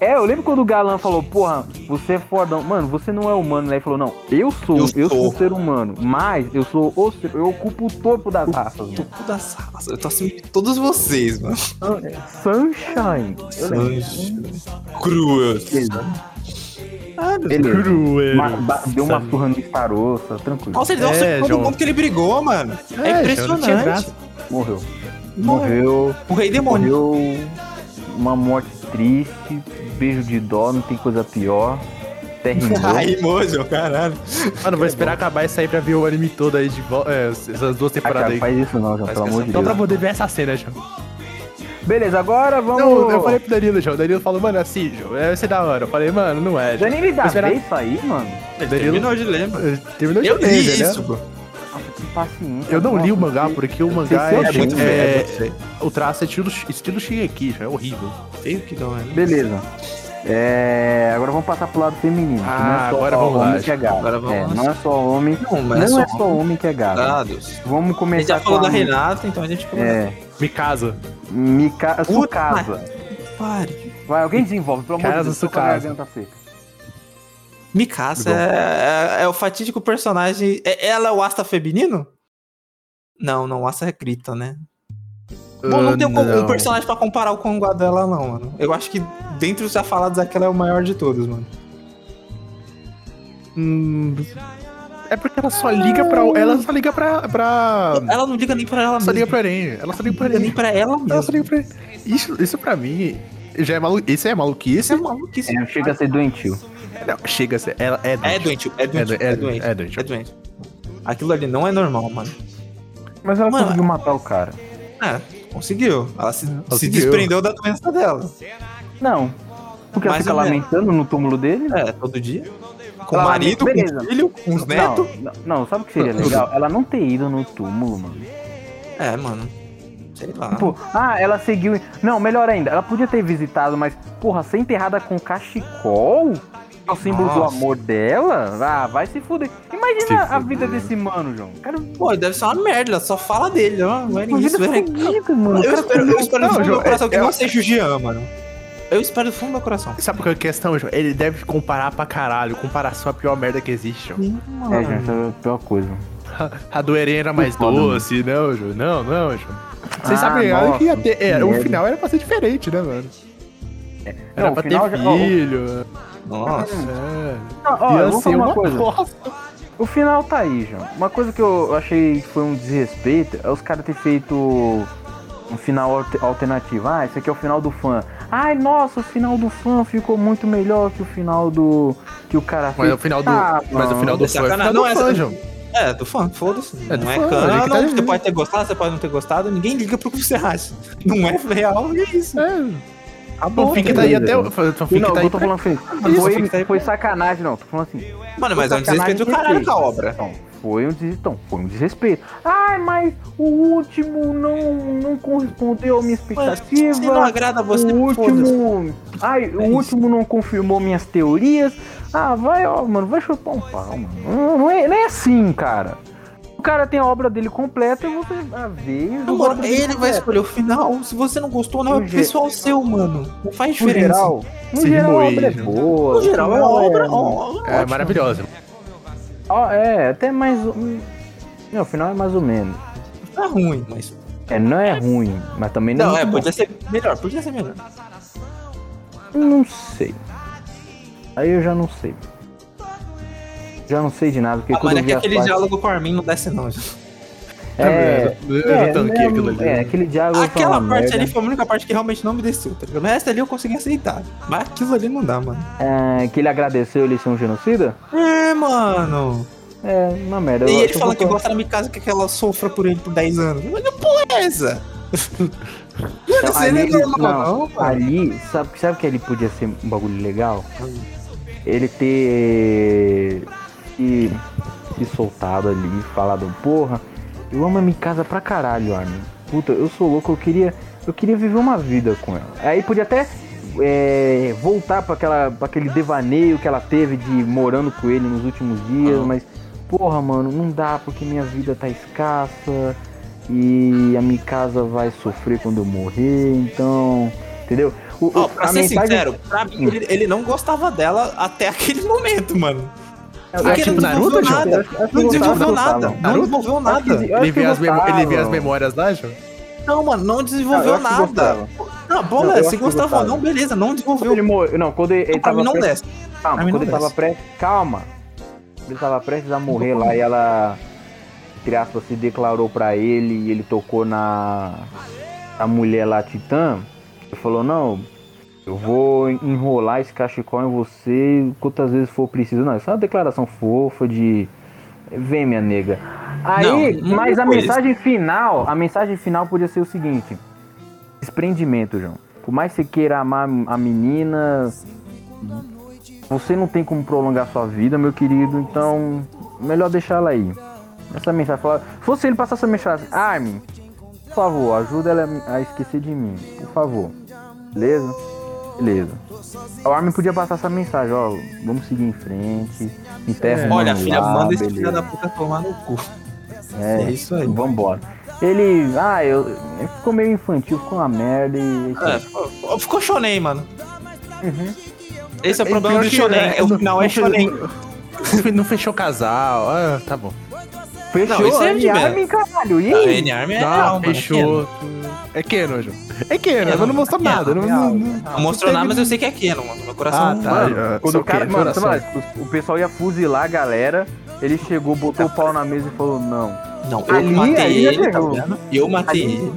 [SPEAKER 4] é, eu lembro quando o Galan falou, porra, você é fodão. Mano, você não é humano, né? Ele falou, não, eu sou, eu,
[SPEAKER 5] Eu
[SPEAKER 4] sou
[SPEAKER 5] sou.
[SPEAKER 4] um ser humano, mas eu sou o ser, eu ocupo o topo das raças, mano.
[SPEAKER 5] Cu das raças. Eu tô assim de todos vocês, mano.
[SPEAKER 4] Sunshine. Eu lembro.
[SPEAKER 5] Cruel.
[SPEAKER 4] Beleza.
[SPEAKER 3] Cruel.
[SPEAKER 4] Uma- ba- deu uma surra no Starossa, tranquilo.
[SPEAKER 5] Nossa, ele deu um
[SPEAKER 3] É,
[SPEAKER 5] soco em todo
[SPEAKER 3] João.
[SPEAKER 5] mundo que ele brigou, mano. É,
[SPEAKER 3] É, João, não tinha
[SPEAKER 5] impressionante.
[SPEAKER 3] graça.
[SPEAKER 4] Morreu.
[SPEAKER 5] Morreu.
[SPEAKER 4] Morreu.
[SPEAKER 5] O rei demônio.
[SPEAKER 4] Morreu. Uma morte triste. Beijo de dó, não tem coisa pior. Terminou.
[SPEAKER 5] Aí, mojo, caralho.
[SPEAKER 3] Mano, vou esperar acabar e sair pra ver o anime todo aí de volta. essas duas
[SPEAKER 4] Ah, cara,
[SPEAKER 3] temporadas aí.
[SPEAKER 4] faz isso não, João,
[SPEAKER 5] Faz
[SPEAKER 4] pelo amor
[SPEAKER 5] que essa-
[SPEAKER 4] de
[SPEAKER 3] Então
[SPEAKER 4] Deus.
[SPEAKER 3] pra poder ver essa cena, João.
[SPEAKER 4] Beleza, agora vamos.
[SPEAKER 3] Não, eu falei pro Danilo, João. O Danilo falou, mano, assim, João, vai ser da hora. Eu falei, mano, não é.
[SPEAKER 4] Os
[SPEAKER 3] João.
[SPEAKER 4] animes da
[SPEAKER 3] Vou esperar-
[SPEAKER 4] vez isso aí, mano.
[SPEAKER 5] Ele
[SPEAKER 3] Danilo-
[SPEAKER 5] terminou de ler, mano.
[SPEAKER 3] Terminou de
[SPEAKER 5] Eu
[SPEAKER 3] ler,
[SPEAKER 5] li
[SPEAKER 3] né?
[SPEAKER 5] isso, pô.
[SPEAKER 4] Nossa, que paciência.
[SPEAKER 3] Eu não li o
[SPEAKER 4] Nossa,
[SPEAKER 3] mangá,
[SPEAKER 4] que-
[SPEAKER 3] porque o
[SPEAKER 4] sei
[SPEAKER 3] mangá
[SPEAKER 4] se eu
[SPEAKER 3] é,
[SPEAKER 4] achei.
[SPEAKER 5] muito
[SPEAKER 3] é-
[SPEAKER 5] velho, eu sei.
[SPEAKER 3] O traço é estilo, estilo Shingeki, João, é horrível.
[SPEAKER 5] Feio que dó, né?
[SPEAKER 4] Beleza. É, agora vamos passar pro lado feminino. que
[SPEAKER 3] Ah,
[SPEAKER 4] não é só
[SPEAKER 3] agora
[SPEAKER 4] o
[SPEAKER 3] vamos lá,
[SPEAKER 4] homem
[SPEAKER 3] João.
[SPEAKER 4] que é gato.
[SPEAKER 5] Agora vamos
[SPEAKER 4] É,
[SPEAKER 5] lá.
[SPEAKER 4] não é só homem.
[SPEAKER 5] Não,
[SPEAKER 4] Não,
[SPEAKER 5] mas é só
[SPEAKER 4] é só homem que é gato.
[SPEAKER 5] Ah, Deus.
[SPEAKER 4] Vamos
[SPEAKER 5] A gente
[SPEAKER 4] começar
[SPEAKER 5] já falou
[SPEAKER 4] com
[SPEAKER 5] da
[SPEAKER 4] a
[SPEAKER 5] Renata, então a gente falou da
[SPEAKER 4] É,
[SPEAKER 3] Mikasa.
[SPEAKER 4] Mika,
[SPEAKER 5] Puta
[SPEAKER 4] Tsukasa.
[SPEAKER 5] Pare.
[SPEAKER 4] Vai, alguém desenvolve, pelo amor de
[SPEAKER 3] Casa
[SPEAKER 4] Deus. tô com a
[SPEAKER 3] Tsukasa.
[SPEAKER 4] garganta seca.
[SPEAKER 5] Mikasa é, é- é o fatídico personagem. é- ela é o Asta feminino? Não, não, o Asta é Krita, né? Bom, não
[SPEAKER 3] Ah,
[SPEAKER 5] tem um, um
[SPEAKER 3] não.
[SPEAKER 5] personagem pra comparar o Kongo dela, não, mano. Eu acho que dentre os já falados, aquela é o maior de todos, mano.
[SPEAKER 3] Hum, é porque ela só liga pra. Ela só liga pra. pra
[SPEAKER 5] Ela não liga nem pra ela
[SPEAKER 3] Ah, ela só
[SPEAKER 5] mesma.
[SPEAKER 3] liga pra Eren. Ela só liga pra
[SPEAKER 5] Nem
[SPEAKER 3] Eren.
[SPEAKER 5] pra ela
[SPEAKER 3] Ela só
[SPEAKER 5] mesma.
[SPEAKER 3] liga pra Eren. Isso, isso pra mim. Já é malu... Isso é maluquice?
[SPEAKER 5] Isso é maluquice.
[SPEAKER 4] É, chega a ser doentio.
[SPEAKER 3] Não, chega a ser. Ela é.
[SPEAKER 5] É doente, é doente,
[SPEAKER 3] É
[SPEAKER 5] é
[SPEAKER 3] do-
[SPEAKER 5] doente,
[SPEAKER 3] é doente.
[SPEAKER 5] é doente. Aquilo ali não é normal, mano.
[SPEAKER 4] Mas ela
[SPEAKER 5] Mano,
[SPEAKER 4] conseguiu matar o cara.
[SPEAKER 5] É, conseguiu. Ela se, se
[SPEAKER 3] Conseguiu.
[SPEAKER 5] desprendeu da doença dela.
[SPEAKER 4] Não. Porque ela
[SPEAKER 5] Mais
[SPEAKER 4] fica
[SPEAKER 5] ou menos.
[SPEAKER 4] lamentando no túmulo dele. né?
[SPEAKER 5] É, todo dia. Com
[SPEAKER 4] Ela-
[SPEAKER 5] o marido, com
[SPEAKER 4] beleza.
[SPEAKER 5] o filho, com
[SPEAKER 4] Não,
[SPEAKER 5] os netos.
[SPEAKER 4] não, não, sabe o que seria legal? Ela não ter ido no túmulo, mano.
[SPEAKER 5] É, mano. Sei lá.
[SPEAKER 4] Tipo, ah, ela seguiu. Não, melhor ainda, ela podia ter visitado, mas, porra, ser enterrada com cachecol? É o símbolo do
[SPEAKER 5] Nossa.
[SPEAKER 4] amor dela? Ah, vai se fuder. Imagina
[SPEAKER 3] Se
[SPEAKER 4] a vida desse mano, João. O Cara,
[SPEAKER 5] Pô, deve ser uma merda, ela só fala dele, ó. Não é
[SPEAKER 4] uma
[SPEAKER 5] isso,
[SPEAKER 4] vida
[SPEAKER 5] velho.
[SPEAKER 4] fodida, mano.
[SPEAKER 5] Eu espero, eu espero do
[SPEAKER 3] Não,
[SPEAKER 5] fundo
[SPEAKER 3] João,
[SPEAKER 5] do meu coração
[SPEAKER 3] é-
[SPEAKER 5] que
[SPEAKER 3] é-
[SPEAKER 5] não seja o Jean, mano. Eu espero do fundo do meu coração.
[SPEAKER 3] Sabe qual é a questão, João? Ele deve comparar pra caralho. Comparação é a pior merda que existe, João.
[SPEAKER 4] É, João, essa é a pior coisa.
[SPEAKER 3] A do Eren era mais
[SPEAKER 4] Foda,
[SPEAKER 3] doce, não, João. Não, não, João. Vocês
[SPEAKER 4] Ah,
[SPEAKER 3] sabem
[SPEAKER 4] nossa,
[SPEAKER 3] que ia ter, era, o
[SPEAKER 4] merda.
[SPEAKER 3] final era pra ser diferente, né, mano? Era
[SPEAKER 4] Não, o
[SPEAKER 3] pra
[SPEAKER 4] final
[SPEAKER 3] ter
[SPEAKER 4] já- ó, o-
[SPEAKER 3] filho.
[SPEAKER 5] Nossa.
[SPEAKER 3] é.
[SPEAKER 4] Não, ó, eu
[SPEAKER 3] Ia
[SPEAKER 4] vou
[SPEAKER 3] ser
[SPEAKER 4] falar
[SPEAKER 3] uma
[SPEAKER 4] uma coisa.
[SPEAKER 3] bosta.
[SPEAKER 4] O final tá aí, João. Uma coisa que eu achei que foi um desrespeito é os caras ter feito um final alter- alternativo. Ah, esse aqui é o final do fã. Ai, nossa, o final do fã ficou muito melhor que o final do. que o cara fez.
[SPEAKER 3] Mas o final do.
[SPEAKER 4] Ah,
[SPEAKER 3] mas o
[SPEAKER 4] mano.
[SPEAKER 3] final do
[SPEAKER 5] é
[SPEAKER 3] fã.
[SPEAKER 5] sacanagem.
[SPEAKER 3] Não
[SPEAKER 5] Não,
[SPEAKER 3] é
[SPEAKER 5] é
[SPEAKER 3] fã,
[SPEAKER 5] sacanagem.
[SPEAKER 3] João.
[SPEAKER 5] É, do fã, foda-se.
[SPEAKER 3] É do
[SPEAKER 5] não é
[SPEAKER 3] fã, ele que
[SPEAKER 5] canon,
[SPEAKER 3] tá
[SPEAKER 5] você
[SPEAKER 3] dizendo.
[SPEAKER 5] pode ter gostado, você pode não ter gostado, ninguém liga pro que você acha. Não é real e é isso.
[SPEAKER 3] É.
[SPEAKER 5] Acabou,
[SPEAKER 3] O Fink tá
[SPEAKER 5] entendeu?
[SPEAKER 3] aí até. O Fink
[SPEAKER 4] Não,
[SPEAKER 3] tá
[SPEAKER 4] eu
[SPEAKER 3] aí
[SPEAKER 4] tô
[SPEAKER 3] pra- tá
[SPEAKER 4] falando assim.
[SPEAKER 5] Isso,
[SPEAKER 4] Foi,
[SPEAKER 5] fica aí.
[SPEAKER 4] foi sacanagem, não. Tô falando assim.
[SPEAKER 5] Mano, mas é um
[SPEAKER 4] sacanagem
[SPEAKER 5] desrespeito do caralho
[SPEAKER 4] perfeito.
[SPEAKER 5] com a obra.
[SPEAKER 4] Então, Foi um, des- então, foi um desrespeito. Ai, mas o último não, não correspondeu à minha
[SPEAKER 5] Mas
[SPEAKER 4] expectativa.
[SPEAKER 5] se não agrada a você,
[SPEAKER 4] o
[SPEAKER 5] foda-se. É
[SPEAKER 4] último. Ai, o
[SPEAKER 5] isso.
[SPEAKER 4] último não confirmou minhas teorias. Ah, vai, ó, mano, vai chupar um pau, mano. Não, não é, não é assim, cara. O cara tem a obra dele completa e você a vez.
[SPEAKER 5] Não, mano, ele é. vai escolher o final. Se você não gostou, não é
[SPEAKER 4] No
[SPEAKER 5] o
[SPEAKER 4] ge-
[SPEAKER 5] pessoal seu, mano. Não faz
[SPEAKER 4] No
[SPEAKER 5] diferença.
[SPEAKER 4] geral, no
[SPEAKER 3] Se
[SPEAKER 4] geral a
[SPEAKER 3] moer,
[SPEAKER 4] obra é
[SPEAKER 3] né?
[SPEAKER 4] boa.
[SPEAKER 5] No geral, é
[SPEAKER 4] final
[SPEAKER 5] obra.
[SPEAKER 4] é-
[SPEAKER 5] ó,
[SPEAKER 3] É maravilhosa.
[SPEAKER 4] ó, é, até mais. um- Não, o final é mais ou menos.
[SPEAKER 5] Tá ruim, mas.
[SPEAKER 4] É, não é ruim, mas também não,
[SPEAKER 5] Não, é,
[SPEAKER 4] muito
[SPEAKER 5] podia ser melhor, podia ser melhor.
[SPEAKER 4] bom. Não sei. Aí eu já não sei. Já não sei de nada, porque
[SPEAKER 5] Ah,
[SPEAKER 4] quando
[SPEAKER 5] mas é
[SPEAKER 4] eu vi
[SPEAKER 5] que
[SPEAKER 4] a
[SPEAKER 5] aquele
[SPEAKER 4] parte-
[SPEAKER 5] diálogo com a Armin não desce, não.
[SPEAKER 4] É,
[SPEAKER 3] Eu já tanquei
[SPEAKER 4] não,
[SPEAKER 3] aquilo ali.
[SPEAKER 4] é, aquele diálogo foi
[SPEAKER 5] Aquela
[SPEAKER 4] uma
[SPEAKER 5] parte
[SPEAKER 4] merda.
[SPEAKER 5] ali foi a única parte que realmente não me desceu, tá ligado? O resto ali eu consegui aceitar. Mas aquilo ali não dá, mano.
[SPEAKER 4] É, que ele agradeceu ele ser um genocida?
[SPEAKER 5] É, mano.
[SPEAKER 4] É, uma merda.
[SPEAKER 5] e
[SPEAKER 4] eu-
[SPEAKER 5] ele
[SPEAKER 4] eu
[SPEAKER 5] fala que
[SPEAKER 4] concordo.
[SPEAKER 5] gosta da Mikasa que ela sofra por ele por 10 anos. Mas que porra é essa? Não, isso aí não é
[SPEAKER 4] ali,
[SPEAKER 5] normal,
[SPEAKER 4] não,
[SPEAKER 5] não, mano.
[SPEAKER 4] ali, sabe, sabe que ele podia ser um bagulho legal? Ele ter se, se soltado ali, falado, porra, eu amo a minha casa pra caralho, Armin. Puta, eu sou louco, eu queria, eu queria viver uma vida com ela. Aí podia até é, voltar pra, aquela, pra aquele devaneio que ela teve de morando com ele nos últimos dias, mas, porra, mano, não dá porque minha vida tá escassa e a minha casa vai sofrer quando eu morrer, então. Entendeu? O, o-
[SPEAKER 5] Ó, pra
[SPEAKER 4] a
[SPEAKER 5] ser
[SPEAKER 4] mensagem- Hum.
[SPEAKER 5] sincero, pra mim ele, ele não gostava dela até aquele momento, mano.
[SPEAKER 4] É
[SPEAKER 5] Porque
[SPEAKER 3] tipo
[SPEAKER 5] ele não desenvolveu
[SPEAKER 3] Naruto, João?
[SPEAKER 5] nada.
[SPEAKER 4] Acho- acho que
[SPEAKER 5] Não
[SPEAKER 4] eu
[SPEAKER 5] desenvolveu
[SPEAKER 4] gostava,
[SPEAKER 5] nada.
[SPEAKER 4] gostava.
[SPEAKER 5] Não desenvolveu nada.
[SPEAKER 4] Eu acho
[SPEAKER 3] Ele
[SPEAKER 4] que
[SPEAKER 3] vê, as memo-
[SPEAKER 4] gostava,
[SPEAKER 3] ele vê as
[SPEAKER 4] mano.
[SPEAKER 3] memórias lá,
[SPEAKER 5] é
[SPEAKER 3] João?
[SPEAKER 5] Não, mano, não
[SPEAKER 4] eu
[SPEAKER 5] desenvolveu
[SPEAKER 4] acho que
[SPEAKER 5] nada. Não,
[SPEAKER 4] Não,
[SPEAKER 5] bom,
[SPEAKER 4] eu
[SPEAKER 5] né?
[SPEAKER 4] acho
[SPEAKER 5] Se
[SPEAKER 4] que
[SPEAKER 5] gostava ou
[SPEAKER 4] gostava.
[SPEAKER 5] não, beleza, não
[SPEAKER 4] Quando ele
[SPEAKER 5] desenvolveu.
[SPEAKER 4] morreu. Não, quando ele, ele
[SPEAKER 5] Pra mim
[SPEAKER 4] tava.
[SPEAKER 5] não
[SPEAKER 4] prestes-
[SPEAKER 5] desce.
[SPEAKER 4] Calma,
[SPEAKER 5] Pra mim
[SPEAKER 4] quando
[SPEAKER 5] não
[SPEAKER 4] ele tava
[SPEAKER 5] desce.
[SPEAKER 4] prestes. Calma. Ele tava prestes a morrer lá e ela. Entre aspas, se declarou pra ele e ele tocou na. A mulher lá, Titã. Ele falou: Não, eu vou enrolar esse cachecol em você quantas vezes for preciso. Não, isso é uma declaração fofa de. Vem, minha nega. Aí,
[SPEAKER 5] Não, não
[SPEAKER 4] mas a
[SPEAKER 5] foi isso.
[SPEAKER 4] mensagem final, a mensagem final podia ser o seguinte: desprendimento, João. Por mais que você queira amar a menina, você não tem como prolongar sua vida, meu querido, então melhor deixar ela aí. Essa mensagem fala. Se fosse ele passar essa mensagem, Armin, por favor, ajuda ela a esquecer de mim, por favor. Beleza? Beleza. O Armin podia passar essa mensagem, ó. Vamos seguir em frente. Enterra o
[SPEAKER 5] É, Olha,
[SPEAKER 4] mano
[SPEAKER 5] filha,
[SPEAKER 4] lá,
[SPEAKER 5] manda esse
[SPEAKER 4] beleza.
[SPEAKER 5] filho da puta tomar no cu.
[SPEAKER 4] É,
[SPEAKER 5] É isso aí.
[SPEAKER 4] Vambora. Ele. Ah, eu. ele Ficou meio infantil, ficou uma merda e. tipo,
[SPEAKER 5] É, ficou- ficou shonen, mano. Esse é o
[SPEAKER 3] É,
[SPEAKER 5] problema
[SPEAKER 3] pior
[SPEAKER 5] do
[SPEAKER 3] que-
[SPEAKER 5] shonen.
[SPEAKER 3] é,
[SPEAKER 5] o
[SPEAKER 3] não-
[SPEAKER 5] final é
[SPEAKER 3] não foi-
[SPEAKER 5] shonen.
[SPEAKER 3] Não fechou casal. Ah, tá bom.
[SPEAKER 4] Fechou
[SPEAKER 5] Não, isso é
[SPEAKER 4] aí,
[SPEAKER 5] de merda.
[SPEAKER 4] Armin, caralho. E
[SPEAKER 5] Não,
[SPEAKER 4] aí?
[SPEAKER 5] N-Arm é real,
[SPEAKER 3] Não,
[SPEAKER 5] mano.
[SPEAKER 3] fechou. É Canon, João. É Canon, mas não mostrou
[SPEAKER 5] Canon,
[SPEAKER 3] nada. Não,
[SPEAKER 4] real,
[SPEAKER 3] não, não-
[SPEAKER 5] Não mostrou nada,
[SPEAKER 3] teve-
[SPEAKER 5] mas eu sei que é Canon, mano. Meu
[SPEAKER 3] Ah,
[SPEAKER 5] coração.
[SPEAKER 3] tá.
[SPEAKER 5] mano,
[SPEAKER 3] eu-
[SPEAKER 4] Quando
[SPEAKER 3] só
[SPEAKER 4] o cara,
[SPEAKER 3] que-
[SPEAKER 4] mano,
[SPEAKER 3] coração.
[SPEAKER 4] sabe lá, o, o pessoal ia fuzilar a galera, ele chegou, botou o pau na mesa e falou, não.
[SPEAKER 5] Não, eu
[SPEAKER 4] Ali-
[SPEAKER 5] matei
[SPEAKER 4] ali já
[SPEAKER 5] ele, tá
[SPEAKER 4] pegou.
[SPEAKER 5] ligado? Eu matei
[SPEAKER 4] Ali-
[SPEAKER 5] ele.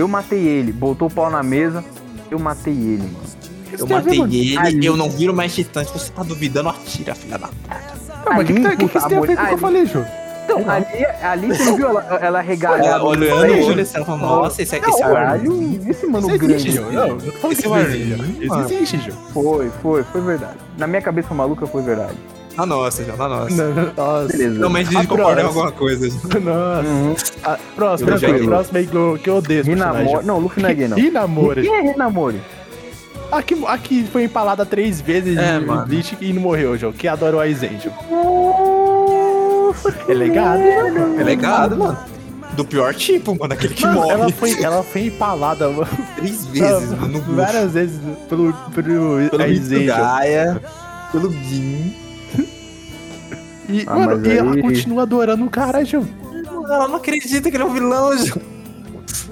[SPEAKER 4] Eu matei ele, botou o pau na mesa, eu matei ele, mano.
[SPEAKER 5] Eu matei ele,
[SPEAKER 4] Ali-
[SPEAKER 5] eu não viro mais titã. Se você tá duvidando, atira, filha da puta.
[SPEAKER 3] Ah, mas o que, que,
[SPEAKER 4] Ali,
[SPEAKER 3] tá- que que
[SPEAKER 4] puta,
[SPEAKER 3] isso tem a ver
[SPEAKER 4] amor-
[SPEAKER 3] com o que eu
[SPEAKER 4] ali-
[SPEAKER 3] falei, João?
[SPEAKER 4] Então, ali, ali você não viu ela, ela regalhada.
[SPEAKER 5] Ela olhando
[SPEAKER 4] Aí,
[SPEAKER 5] o olho, você tá falando, nossa, esse, esse é o Armin.
[SPEAKER 4] Caralho, esse mano
[SPEAKER 3] Isso
[SPEAKER 4] grande.
[SPEAKER 3] existe, João. Não, não fala
[SPEAKER 5] Esse
[SPEAKER 3] que não existe,
[SPEAKER 5] barulho,
[SPEAKER 3] João.
[SPEAKER 5] mano.
[SPEAKER 3] Isso existe, João.
[SPEAKER 4] Foi, foi, foi verdade. Na minha cabeça maluca foi verdade.
[SPEAKER 5] Na nossa, já, na nossa.
[SPEAKER 3] Não, não, Nossa.
[SPEAKER 4] Beleza.
[SPEAKER 5] Realmente a gente
[SPEAKER 3] A
[SPEAKER 5] concordou em
[SPEAKER 3] próxima.
[SPEAKER 5] alguma coisa. gente.
[SPEAKER 3] Nossa.
[SPEAKER 4] Uhum.
[SPEAKER 3] Ah, próximo,
[SPEAKER 5] Eu já
[SPEAKER 3] tranquilo.
[SPEAKER 5] vi.
[SPEAKER 3] Próximo aí que eu, que eu odeio esse
[SPEAKER 4] Rinamori.
[SPEAKER 3] personagem.
[SPEAKER 4] Não, Luffy não é gay, não.
[SPEAKER 3] Rinamori.
[SPEAKER 4] Quem é Rinamori?
[SPEAKER 3] Aqui, aqui foi empalada três vezes
[SPEAKER 5] É,
[SPEAKER 3] em
[SPEAKER 5] mano.
[SPEAKER 3] Bleach e não morreu, João. Que adora o Aizen, João. É legado.
[SPEAKER 5] É legado, mano. Do pior tipo, mano. Aquele que
[SPEAKER 3] Mano,
[SPEAKER 5] morre
[SPEAKER 3] ela foi, ela foi empalada mano,
[SPEAKER 5] três vezes, mano. No bucho.
[SPEAKER 3] várias vezes pelo, pelo,
[SPEAKER 5] Pelo
[SPEAKER 3] Aizen, João.
[SPEAKER 5] Gaia, pelo Gin.
[SPEAKER 3] E,
[SPEAKER 4] Ah,
[SPEAKER 3] mano,
[SPEAKER 4] mas
[SPEAKER 3] e ela
[SPEAKER 4] aí-
[SPEAKER 3] continua adorando o cara, João.
[SPEAKER 5] Ela não acredita que ele é um vilão, Ju.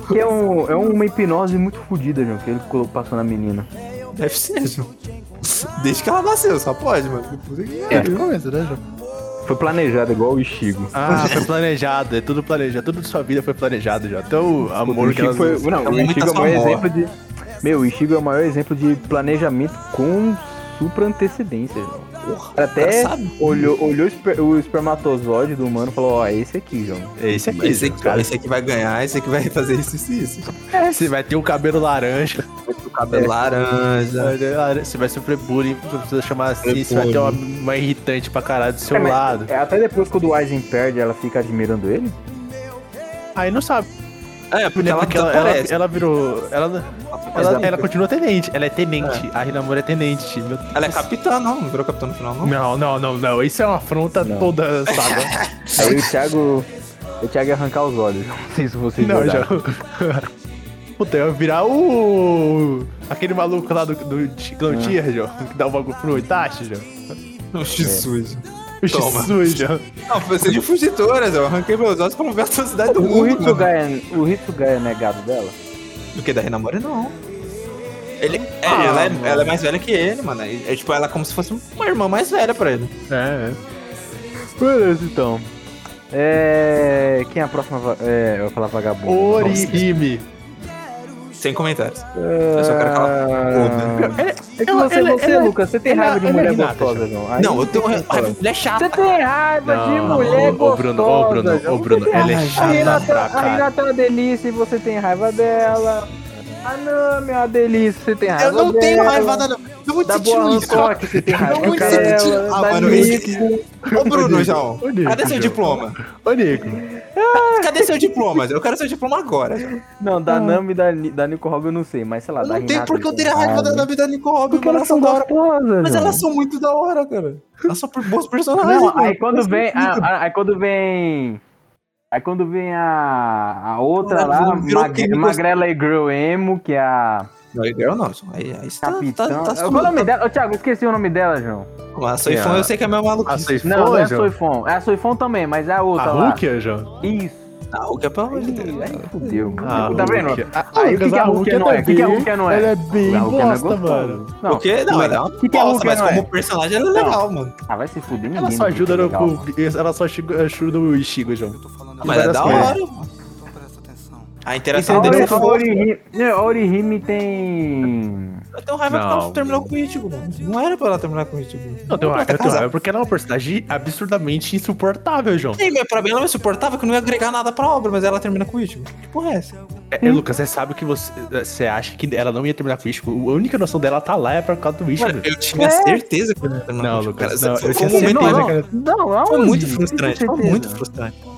[SPEAKER 4] Que é, um, é uma hipnose muito fodida, João, que ele colocou- passou na menina.
[SPEAKER 5] Deve ser, Ju. Desde que ela nasceu, só pode, mano. Puta que
[SPEAKER 3] É,
[SPEAKER 5] pariu.
[SPEAKER 3] do começo, né, João?
[SPEAKER 4] Foi planejado igual o Ishigo.
[SPEAKER 3] Ah, foi planejado, é tudo planejado, tudo de sua vida foi planejado já. Até o
[SPEAKER 4] O
[SPEAKER 3] amor que
[SPEAKER 4] Ishigo
[SPEAKER 3] elas...
[SPEAKER 4] foi, não, o
[SPEAKER 5] muita
[SPEAKER 4] Ishigo é o
[SPEAKER 5] sua
[SPEAKER 4] maior
[SPEAKER 5] morte.
[SPEAKER 4] exemplo de. Meu, o Ishigo é o maior exemplo de planejamento com supra antecedência, João.
[SPEAKER 5] Porra,
[SPEAKER 4] Até
[SPEAKER 5] cara sabe.
[SPEAKER 4] olhou, olhou o esper- o espermatozoide do humano e falou, ó, é esse aqui, João.
[SPEAKER 3] É esse aqui, esse
[SPEAKER 5] Esse aqui, esse aqui vai ganhar, esse aqui vai fazer isso, isso e isso.
[SPEAKER 3] Você vai ter o cabelo um laranja.
[SPEAKER 5] O cabelo laranja.
[SPEAKER 3] Você vai sofrer bullying, você precisa chamar assim, você vai ter uma, uma irritante pra caralho do seu
[SPEAKER 4] mas-
[SPEAKER 3] lado.
[SPEAKER 4] é, até depois que o Duazen perde, ela fica admirando ele?
[SPEAKER 3] Aí não sabe.
[SPEAKER 5] É, porque ela,
[SPEAKER 3] Porque ela, ela,
[SPEAKER 5] aparece.
[SPEAKER 3] ela virou. Ela, ela,
[SPEAKER 4] amiga.
[SPEAKER 3] ela continua tenente. Ela é tenente. A Rinamura é tenente. Meu
[SPEAKER 5] Ela é capitã, não? Não virou capitã no final, não?
[SPEAKER 3] Não, não, não, não. Isso é uma afronta
[SPEAKER 4] Não.
[SPEAKER 3] toda, sabe?
[SPEAKER 4] Aí o Thiago. O Thiago ia arrancar os olhos. Não sei se vocês
[SPEAKER 3] não, já.
[SPEAKER 4] jogaram.
[SPEAKER 3] Puta, eu ia virar o. Aquele maluco lá do, do Chiclão Tier, Jô, que dá o bagulho pro Itachi, Jô.
[SPEAKER 5] Não, Jesus.
[SPEAKER 3] O
[SPEAKER 5] Toma.
[SPEAKER 3] Shisui, Jô.
[SPEAKER 5] É. Não, foi ser de fugitoras, eu arranquei meus olhos pra não ver a sociedade do
[SPEAKER 4] O
[SPEAKER 5] mundo. mano.
[SPEAKER 4] Hitsugai, é- o Hitsugai é negado dela?
[SPEAKER 5] Do que da Renamori, não. Ele, é,
[SPEAKER 3] Ah,
[SPEAKER 5] ela,
[SPEAKER 3] mano.
[SPEAKER 5] é, ela é mais velha que ele, mano. É, é, tipo, ela é como se fosse uma irmã mais velha pra ele.
[SPEAKER 3] É,
[SPEAKER 4] Beleza, então. É. Quem é a próxima. va- É, eu vou falar
[SPEAKER 3] é.
[SPEAKER 4] vagabundo.
[SPEAKER 3] Orihime.
[SPEAKER 5] Sem comentários.
[SPEAKER 4] Eu
[SPEAKER 5] só quero falar, foda.
[SPEAKER 4] Ah, É que
[SPEAKER 3] Ela-
[SPEAKER 4] você,
[SPEAKER 3] ela-
[SPEAKER 4] você
[SPEAKER 3] ela-
[SPEAKER 4] Lucas, você tem
[SPEAKER 3] ela-
[SPEAKER 4] raiva de
[SPEAKER 3] ela é
[SPEAKER 4] mulher
[SPEAKER 3] nada,
[SPEAKER 4] gostosa, não? Aí
[SPEAKER 5] não, eu tenho.
[SPEAKER 4] você
[SPEAKER 5] Ai,
[SPEAKER 4] tem-
[SPEAKER 5] Ele é chato.
[SPEAKER 4] Você tem raiva de mulher
[SPEAKER 3] ô, ô,
[SPEAKER 4] gostosa.
[SPEAKER 3] Bruno, ô, Bruno, ô,
[SPEAKER 4] Você tá
[SPEAKER 3] Bruno,
[SPEAKER 4] tem
[SPEAKER 3] ela é
[SPEAKER 4] raiva.
[SPEAKER 3] chata
[SPEAKER 4] A Renata,
[SPEAKER 3] pra
[SPEAKER 4] a Renata é uma delícia e você tem raiva dela. A Nami é uma delícia, você tem raiva
[SPEAKER 5] Eu
[SPEAKER 4] dela.
[SPEAKER 5] não tenho raiva nada. Eu vou
[SPEAKER 4] Da
[SPEAKER 5] te
[SPEAKER 4] é- boa
[SPEAKER 5] tirar.
[SPEAKER 4] Hancock, você tem
[SPEAKER 5] Eu
[SPEAKER 4] raiva
[SPEAKER 5] vou te
[SPEAKER 4] dela.
[SPEAKER 5] tirar. Ah,
[SPEAKER 4] da
[SPEAKER 5] mano,
[SPEAKER 4] Nico.
[SPEAKER 5] esse- Ô, Bruno,
[SPEAKER 4] tá
[SPEAKER 5] João.
[SPEAKER 3] Ô, Nico,
[SPEAKER 5] Cadê seu
[SPEAKER 3] João.
[SPEAKER 5] diploma?
[SPEAKER 3] Ô, Nico.
[SPEAKER 5] Cadê seu diploma? Eu quero seu diploma agora. João.
[SPEAKER 4] Não, da Nami e da, Ni- da Nico Robin eu não sei, mas sei lá,
[SPEAKER 5] Hum. Eu
[SPEAKER 4] da
[SPEAKER 5] não tenho
[SPEAKER 4] Renata
[SPEAKER 5] porque eu
[SPEAKER 4] tem
[SPEAKER 5] teria raiva da vida da Nico Robin,
[SPEAKER 4] Ah, Porque
[SPEAKER 5] mano.
[SPEAKER 4] elas
[SPEAKER 5] Elas
[SPEAKER 4] são
[SPEAKER 5] são da hora.
[SPEAKER 4] gostosas.
[SPEAKER 5] Mas
[SPEAKER 4] João.
[SPEAKER 5] elas são muito da hora, cara. Elas são por bons personagens.
[SPEAKER 4] Não, aí
[SPEAKER 5] mano.
[SPEAKER 4] quando vem. a- a- Aí quando vem. Aí quando vem a, a outra
[SPEAKER 5] Caralho,
[SPEAKER 4] lá,
[SPEAKER 5] virou
[SPEAKER 4] magre-
[SPEAKER 5] quem gosta-
[SPEAKER 4] Magrela e Girl Emo, que é a
[SPEAKER 5] Não, eu não. João. Aí, aí você tá,
[SPEAKER 4] capitã.
[SPEAKER 5] tá, tá,
[SPEAKER 4] Qual é o nome dela? Ô, Thiago, esqueci o nome dela, João.
[SPEAKER 5] Mas sou fã, eu sei que é meu maluco.
[SPEAKER 3] A Seifon,
[SPEAKER 4] Não, não é a
[SPEAKER 3] Jô?
[SPEAKER 4] Soifon. É a Soifon também, mas é a outra
[SPEAKER 3] A
[SPEAKER 4] lá.
[SPEAKER 3] Rukia, Jô?
[SPEAKER 4] Isso.
[SPEAKER 5] Ah, o que é pra onde?
[SPEAKER 4] Ih, Aí fudeu,
[SPEAKER 3] A
[SPEAKER 4] mano. Tá vendo?
[SPEAKER 3] Rukia. A- é
[SPEAKER 4] Aí o que
[SPEAKER 3] mas
[SPEAKER 4] que a Rukia não é? O que que a Rukia não é?
[SPEAKER 3] Ela é
[SPEAKER 4] A
[SPEAKER 3] bem
[SPEAKER 4] Rukia não é
[SPEAKER 3] bosta,
[SPEAKER 4] gostosa.
[SPEAKER 3] mano.
[SPEAKER 4] Não,
[SPEAKER 5] Porque, não, ela é uma
[SPEAKER 4] que que é
[SPEAKER 5] bosta,
[SPEAKER 4] Hulk,
[SPEAKER 5] mas
[SPEAKER 4] não é?
[SPEAKER 5] como personagem ela é legal, mano.
[SPEAKER 4] Ah, vai se fuder ninguém.
[SPEAKER 3] Ela só
[SPEAKER 4] no
[SPEAKER 3] ajuda no.
[SPEAKER 4] legal, mano.
[SPEAKER 3] Ela só ajuda- ajuda o Ishigo, Jô.
[SPEAKER 5] Mas é
[SPEAKER 3] várias
[SPEAKER 5] da
[SPEAKER 3] coisas.
[SPEAKER 5] hora, mano. A
[SPEAKER 4] A
[SPEAKER 5] interação dele é
[SPEAKER 4] um Ori- a
[SPEAKER 5] foda.
[SPEAKER 4] Orihime- não, a Orihime tem.
[SPEAKER 5] Eu tenho raiva que ela
[SPEAKER 3] Não.
[SPEAKER 5] terminou com o Ichigo, mano. Não era pra ela terminar com o Ichigo.
[SPEAKER 3] Não, tem uma
[SPEAKER 5] Ela tá
[SPEAKER 3] eu tenho
[SPEAKER 5] casada.
[SPEAKER 3] raiva porque ela é uma personagem absurdamente insuportável, João.
[SPEAKER 5] Sim, mas pra mim ela é insuportável que não ia agregar nada pra obra, mas ela termina com o Ichigo. Que porra é essa?
[SPEAKER 3] É, é, Lucas, você sabe que você, você acha que ela não ia terminar com o Ishiko. A única noção dela tá lá é por causa do Ishiko.
[SPEAKER 5] Mano, eu tinha certeza que ela ia terminar
[SPEAKER 3] Não,
[SPEAKER 5] com o Ichigo.
[SPEAKER 3] Lucas,
[SPEAKER 5] cara.
[SPEAKER 3] não,
[SPEAKER 5] Foi
[SPEAKER 3] eu
[SPEAKER 5] um
[SPEAKER 3] tinha
[SPEAKER 5] momento-
[SPEAKER 3] certeza que ela-
[SPEAKER 4] Não, não,
[SPEAKER 5] Foi muito
[SPEAKER 4] aonde?
[SPEAKER 5] frustrante,
[SPEAKER 4] Com
[SPEAKER 5] foi
[SPEAKER 4] certeza.
[SPEAKER 5] muito frustrante.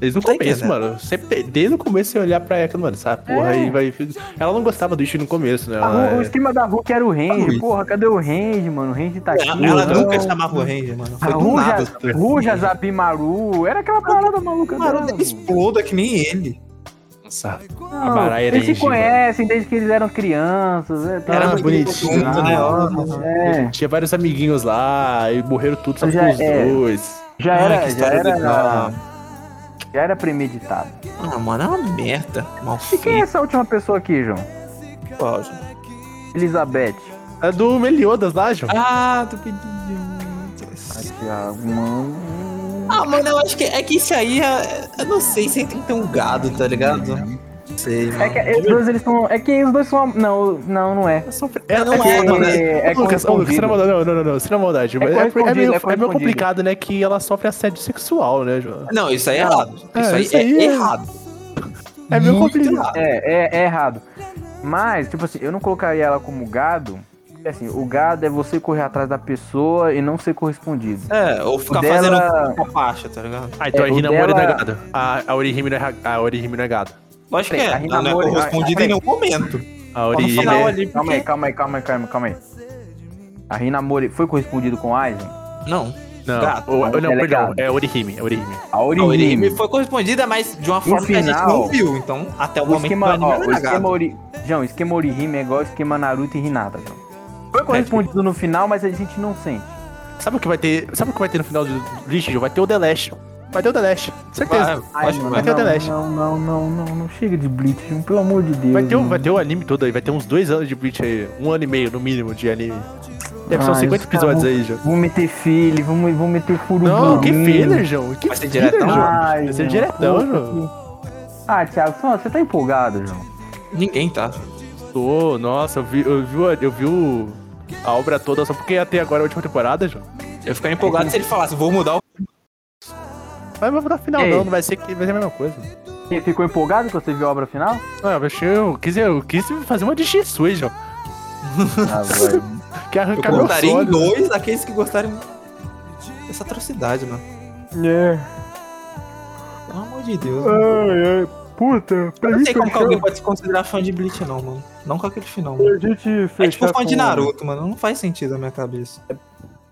[SPEAKER 3] Desde o
[SPEAKER 5] Tem que,
[SPEAKER 3] começo,
[SPEAKER 5] né?
[SPEAKER 3] mano. Você, pe- desde o começo você olhar pra ela, mano, essa porra aí vai. Ela não gostava do Ishiko no começo, né?
[SPEAKER 4] A
[SPEAKER 3] Ela
[SPEAKER 5] Ah,
[SPEAKER 4] Ru- O
[SPEAKER 3] é-
[SPEAKER 4] esquema da Hulk era o Range,
[SPEAKER 5] Luiz.
[SPEAKER 4] porra, cadê o Range, mano? O Range tá aqui.
[SPEAKER 5] Tá Ela, ela
[SPEAKER 4] não.
[SPEAKER 5] nunca chamava o Ranger, mano.
[SPEAKER 4] A
[SPEAKER 5] Foi do nada.
[SPEAKER 4] Ruja, Ruja Zabimaru, era aquela parada maluca
[SPEAKER 5] Mano,
[SPEAKER 4] dela,
[SPEAKER 5] ele exploda que nem ele.
[SPEAKER 3] Nossa,
[SPEAKER 4] mano.
[SPEAKER 3] a Mara era
[SPEAKER 4] Eles se
[SPEAKER 3] Range, mano.
[SPEAKER 4] conhecem desde que eles eram crianças. É, tem
[SPEAKER 3] Era
[SPEAKER 4] uma-
[SPEAKER 3] bonitinho,
[SPEAKER 5] né?
[SPEAKER 4] É,
[SPEAKER 3] Tinha vários amiguinhos lá e morreram tudo só
[SPEAKER 4] Já
[SPEAKER 3] os
[SPEAKER 4] é.
[SPEAKER 3] dois.
[SPEAKER 4] já
[SPEAKER 5] Ai,
[SPEAKER 4] era,
[SPEAKER 5] que
[SPEAKER 4] já
[SPEAKER 5] história legal.
[SPEAKER 4] era, já era premeditado.
[SPEAKER 5] Ah, mano, é uma merda. Mal
[SPEAKER 4] E quem é
[SPEAKER 5] feito,
[SPEAKER 4] essa última pessoa aqui, João?
[SPEAKER 5] Paulo.
[SPEAKER 4] Elizabeth.
[SPEAKER 3] É do Meliodas lá, João.
[SPEAKER 5] Ah, tô pedindo.
[SPEAKER 4] Aqui, ah, mano.
[SPEAKER 5] Ah, mano, eu acho que é que isso aí é. Eu não sei se tem que ter um gado, tá ligado? Não sei, mano.
[SPEAKER 4] É que eles dois, eles são, é que os dois são, não, não, não é.
[SPEAKER 3] É,
[SPEAKER 5] não
[SPEAKER 3] é,
[SPEAKER 5] é, mano, é-
[SPEAKER 4] é
[SPEAKER 3] Lucas, ô, Lucas,
[SPEAKER 4] correspondido.
[SPEAKER 3] sem na maldade, não, não, não, não, sem na maldade. mas É, é,
[SPEAKER 4] correspondido,
[SPEAKER 3] meio,
[SPEAKER 4] é
[SPEAKER 3] é meio
[SPEAKER 4] correspondido.
[SPEAKER 3] complicado, né, que ela sofre assédio sexual, né, João?
[SPEAKER 5] Não, isso aí é errado.
[SPEAKER 3] É,
[SPEAKER 5] Isso aí
[SPEAKER 3] isso
[SPEAKER 5] é,
[SPEAKER 3] aí é-
[SPEAKER 5] errado.
[SPEAKER 3] É meio
[SPEAKER 5] Muito
[SPEAKER 3] complicado.
[SPEAKER 5] errado.
[SPEAKER 4] É, é, é errado. Mas, tipo assim, eu não colocaria ela como gado. Porque, assim, o gado é você correr atrás da pessoa e não ser correspondido.
[SPEAKER 5] É, ou ficar
[SPEAKER 4] dela-
[SPEAKER 5] fazendo com a faixa, tá ligado?
[SPEAKER 3] Ah, então
[SPEAKER 4] É,
[SPEAKER 3] a
[SPEAKER 4] o dela-
[SPEAKER 3] Hinamori não é gado. A, a Orihime não é, ra- a Orihime não é gado.
[SPEAKER 5] Lógico que
[SPEAKER 4] Peraí, tá
[SPEAKER 5] é.
[SPEAKER 4] a
[SPEAKER 5] Ela não é
[SPEAKER 4] Hinamori-
[SPEAKER 5] correspondida
[SPEAKER 4] a-
[SPEAKER 5] em nenhum momento.
[SPEAKER 3] A é-
[SPEAKER 5] Só no
[SPEAKER 3] Orihime...
[SPEAKER 5] final ali,
[SPEAKER 4] Calma aí,
[SPEAKER 5] porque...
[SPEAKER 4] calma aí, calma aí, calma aí, calma aí. A Hinamori foi correspondido com Aizen?
[SPEAKER 5] Não.
[SPEAKER 3] Não,
[SPEAKER 5] Gato.
[SPEAKER 3] o- o- não,
[SPEAKER 4] Ela é
[SPEAKER 3] perdão,
[SPEAKER 4] gado.
[SPEAKER 3] é Orihime, é Orihime.
[SPEAKER 4] A
[SPEAKER 5] A Orihime
[SPEAKER 4] Orihime.
[SPEAKER 5] foi correspondida, mas de uma forma que a gente
[SPEAKER 4] final,
[SPEAKER 5] não viu. Então, até o,
[SPEAKER 4] O
[SPEAKER 5] momento
[SPEAKER 4] esquema,
[SPEAKER 5] do
[SPEAKER 4] ó,
[SPEAKER 5] anime
[SPEAKER 4] o
[SPEAKER 5] não é era
[SPEAKER 4] esquema
[SPEAKER 5] gado.
[SPEAKER 4] Ori... João, o esquema Orihime é igual o esquema Naruto e Hinata, João. Foi correspondido no final, mas a gente não sente.
[SPEAKER 3] Sabe o que vai ter? Sabe o que vai ter no final do lixo? Vai ter o The Last. Vai ter o The Last. Certeza.
[SPEAKER 5] Vai, lógico que
[SPEAKER 4] mano,
[SPEAKER 5] vai.
[SPEAKER 3] vai ter o Teleste.
[SPEAKER 4] não, não, não, não, não, não chega de Bleach, João, pelo amor de Deus.
[SPEAKER 3] Vai
[SPEAKER 5] um,
[SPEAKER 3] ter, o-
[SPEAKER 4] João.
[SPEAKER 3] vai ter o anime todo aí, vai ter uns dois anos de Bleach aí. Um ano e meio, no mínimo, de anime. Deve ser uns
[SPEAKER 4] Ah,
[SPEAKER 3] 50
[SPEAKER 4] os
[SPEAKER 3] episódios
[SPEAKER 4] caras
[SPEAKER 3] aí, João.
[SPEAKER 4] Vou meter filho, vou, me- vou meter furo.
[SPEAKER 3] Não, que filler, João. Que
[SPEAKER 5] Vai ser
[SPEAKER 3] filler,
[SPEAKER 5] diretão,
[SPEAKER 3] João.
[SPEAKER 5] João?
[SPEAKER 4] Ai,
[SPEAKER 3] Vai ser
[SPEAKER 4] João.
[SPEAKER 3] diretão, João.
[SPEAKER 4] Ah, Thiago, só- você tá empolgado, João.
[SPEAKER 5] Ninguém tá.
[SPEAKER 3] Tô, nossa, eu vi, eu vi, o- eu vi o- a obra toda só porque até agora é a última temporada, João.
[SPEAKER 5] Eu ficaria empolgado se ele falasse, vou mudar o.
[SPEAKER 3] Mas vai mudar final
[SPEAKER 4] Ei.
[SPEAKER 5] É.
[SPEAKER 3] não, não vai ser, que- vai ser a mesma coisa.
[SPEAKER 4] Você ficou empolgado quando você viu a obra final?
[SPEAKER 3] Ah, eu, achei- eu, quis, eu quis fazer uma de Jesus, João.
[SPEAKER 4] Ah, vai.
[SPEAKER 3] Quer arrancar
[SPEAKER 5] Eu
[SPEAKER 3] meus
[SPEAKER 5] contaria em
[SPEAKER 3] olhos.
[SPEAKER 5] dois aqueles que gostarem dessa atrocidade, mano.
[SPEAKER 4] É.
[SPEAKER 3] É.
[SPEAKER 5] Pelo amor de Deus.
[SPEAKER 3] Ah,
[SPEAKER 5] mano.
[SPEAKER 4] Ai, ai. Puta, pra
[SPEAKER 5] Eu não
[SPEAKER 4] gente
[SPEAKER 3] é
[SPEAKER 5] sei como que
[SPEAKER 4] fechar,
[SPEAKER 5] alguém pode se considerar fã de Bleach, não, mano. Não com aquele final. mano.
[SPEAKER 4] pra gente fechar
[SPEAKER 5] É tipo
[SPEAKER 3] tá
[SPEAKER 5] fã de
[SPEAKER 4] com-
[SPEAKER 5] Naruto, mano. Não faz sentido na minha cabeça.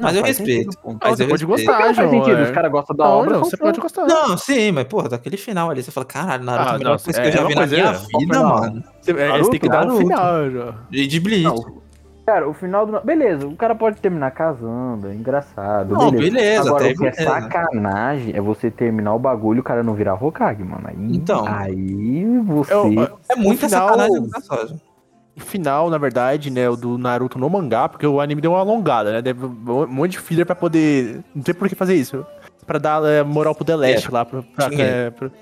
[SPEAKER 5] Mas
[SPEAKER 4] Não,
[SPEAKER 5] eu
[SPEAKER 4] faz
[SPEAKER 5] respeito.
[SPEAKER 4] sentido, pô.
[SPEAKER 3] Não,
[SPEAKER 5] Mas
[SPEAKER 3] você
[SPEAKER 5] eu
[SPEAKER 3] pode
[SPEAKER 5] respeito.
[SPEAKER 3] gostar,
[SPEAKER 4] Não faz
[SPEAKER 3] João.
[SPEAKER 4] sentido,
[SPEAKER 3] é.
[SPEAKER 4] os caras gostam da
[SPEAKER 3] Não,
[SPEAKER 4] obra.
[SPEAKER 3] não,
[SPEAKER 4] faz
[SPEAKER 3] você pode gostar.
[SPEAKER 5] Não, sim, mas porra, daquele final ali, você fala, caralho, Naruto é
[SPEAKER 3] Ah,
[SPEAKER 5] a melhor
[SPEAKER 3] não,
[SPEAKER 5] coisa que
[SPEAKER 3] é
[SPEAKER 5] eu já
[SPEAKER 3] uma
[SPEAKER 5] vi na
[SPEAKER 3] coisa-
[SPEAKER 5] minha
[SPEAKER 3] é,
[SPEAKER 5] vida,
[SPEAKER 4] final.
[SPEAKER 5] mano.
[SPEAKER 3] Você, é, você tem que dar um
[SPEAKER 5] Naruto.
[SPEAKER 3] final, João.
[SPEAKER 5] E de Bleach.
[SPEAKER 4] Não, Cara, o final do. Beleza, o cara pode terminar casando, é engraçado.
[SPEAKER 5] Não,
[SPEAKER 4] beleza.
[SPEAKER 5] beleza,
[SPEAKER 4] Agora,
[SPEAKER 5] até
[SPEAKER 4] o que é
[SPEAKER 5] beleza.
[SPEAKER 4] sacanagem é você terminar o bagulho e o cara não virar Hokage, mano. Aí,
[SPEAKER 5] Então.
[SPEAKER 4] Aí você.
[SPEAKER 3] Eu-
[SPEAKER 5] É muita
[SPEAKER 3] final-
[SPEAKER 5] sacanagem com Sasuke.
[SPEAKER 3] O final, na verdade, né, o do Naruto no mangá, porque o anime deu uma alongada, né? Deve um monte de filler pra poder. Não tem por que fazer isso. Pra dar é, moral pro The Last lá. Pra, pra-
[SPEAKER 5] Dinheiro.
[SPEAKER 3] é, pro-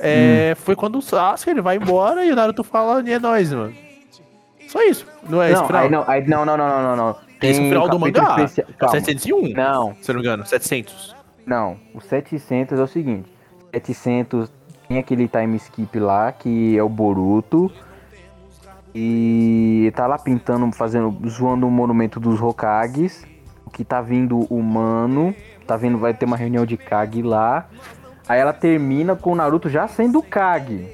[SPEAKER 3] é,
[SPEAKER 4] Hum.
[SPEAKER 3] Foi quando o Sasuke ele vai embora e o Naruto fala, é nóis, mano. Só isso. Não é esse
[SPEAKER 4] Não,
[SPEAKER 3] final.
[SPEAKER 4] aí não, aí não, não, não, não, não, não. Tem
[SPEAKER 3] esse é o final do
[SPEAKER 4] capítulo
[SPEAKER 3] mangá.
[SPEAKER 4] especial-
[SPEAKER 3] É o
[SPEAKER 4] Calma.
[SPEAKER 3] 701,
[SPEAKER 4] Não,
[SPEAKER 3] se eu não me engano. 700.
[SPEAKER 4] Não, o 700 é o seguinte: 700 tem aquele time skip lá que é o Boruto e tá lá pintando, fazendo, zoando o monumento dos Hokages. O que tá vindo o mano, tá vindo, vai ter uma reunião de Kage lá. Aí ela termina com o Naruto já sendo Kage.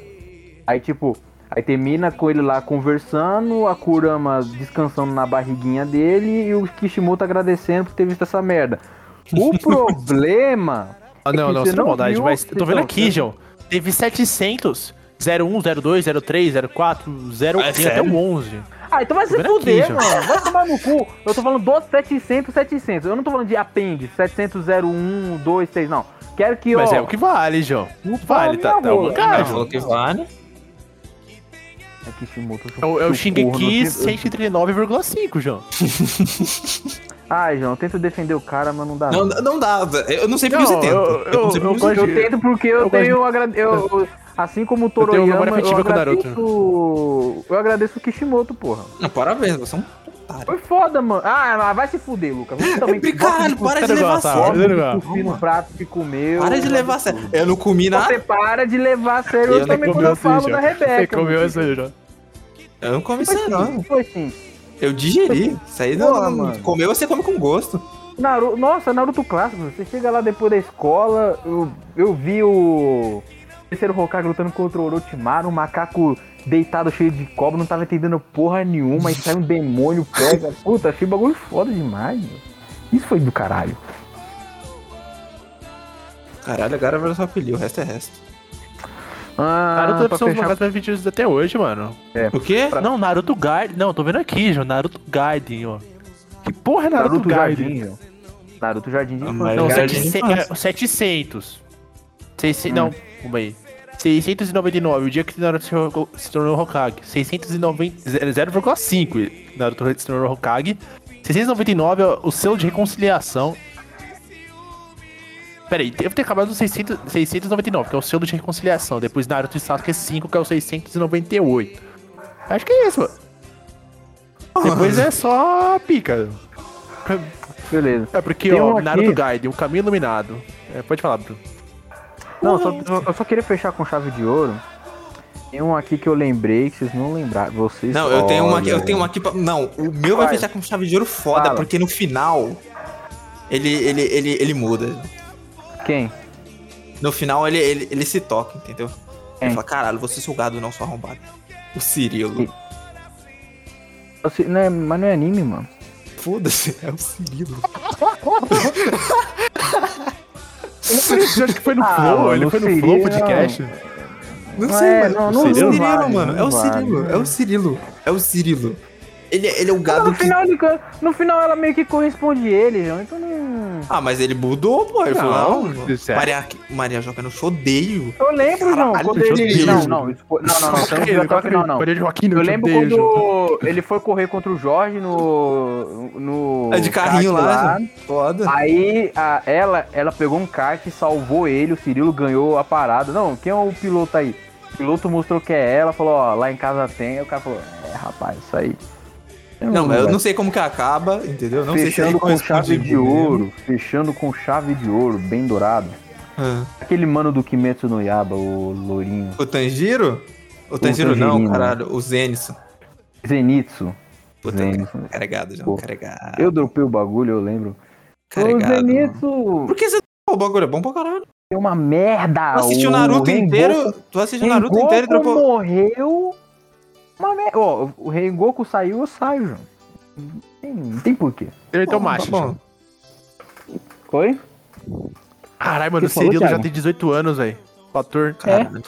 [SPEAKER 4] Aí tipo, aí termina com ele lá conversando, a Kurama descansando na barriguinha dele e o Kishimoto agradecendo por ter visto essa merda. O problema.
[SPEAKER 3] Ah, não,
[SPEAKER 4] que
[SPEAKER 3] não,
[SPEAKER 4] você
[SPEAKER 3] sem maldade,
[SPEAKER 4] viu-
[SPEAKER 3] mas eu tô vendo
[SPEAKER 4] Então,
[SPEAKER 3] aqui,
[SPEAKER 4] você-
[SPEAKER 3] João. Teve um, 700. 01, 02, 03, 04, 0,
[SPEAKER 5] Ah, é
[SPEAKER 3] tem até um
[SPEAKER 5] sério?
[SPEAKER 3] o 11.
[SPEAKER 4] Ah, então vai se
[SPEAKER 3] Vendo aqui,
[SPEAKER 4] fuder,
[SPEAKER 3] João.
[SPEAKER 4] mano. Vai tomar no cu. Eu tô falando dos 700, 700. Eu não tô falando de apêndice, 700, 01, 2, 3, não. Quero que,
[SPEAKER 3] Mas
[SPEAKER 4] ó.
[SPEAKER 3] é o que vale, João. Não vale,
[SPEAKER 4] minha
[SPEAKER 3] tá? tá
[SPEAKER 4] rola.
[SPEAKER 3] o
[SPEAKER 5] Aí
[SPEAKER 3] cara,
[SPEAKER 5] falou que vale.
[SPEAKER 4] É Kishimoto,
[SPEAKER 3] É o, é o
[SPEAKER 4] seu
[SPEAKER 3] Shingeki
[SPEAKER 4] corno.
[SPEAKER 3] 139,5, João.
[SPEAKER 4] Ai, João, eu tento defender o cara, mas não dá.
[SPEAKER 5] Não, não dá, eu não sei porque você
[SPEAKER 3] tá. Não,
[SPEAKER 5] tenta.
[SPEAKER 3] eu-
[SPEAKER 5] Eu não sei
[SPEAKER 3] eu-
[SPEAKER 5] porque
[SPEAKER 3] eu
[SPEAKER 5] você
[SPEAKER 3] gosto
[SPEAKER 4] Eu
[SPEAKER 5] tenta.
[SPEAKER 3] de-
[SPEAKER 4] tento porque eu,
[SPEAKER 3] Eu gosto
[SPEAKER 4] tenho. agra- Eu, eu- assim como o
[SPEAKER 3] tenho
[SPEAKER 4] Toroyama,
[SPEAKER 3] memória
[SPEAKER 4] eu
[SPEAKER 3] afetiva com o Naruto.
[SPEAKER 4] agradeço. Eu agradeço o Kishimoto, porra.
[SPEAKER 5] Não, parabéns, você é um otário.
[SPEAKER 4] Foi foda, mano. Ah, mas vai se fuder, Lucas. Você também
[SPEAKER 5] Sempre, caralho,
[SPEAKER 4] gosta
[SPEAKER 5] É para de
[SPEAKER 3] eu
[SPEAKER 5] levar a
[SPEAKER 3] gostar.
[SPEAKER 5] sério.
[SPEAKER 4] de
[SPEAKER 3] Para de
[SPEAKER 4] cuspir no um
[SPEAKER 5] levar.
[SPEAKER 4] prato que comeu.
[SPEAKER 5] Para de levar a sério. tá Eu não comi nada.
[SPEAKER 4] Você para de levar a sério eu
[SPEAKER 5] Eu
[SPEAKER 4] também
[SPEAKER 3] assim,
[SPEAKER 5] não
[SPEAKER 4] quando eu falo da Rebeca. mano.
[SPEAKER 3] aí, assim, João.
[SPEAKER 5] Eu não comi
[SPEAKER 4] Foi
[SPEAKER 5] isso,
[SPEAKER 4] sim,
[SPEAKER 5] não.
[SPEAKER 4] foi assim, sim.
[SPEAKER 5] Eu digeri. Isso aí
[SPEAKER 4] Porra,
[SPEAKER 5] não.
[SPEAKER 4] mano.
[SPEAKER 5] não- Comeu, você come com gosto.
[SPEAKER 4] Naruto, nossa, Naruto clássico. mano. Você chega lá depois da escola, eu, eu vi o terceiro Hokage lutando contra o Orochimaru, um macaco deitado cheio de cobra, não tava entendendo porra nenhuma, aí sai um demônio, pega. Puta, achei o bagulho foda demais, mano. Isso foi do caralho.
[SPEAKER 5] Caralho, agora vai só apelido, o resto é resto.
[SPEAKER 4] Ah,
[SPEAKER 3] Naruto deve
[SPEAKER 4] pra
[SPEAKER 3] ser um dos
[SPEAKER 4] fechar-
[SPEAKER 3] mangás mais vendidos até hoje, mano.
[SPEAKER 5] O quê?
[SPEAKER 3] Não, Naruto Garden. Não, tô vendo aqui, João. Naruto Garden, ó. Que porra é Naruto,
[SPEAKER 4] Naruto
[SPEAKER 3] Garden?
[SPEAKER 4] Jardim, ó. Naruto Jardim de
[SPEAKER 5] Ah,
[SPEAKER 4] Infância.
[SPEAKER 3] Não,
[SPEAKER 5] mas- Garden
[SPEAKER 3] 700. é, 700. Seis- Não, calma aí. 699, o dia que Naruto se ro- se tornou Hokage. 690 0,5 Naruto se tornou Hokage. 699 é o selo de reconciliação. Peraí, deve ter acabado no 600, 699, que é o selo de reconciliação. Depois Naruto e Sasuke 5, que é o 698. Acho que é isso, mano. Depois é só pica.
[SPEAKER 4] Beleza.
[SPEAKER 3] É porque,
[SPEAKER 4] Tem
[SPEAKER 3] ó,
[SPEAKER 4] um aqui.
[SPEAKER 3] Naruto Gaiden, o caminho iluminado. É, pode falar, Bruno.
[SPEAKER 4] Não, só- só- eu só queria fechar com chave de ouro. Tem um aqui que eu lembrei que vocês não lembraram. Vocês
[SPEAKER 5] Não, eu tenho uma aqui, eu
[SPEAKER 4] Olha.
[SPEAKER 5] tenho uma aqui pra... Não, o meu vai
[SPEAKER 4] Vai.
[SPEAKER 5] fechar com chave de ouro foda,
[SPEAKER 4] Fala.
[SPEAKER 5] porque no final ele, ele, ele, ele muda. um-
[SPEAKER 4] Quem?
[SPEAKER 5] No final ele, ele, ele se toca, entendeu?
[SPEAKER 4] É.
[SPEAKER 5] Ele fala, caralho, você sugado não, sou arrombado. O Cirilo.
[SPEAKER 4] Você- não é- mas não é anime, mano.
[SPEAKER 5] Foda-se, é o Cirilo.
[SPEAKER 3] acho que foi no
[SPEAKER 4] Ah,
[SPEAKER 3] Flow,
[SPEAKER 4] mano,
[SPEAKER 3] ele foi no
[SPEAKER 4] seria-
[SPEAKER 3] Flow podcast.
[SPEAKER 5] Não
[SPEAKER 4] Não
[SPEAKER 5] sei,
[SPEAKER 4] é,
[SPEAKER 5] mano.
[SPEAKER 4] não-
[SPEAKER 5] O
[SPEAKER 4] não-
[SPEAKER 5] Cirilo,
[SPEAKER 4] não
[SPEAKER 5] Cirilo,
[SPEAKER 4] vale,
[SPEAKER 5] mano. É
[SPEAKER 4] não
[SPEAKER 5] o
[SPEAKER 4] vale. né?
[SPEAKER 5] Cirilo, é o Cirilo, é o Cirilo. Ele, ele é o gado
[SPEAKER 4] No
[SPEAKER 5] que...
[SPEAKER 4] final, ele co- no final ela meio que corresponde ele, João. Então não.
[SPEAKER 5] Ah, mas ele mudou, pô. Ele
[SPEAKER 3] Não,
[SPEAKER 5] falou, não,
[SPEAKER 3] isso é-
[SPEAKER 5] Maria, Maria Joca, eu não te odeio.
[SPEAKER 4] Eu lembro, João,
[SPEAKER 3] Caralho,
[SPEAKER 4] quando
[SPEAKER 3] meu
[SPEAKER 4] ele.
[SPEAKER 3] Deus.
[SPEAKER 4] Não, não, isso foi- não, não, não.
[SPEAKER 3] é
[SPEAKER 4] Você não viu até o final, é? não.
[SPEAKER 3] Maria Joaquina,
[SPEAKER 4] Eu
[SPEAKER 3] te
[SPEAKER 4] lembro
[SPEAKER 3] odeio.
[SPEAKER 4] quando ele foi correr contra o Jorge no. no
[SPEAKER 5] É de carrinho
[SPEAKER 4] kart
[SPEAKER 5] lá, né? Foda.
[SPEAKER 4] Aí a- ela, ela pegou um kart, salvou ele, o Cirilo ganhou a parada. Não, quem é o piloto aí? O piloto mostrou que é ela, falou, ó, lá em casa tem. Aí o cara falou, é, rapaz, isso aí.
[SPEAKER 5] Não, mas eu
[SPEAKER 4] velho.
[SPEAKER 5] não sei como que acaba, entendeu? Não sei
[SPEAKER 4] fechando
[SPEAKER 5] se
[SPEAKER 4] com chave de
[SPEAKER 5] né?
[SPEAKER 4] ouro, fechando com chave de ouro, bem dourado.
[SPEAKER 5] Ah.
[SPEAKER 4] Aquele mano do Kimetsu no Yaba, o lourinho.
[SPEAKER 5] O Tanjiro? O Tanjiro não,
[SPEAKER 4] Tanjiro.
[SPEAKER 5] caralho. O Zenitsu.
[SPEAKER 4] Zenitsu.
[SPEAKER 5] Puta,
[SPEAKER 4] Zen.
[SPEAKER 5] cara, carregado, João,
[SPEAKER 4] Pô.
[SPEAKER 5] carregado.
[SPEAKER 4] Eu dropei o bagulho, eu lembro. o
[SPEAKER 5] carregado. mano.
[SPEAKER 4] Zenitsu
[SPEAKER 5] Por que você. Pô, o bagulho é bom pra caralho.
[SPEAKER 4] é uma merda.
[SPEAKER 5] Tu assistiu
[SPEAKER 4] o
[SPEAKER 5] Naruto
[SPEAKER 4] Rengoku-
[SPEAKER 5] inteiro. Tu assistiu Naruto
[SPEAKER 4] Rengoku
[SPEAKER 5] inteiro e dropou.
[SPEAKER 4] morreu. Uma merda. Ó, o Rengoku saiu, eu saio, João. Não tem- Não tem porquê.
[SPEAKER 3] Ele tem
[SPEAKER 4] Tá
[SPEAKER 3] o
[SPEAKER 5] Bom,
[SPEAKER 3] macho.
[SPEAKER 5] bom.
[SPEAKER 3] João.
[SPEAKER 4] Foi?
[SPEAKER 3] Caralho, mano, o
[SPEAKER 4] Você falou,
[SPEAKER 3] Cirilo já
[SPEAKER 4] Thiago?
[SPEAKER 3] tem 18 anos, velho. O ator.
[SPEAKER 4] É?
[SPEAKER 5] Caralho.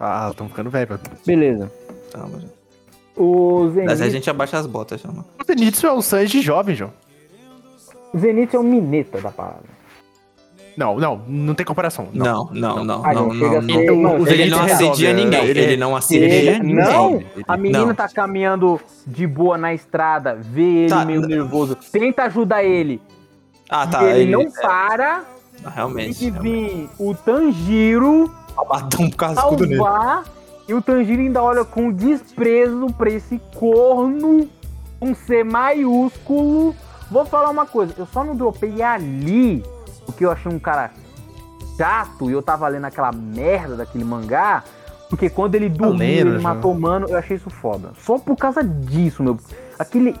[SPEAKER 3] Ah, tão ficando velho. velho.
[SPEAKER 4] Beleza.
[SPEAKER 5] Calma, João.
[SPEAKER 4] O
[SPEAKER 5] Mas a
[SPEAKER 4] Zenitsu,
[SPEAKER 5] gente abaixa as botas, já, mano.
[SPEAKER 3] O Zenitsu é o Sanji jovem, João.
[SPEAKER 4] Zenitsu é o mineta da palavra.
[SPEAKER 3] Não, não, não tem comparação. Não.
[SPEAKER 5] Não, não, não,
[SPEAKER 4] Ah,
[SPEAKER 5] não,
[SPEAKER 4] não, chega
[SPEAKER 5] não.
[SPEAKER 4] a ser-
[SPEAKER 5] não.
[SPEAKER 4] não,
[SPEAKER 5] Ele
[SPEAKER 4] chega
[SPEAKER 5] não
[SPEAKER 4] a ser
[SPEAKER 5] assedia
[SPEAKER 3] resolve,
[SPEAKER 5] ninguém.
[SPEAKER 3] é, ele-
[SPEAKER 5] Ele um não assedia
[SPEAKER 4] Ele,
[SPEAKER 5] ninguém.
[SPEAKER 4] não,
[SPEAKER 3] Ele-
[SPEAKER 4] a menina
[SPEAKER 5] não.
[SPEAKER 4] tá caminhando de boa na estrada, vê ele
[SPEAKER 5] Tá.
[SPEAKER 4] meio nervoso, tenta ajudar ele,
[SPEAKER 5] Ah, tá.
[SPEAKER 4] ele,
[SPEAKER 5] Ele
[SPEAKER 4] não para,
[SPEAKER 5] Ah,
[SPEAKER 4] tem
[SPEAKER 5] Realmente.
[SPEAKER 4] que
[SPEAKER 5] realmente.
[SPEAKER 4] vir o Tanjiro
[SPEAKER 5] Batom cascudo nele.
[SPEAKER 4] salvar, e o Tanjiro ainda olha com desprezo pra esse corno, um C maiúsculo. Vou falar uma coisa, eu só não dropei ali, porque eu achei um cara chato e eu tava lendo aquela merda daquele mangá, porque quando ele dormiu,
[SPEAKER 3] lendo,
[SPEAKER 4] ele
[SPEAKER 3] já.
[SPEAKER 4] matou o mano, eu achei isso foda. Só por causa disso, meu. Aquele.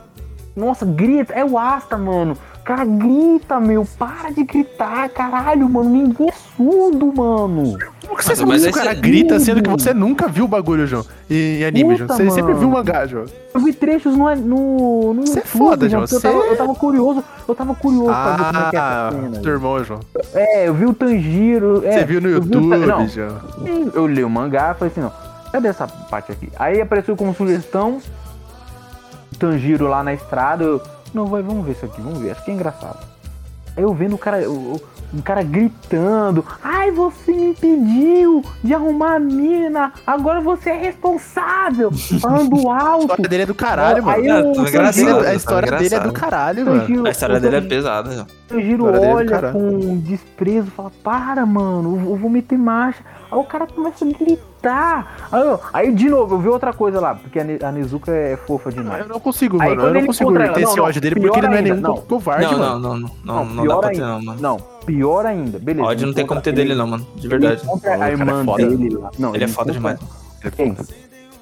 [SPEAKER 4] Nossa, grita, é o Asta, mano. Cara, grita, meu. Para de gritar, caralho, mano. Ninguém é surdo, mano.
[SPEAKER 3] Como que você
[SPEAKER 5] Mas-
[SPEAKER 3] sabe
[SPEAKER 5] mas
[SPEAKER 3] que o
[SPEAKER 5] esse
[SPEAKER 3] cara
[SPEAKER 5] é
[SPEAKER 3] grita sendo que
[SPEAKER 4] lindo.
[SPEAKER 3] você nunca viu o bagulho, João? E, e anime, João.
[SPEAKER 4] Puta,
[SPEAKER 3] Você sempre
[SPEAKER 4] mano.
[SPEAKER 3] viu o mangá, João.
[SPEAKER 4] Eu vi trechos no. no, no
[SPEAKER 3] Cê é
[SPEAKER 4] YouTube, né?
[SPEAKER 3] foda, João,
[SPEAKER 4] porque Eu
[SPEAKER 3] cê
[SPEAKER 4] tava,
[SPEAKER 3] é-
[SPEAKER 4] eu tava curioso. Eu tava curioso pra ver como é que é
[SPEAKER 3] Ah,
[SPEAKER 4] essa cena.
[SPEAKER 3] teu irmão, João.
[SPEAKER 4] É, eu vi o Tanjiro.
[SPEAKER 3] Você
[SPEAKER 4] é,
[SPEAKER 3] viu no
[SPEAKER 4] eu vi o Tan-
[SPEAKER 3] YouTube,
[SPEAKER 4] não,
[SPEAKER 3] João.
[SPEAKER 4] Sim, eu li o mangá e falei assim, não, cadê essa parte aqui? Aí apareceu como sugestão o Tanjiro lá na estrada, eu, não, vai, vamos ver isso aqui, vamos ver, acho que é engraçado. Aí eu vendo o cara, o- o- um cara gritando, ai, você me impediu de arrumar a mina, agora você é responsável, falando
[SPEAKER 3] A
[SPEAKER 4] alto.
[SPEAKER 3] história dele é do caralho,
[SPEAKER 4] Aí
[SPEAKER 3] mano.
[SPEAKER 5] Ah,
[SPEAKER 4] o Tanjiro-
[SPEAKER 5] tá
[SPEAKER 3] A história
[SPEAKER 5] engraçado,
[SPEAKER 3] dele-
[SPEAKER 5] tá
[SPEAKER 3] A história dele é do
[SPEAKER 5] engraçado.
[SPEAKER 3] caralho, mano.
[SPEAKER 4] Tanjiro-
[SPEAKER 5] A história
[SPEAKER 4] o
[SPEAKER 5] dele é
[SPEAKER 4] Tanjiro-
[SPEAKER 5] pesada, João.
[SPEAKER 4] o Tanjiro
[SPEAKER 3] História dele do
[SPEAKER 4] olha
[SPEAKER 3] caralho.
[SPEAKER 4] com desprezo, fala, para, mano, eu, eu vou meter marcha. Aí o cara começa a gritar. Aí, eu- aí, de novo, eu vi outra coisa lá, porque a, Ne- a Nezuka é fofa
[SPEAKER 3] Não,
[SPEAKER 4] demais.
[SPEAKER 3] Eu não consigo,
[SPEAKER 4] Aí
[SPEAKER 3] mano.
[SPEAKER 4] quando
[SPEAKER 3] Eu não
[SPEAKER 4] ele
[SPEAKER 3] consigo
[SPEAKER 4] encontra ela-
[SPEAKER 3] ter esse
[SPEAKER 4] não,
[SPEAKER 3] ódio dele
[SPEAKER 4] pior
[SPEAKER 3] porque ele não é
[SPEAKER 4] ainda,
[SPEAKER 3] nenhum
[SPEAKER 4] não.
[SPEAKER 3] covarde,
[SPEAKER 5] Não,
[SPEAKER 3] mano.
[SPEAKER 5] não, não, não, não, não dá
[SPEAKER 4] pior
[SPEAKER 5] pra ter,
[SPEAKER 4] ainda.
[SPEAKER 5] não, mano.
[SPEAKER 4] Não, pior ainda. Beleza.
[SPEAKER 5] Ódio não tem como ter dele, não, mano. De verdade.
[SPEAKER 4] Ele encontra a
[SPEAKER 3] cara é
[SPEAKER 4] irmã
[SPEAKER 3] foda.
[SPEAKER 4] dele lá. Não,
[SPEAKER 5] Ele é foda
[SPEAKER 4] encontra-
[SPEAKER 5] demais.
[SPEAKER 4] Quem?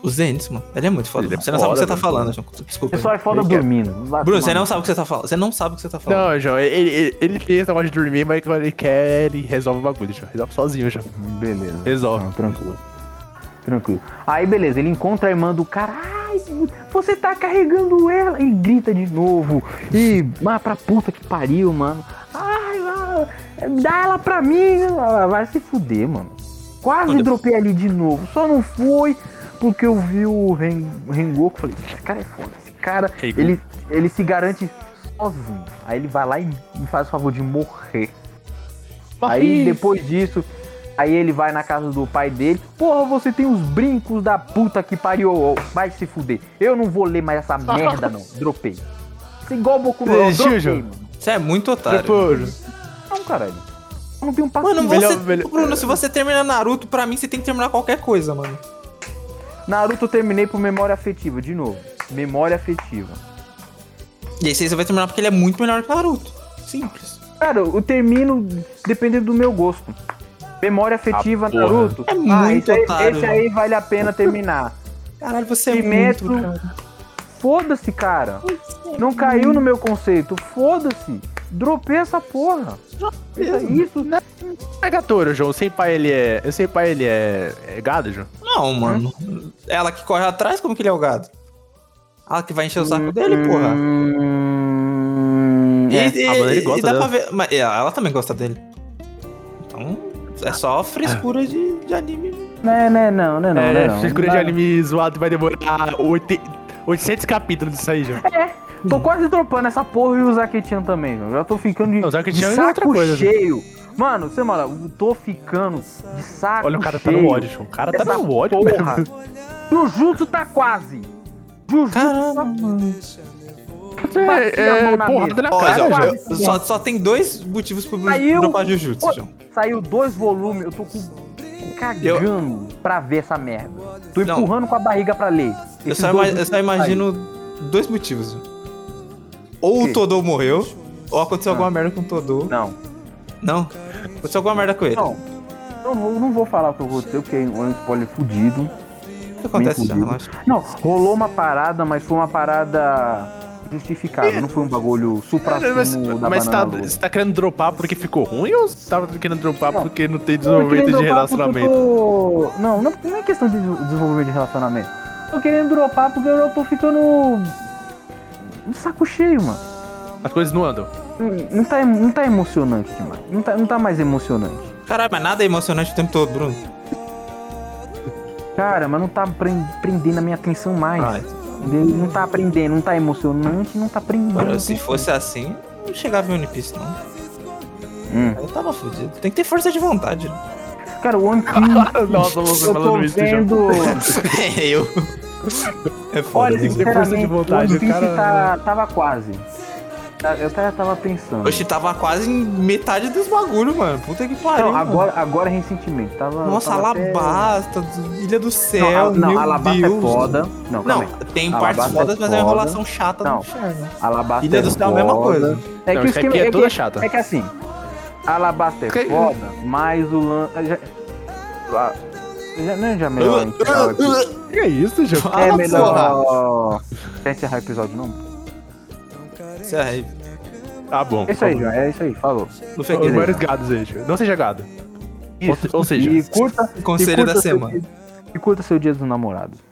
[SPEAKER 5] O Zenitsu, mano. Ele é muito foda.
[SPEAKER 3] Ele é
[SPEAKER 5] você não sabe o que você
[SPEAKER 3] foda,
[SPEAKER 5] tá
[SPEAKER 3] mano.
[SPEAKER 5] falando, João. Desculpa.
[SPEAKER 4] Você só é foda
[SPEAKER 3] Ele é-
[SPEAKER 4] dormindo. Vai
[SPEAKER 5] Bruno,
[SPEAKER 4] tomar
[SPEAKER 5] você
[SPEAKER 4] no
[SPEAKER 5] não sabe o que você tá falando. Você não sabe o que você tá falando.
[SPEAKER 3] Não, João, ele, ele, ele tem esse negócio de dormir, mas quando ele quer, ele resolve o bagulho, João. Resolve sozinho, João.
[SPEAKER 4] Beleza.
[SPEAKER 3] Resolve.
[SPEAKER 4] Não, tranquilo. Tranquilo. Aí, beleza, ele encontra a irmã do caralho, você tá carregando ela. E grita de novo. E, mas pra puta que pariu, mano. Ai, ah, dá ela pra mim. Ela vai se fuder, mano. Quase
[SPEAKER 5] Olha-
[SPEAKER 4] dropei ali de novo. Só não foi porque eu vi o Ren- Rengoku. Falei, esse cara é foda. Esse cara,
[SPEAKER 3] Rengoku.
[SPEAKER 4] ele, ele se garante sozinho. Aí ele vai lá e me faz o favor de morrer. Aí depois disso, aí ele vai na casa do pai dele. Porra, você tem os brincos da puta que pariu. Ô, Vai se fuder. Eu não vou ler mais essa merda, não. Dropei. Isso é igual o Boku no Hero, eu
[SPEAKER 3] Desistiu,
[SPEAKER 4] dropei,
[SPEAKER 3] João?
[SPEAKER 4] mano.
[SPEAKER 5] Você é muito otário.
[SPEAKER 4] Tipo,
[SPEAKER 3] Depois.
[SPEAKER 4] Não, caralho. Eu não tenho paciência.
[SPEAKER 5] Mano,
[SPEAKER 3] Assim, Melhor-
[SPEAKER 5] você,
[SPEAKER 3] melhor-
[SPEAKER 5] Bruno, se você terminar Naruto, pra mim você tem que terminar qualquer coisa, mano.
[SPEAKER 4] Naruto eu terminei por memória afetiva, de novo. Memória afetiva.
[SPEAKER 5] E aí você vai terminar porque ele é muito melhor que Naruto. Simples.
[SPEAKER 4] Cara, eu termino dependendo do meu gosto. Memória afetiva,
[SPEAKER 3] Ah, porra.
[SPEAKER 4] Naruto.
[SPEAKER 5] É
[SPEAKER 4] esse,
[SPEAKER 5] muito
[SPEAKER 4] aí-
[SPEAKER 5] otário,
[SPEAKER 4] esse aí vale a pena terminar.
[SPEAKER 5] Caralho, você é
[SPEAKER 4] Kimetsu.
[SPEAKER 5] muito. cara.
[SPEAKER 4] Foda-se, cara. Não caiu no meu conceito. Foda-se. Dropei essa porra. Isso, né?
[SPEAKER 3] É gatouro, João. O senpai, ele é... O senpai, ele é... é gado, João?
[SPEAKER 5] Não, mano. Ela que corre atrás, como que ele é o gado? Ela que vai encher o saco dele, porra.
[SPEAKER 4] Hum,
[SPEAKER 5] E,
[SPEAKER 4] é.
[SPEAKER 5] e-
[SPEAKER 3] Ah, mas ele
[SPEAKER 5] e
[SPEAKER 3] gosta
[SPEAKER 5] dá
[SPEAKER 3] dela.
[SPEAKER 5] pra ver. Mas e ela também gosta dele. Então, é só frescura de, de anime.
[SPEAKER 4] Não, não, não, não, não.
[SPEAKER 3] é,
[SPEAKER 4] não,
[SPEAKER 3] frescura
[SPEAKER 4] não.
[SPEAKER 3] de anime zoado vai demorar oite- 800 capítulos disso aí, João.
[SPEAKER 4] Tô quase dropando essa porra e o Zaketian também, mano. Já tô ficando de,
[SPEAKER 3] Não, o Zaketian
[SPEAKER 4] de
[SPEAKER 3] é
[SPEAKER 4] saco
[SPEAKER 3] outra coisa, né?
[SPEAKER 4] cheio. Mano, você mala, eu tô ficando de saco
[SPEAKER 3] Olha, o cara tá
[SPEAKER 4] cheio.
[SPEAKER 3] no ódio, João. O cara tá
[SPEAKER 4] Essa
[SPEAKER 3] no ódio,
[SPEAKER 4] porra.
[SPEAKER 3] mano.
[SPEAKER 4] Jujutsu tá quase. Jujutsu
[SPEAKER 5] Caramba, mano.
[SPEAKER 4] bati
[SPEAKER 3] É,
[SPEAKER 4] a mão na mesa.
[SPEAKER 3] porrada
[SPEAKER 4] Tá
[SPEAKER 3] na
[SPEAKER 5] Ó,
[SPEAKER 3] Cara,
[SPEAKER 5] João,
[SPEAKER 4] quase,
[SPEAKER 5] João, só, só tem dois motivos pro
[SPEAKER 4] Saiu.
[SPEAKER 5] dropar Jujutsu,
[SPEAKER 4] Ô,
[SPEAKER 5] João.
[SPEAKER 4] Saiu dois volumes, eu tô com... cagando pra ver essa merda. Tô
[SPEAKER 5] Não.
[SPEAKER 4] empurrando com a barriga pra ler.
[SPEAKER 5] Eu
[SPEAKER 4] Esses
[SPEAKER 5] só,
[SPEAKER 4] dois
[SPEAKER 5] ima- eu só
[SPEAKER 4] volumes
[SPEAKER 5] imagino dois motivos. Ou
[SPEAKER 4] quê? Ah.
[SPEAKER 5] o Todô morreu, ou aconteceu alguma merda com o Todô.
[SPEAKER 4] saíram. Não,
[SPEAKER 5] Não. Aconteceu alguma merda com ele.
[SPEAKER 4] não. Eu não, eu não vou falar o que eu vou ter, porque é um spoiler fudido.
[SPEAKER 5] que acontece já,
[SPEAKER 4] Inclusive.
[SPEAKER 5] relaxa.
[SPEAKER 4] Não, rolou uma parada, mas foi uma parada justificada. Não foi um bagulho supra
[SPEAKER 3] Mas,
[SPEAKER 4] da
[SPEAKER 3] mas tá,
[SPEAKER 4] banana. Boa.
[SPEAKER 3] você tá querendo dropar porque ficou ruim ou você tava querendo dropar
[SPEAKER 4] Não.
[SPEAKER 3] porque não tem
[SPEAKER 4] Eu tô querendo
[SPEAKER 3] desenvolvimento de
[SPEAKER 4] dropar porque eu
[SPEAKER 3] relacionamento?
[SPEAKER 4] tô- Não, não, não é questão de des- desenvolvimento de relacionamento. Tô querendo dropar porque eu tô ficando. Um saco cheio, mano.
[SPEAKER 3] As coisas não andam.
[SPEAKER 4] Não- Não tá, não tá emocionante demais. Não tá, não tá mais emocionante.
[SPEAKER 5] Caralho, mas nada é emocionante o tempo todo, Bruno.
[SPEAKER 4] Cara, mas não tá pren- prendendo a minha atenção mais.
[SPEAKER 5] Ai,
[SPEAKER 4] Entendeu? Não tá aprendendo, não tá emocionante, não tá prendendo.
[SPEAKER 5] mano, se fosse assim, eu não chegava em One Piece, não.
[SPEAKER 4] Hum.
[SPEAKER 5] Eu tava fudido. Tem que ter força de vontade. né?
[SPEAKER 4] Cara, o One Piece.
[SPEAKER 3] Nossa, você
[SPEAKER 4] eu tô
[SPEAKER 3] falando isso,
[SPEAKER 4] vendo.
[SPEAKER 5] eu. É foda.
[SPEAKER 4] Olha,
[SPEAKER 3] tem força de
[SPEAKER 5] né?
[SPEAKER 4] sinceramente, o
[SPEAKER 3] vontade,
[SPEAKER 4] One Piece
[SPEAKER 3] cara.
[SPEAKER 4] tá- tava quase. Tá- Eu tava, tava pensando.
[SPEAKER 5] Oxe, tava quase em metade dos bagulhos, mano. Puta que pariu.
[SPEAKER 4] Não,
[SPEAKER 5] mano.
[SPEAKER 4] agora, agora é recentemente. Tava,
[SPEAKER 5] Nossa,
[SPEAKER 4] tava até-
[SPEAKER 5] Alabasta, Ilha do
[SPEAKER 4] Não,
[SPEAKER 5] Céu.
[SPEAKER 4] a- não
[SPEAKER 5] meu
[SPEAKER 4] Alabasta
[SPEAKER 5] Deus.
[SPEAKER 4] é foda. Não, calma
[SPEAKER 5] Não,
[SPEAKER 4] aí.
[SPEAKER 5] tem
[SPEAKER 4] Alabasta
[SPEAKER 5] partes
[SPEAKER 4] é
[SPEAKER 5] fodas, mas é uma
[SPEAKER 4] foda.
[SPEAKER 5] enrolação chata
[SPEAKER 4] Não.
[SPEAKER 5] do inferno.
[SPEAKER 4] Alabasta
[SPEAKER 5] Ilha
[SPEAKER 4] é
[SPEAKER 5] do Céu é a
[SPEAKER 4] foda.
[SPEAKER 5] mesma coisa.
[SPEAKER 4] É
[SPEAKER 3] Não,
[SPEAKER 4] que o
[SPEAKER 3] isso aqui
[SPEAKER 4] esquema
[SPEAKER 3] é
[SPEAKER 4] é,
[SPEAKER 3] toda
[SPEAKER 4] que,
[SPEAKER 3] chata.
[SPEAKER 4] é que assim, Alabasta é
[SPEAKER 3] Que-
[SPEAKER 4] foda, mas o Lan. Já, lá- já, não é já melhor. encerrar o episódio?
[SPEAKER 3] Que é isso, João?
[SPEAKER 4] É
[SPEAKER 5] fala,
[SPEAKER 4] melhor. Quer encerrar o episódio, não?
[SPEAKER 5] Isso aí.
[SPEAKER 3] Tá bom.
[SPEAKER 4] É isso aí, João. É isso aí, falou.
[SPEAKER 5] Luffy é
[SPEAKER 3] Os
[SPEAKER 5] aquele.
[SPEAKER 3] maiores gados, gente. Não seja gado. Ou- ou seja-
[SPEAKER 4] e curta,
[SPEAKER 5] Conselho
[SPEAKER 4] e curta
[SPEAKER 5] da
[SPEAKER 4] seu
[SPEAKER 5] semana.
[SPEAKER 4] dia- E curta seu dia dos namorados.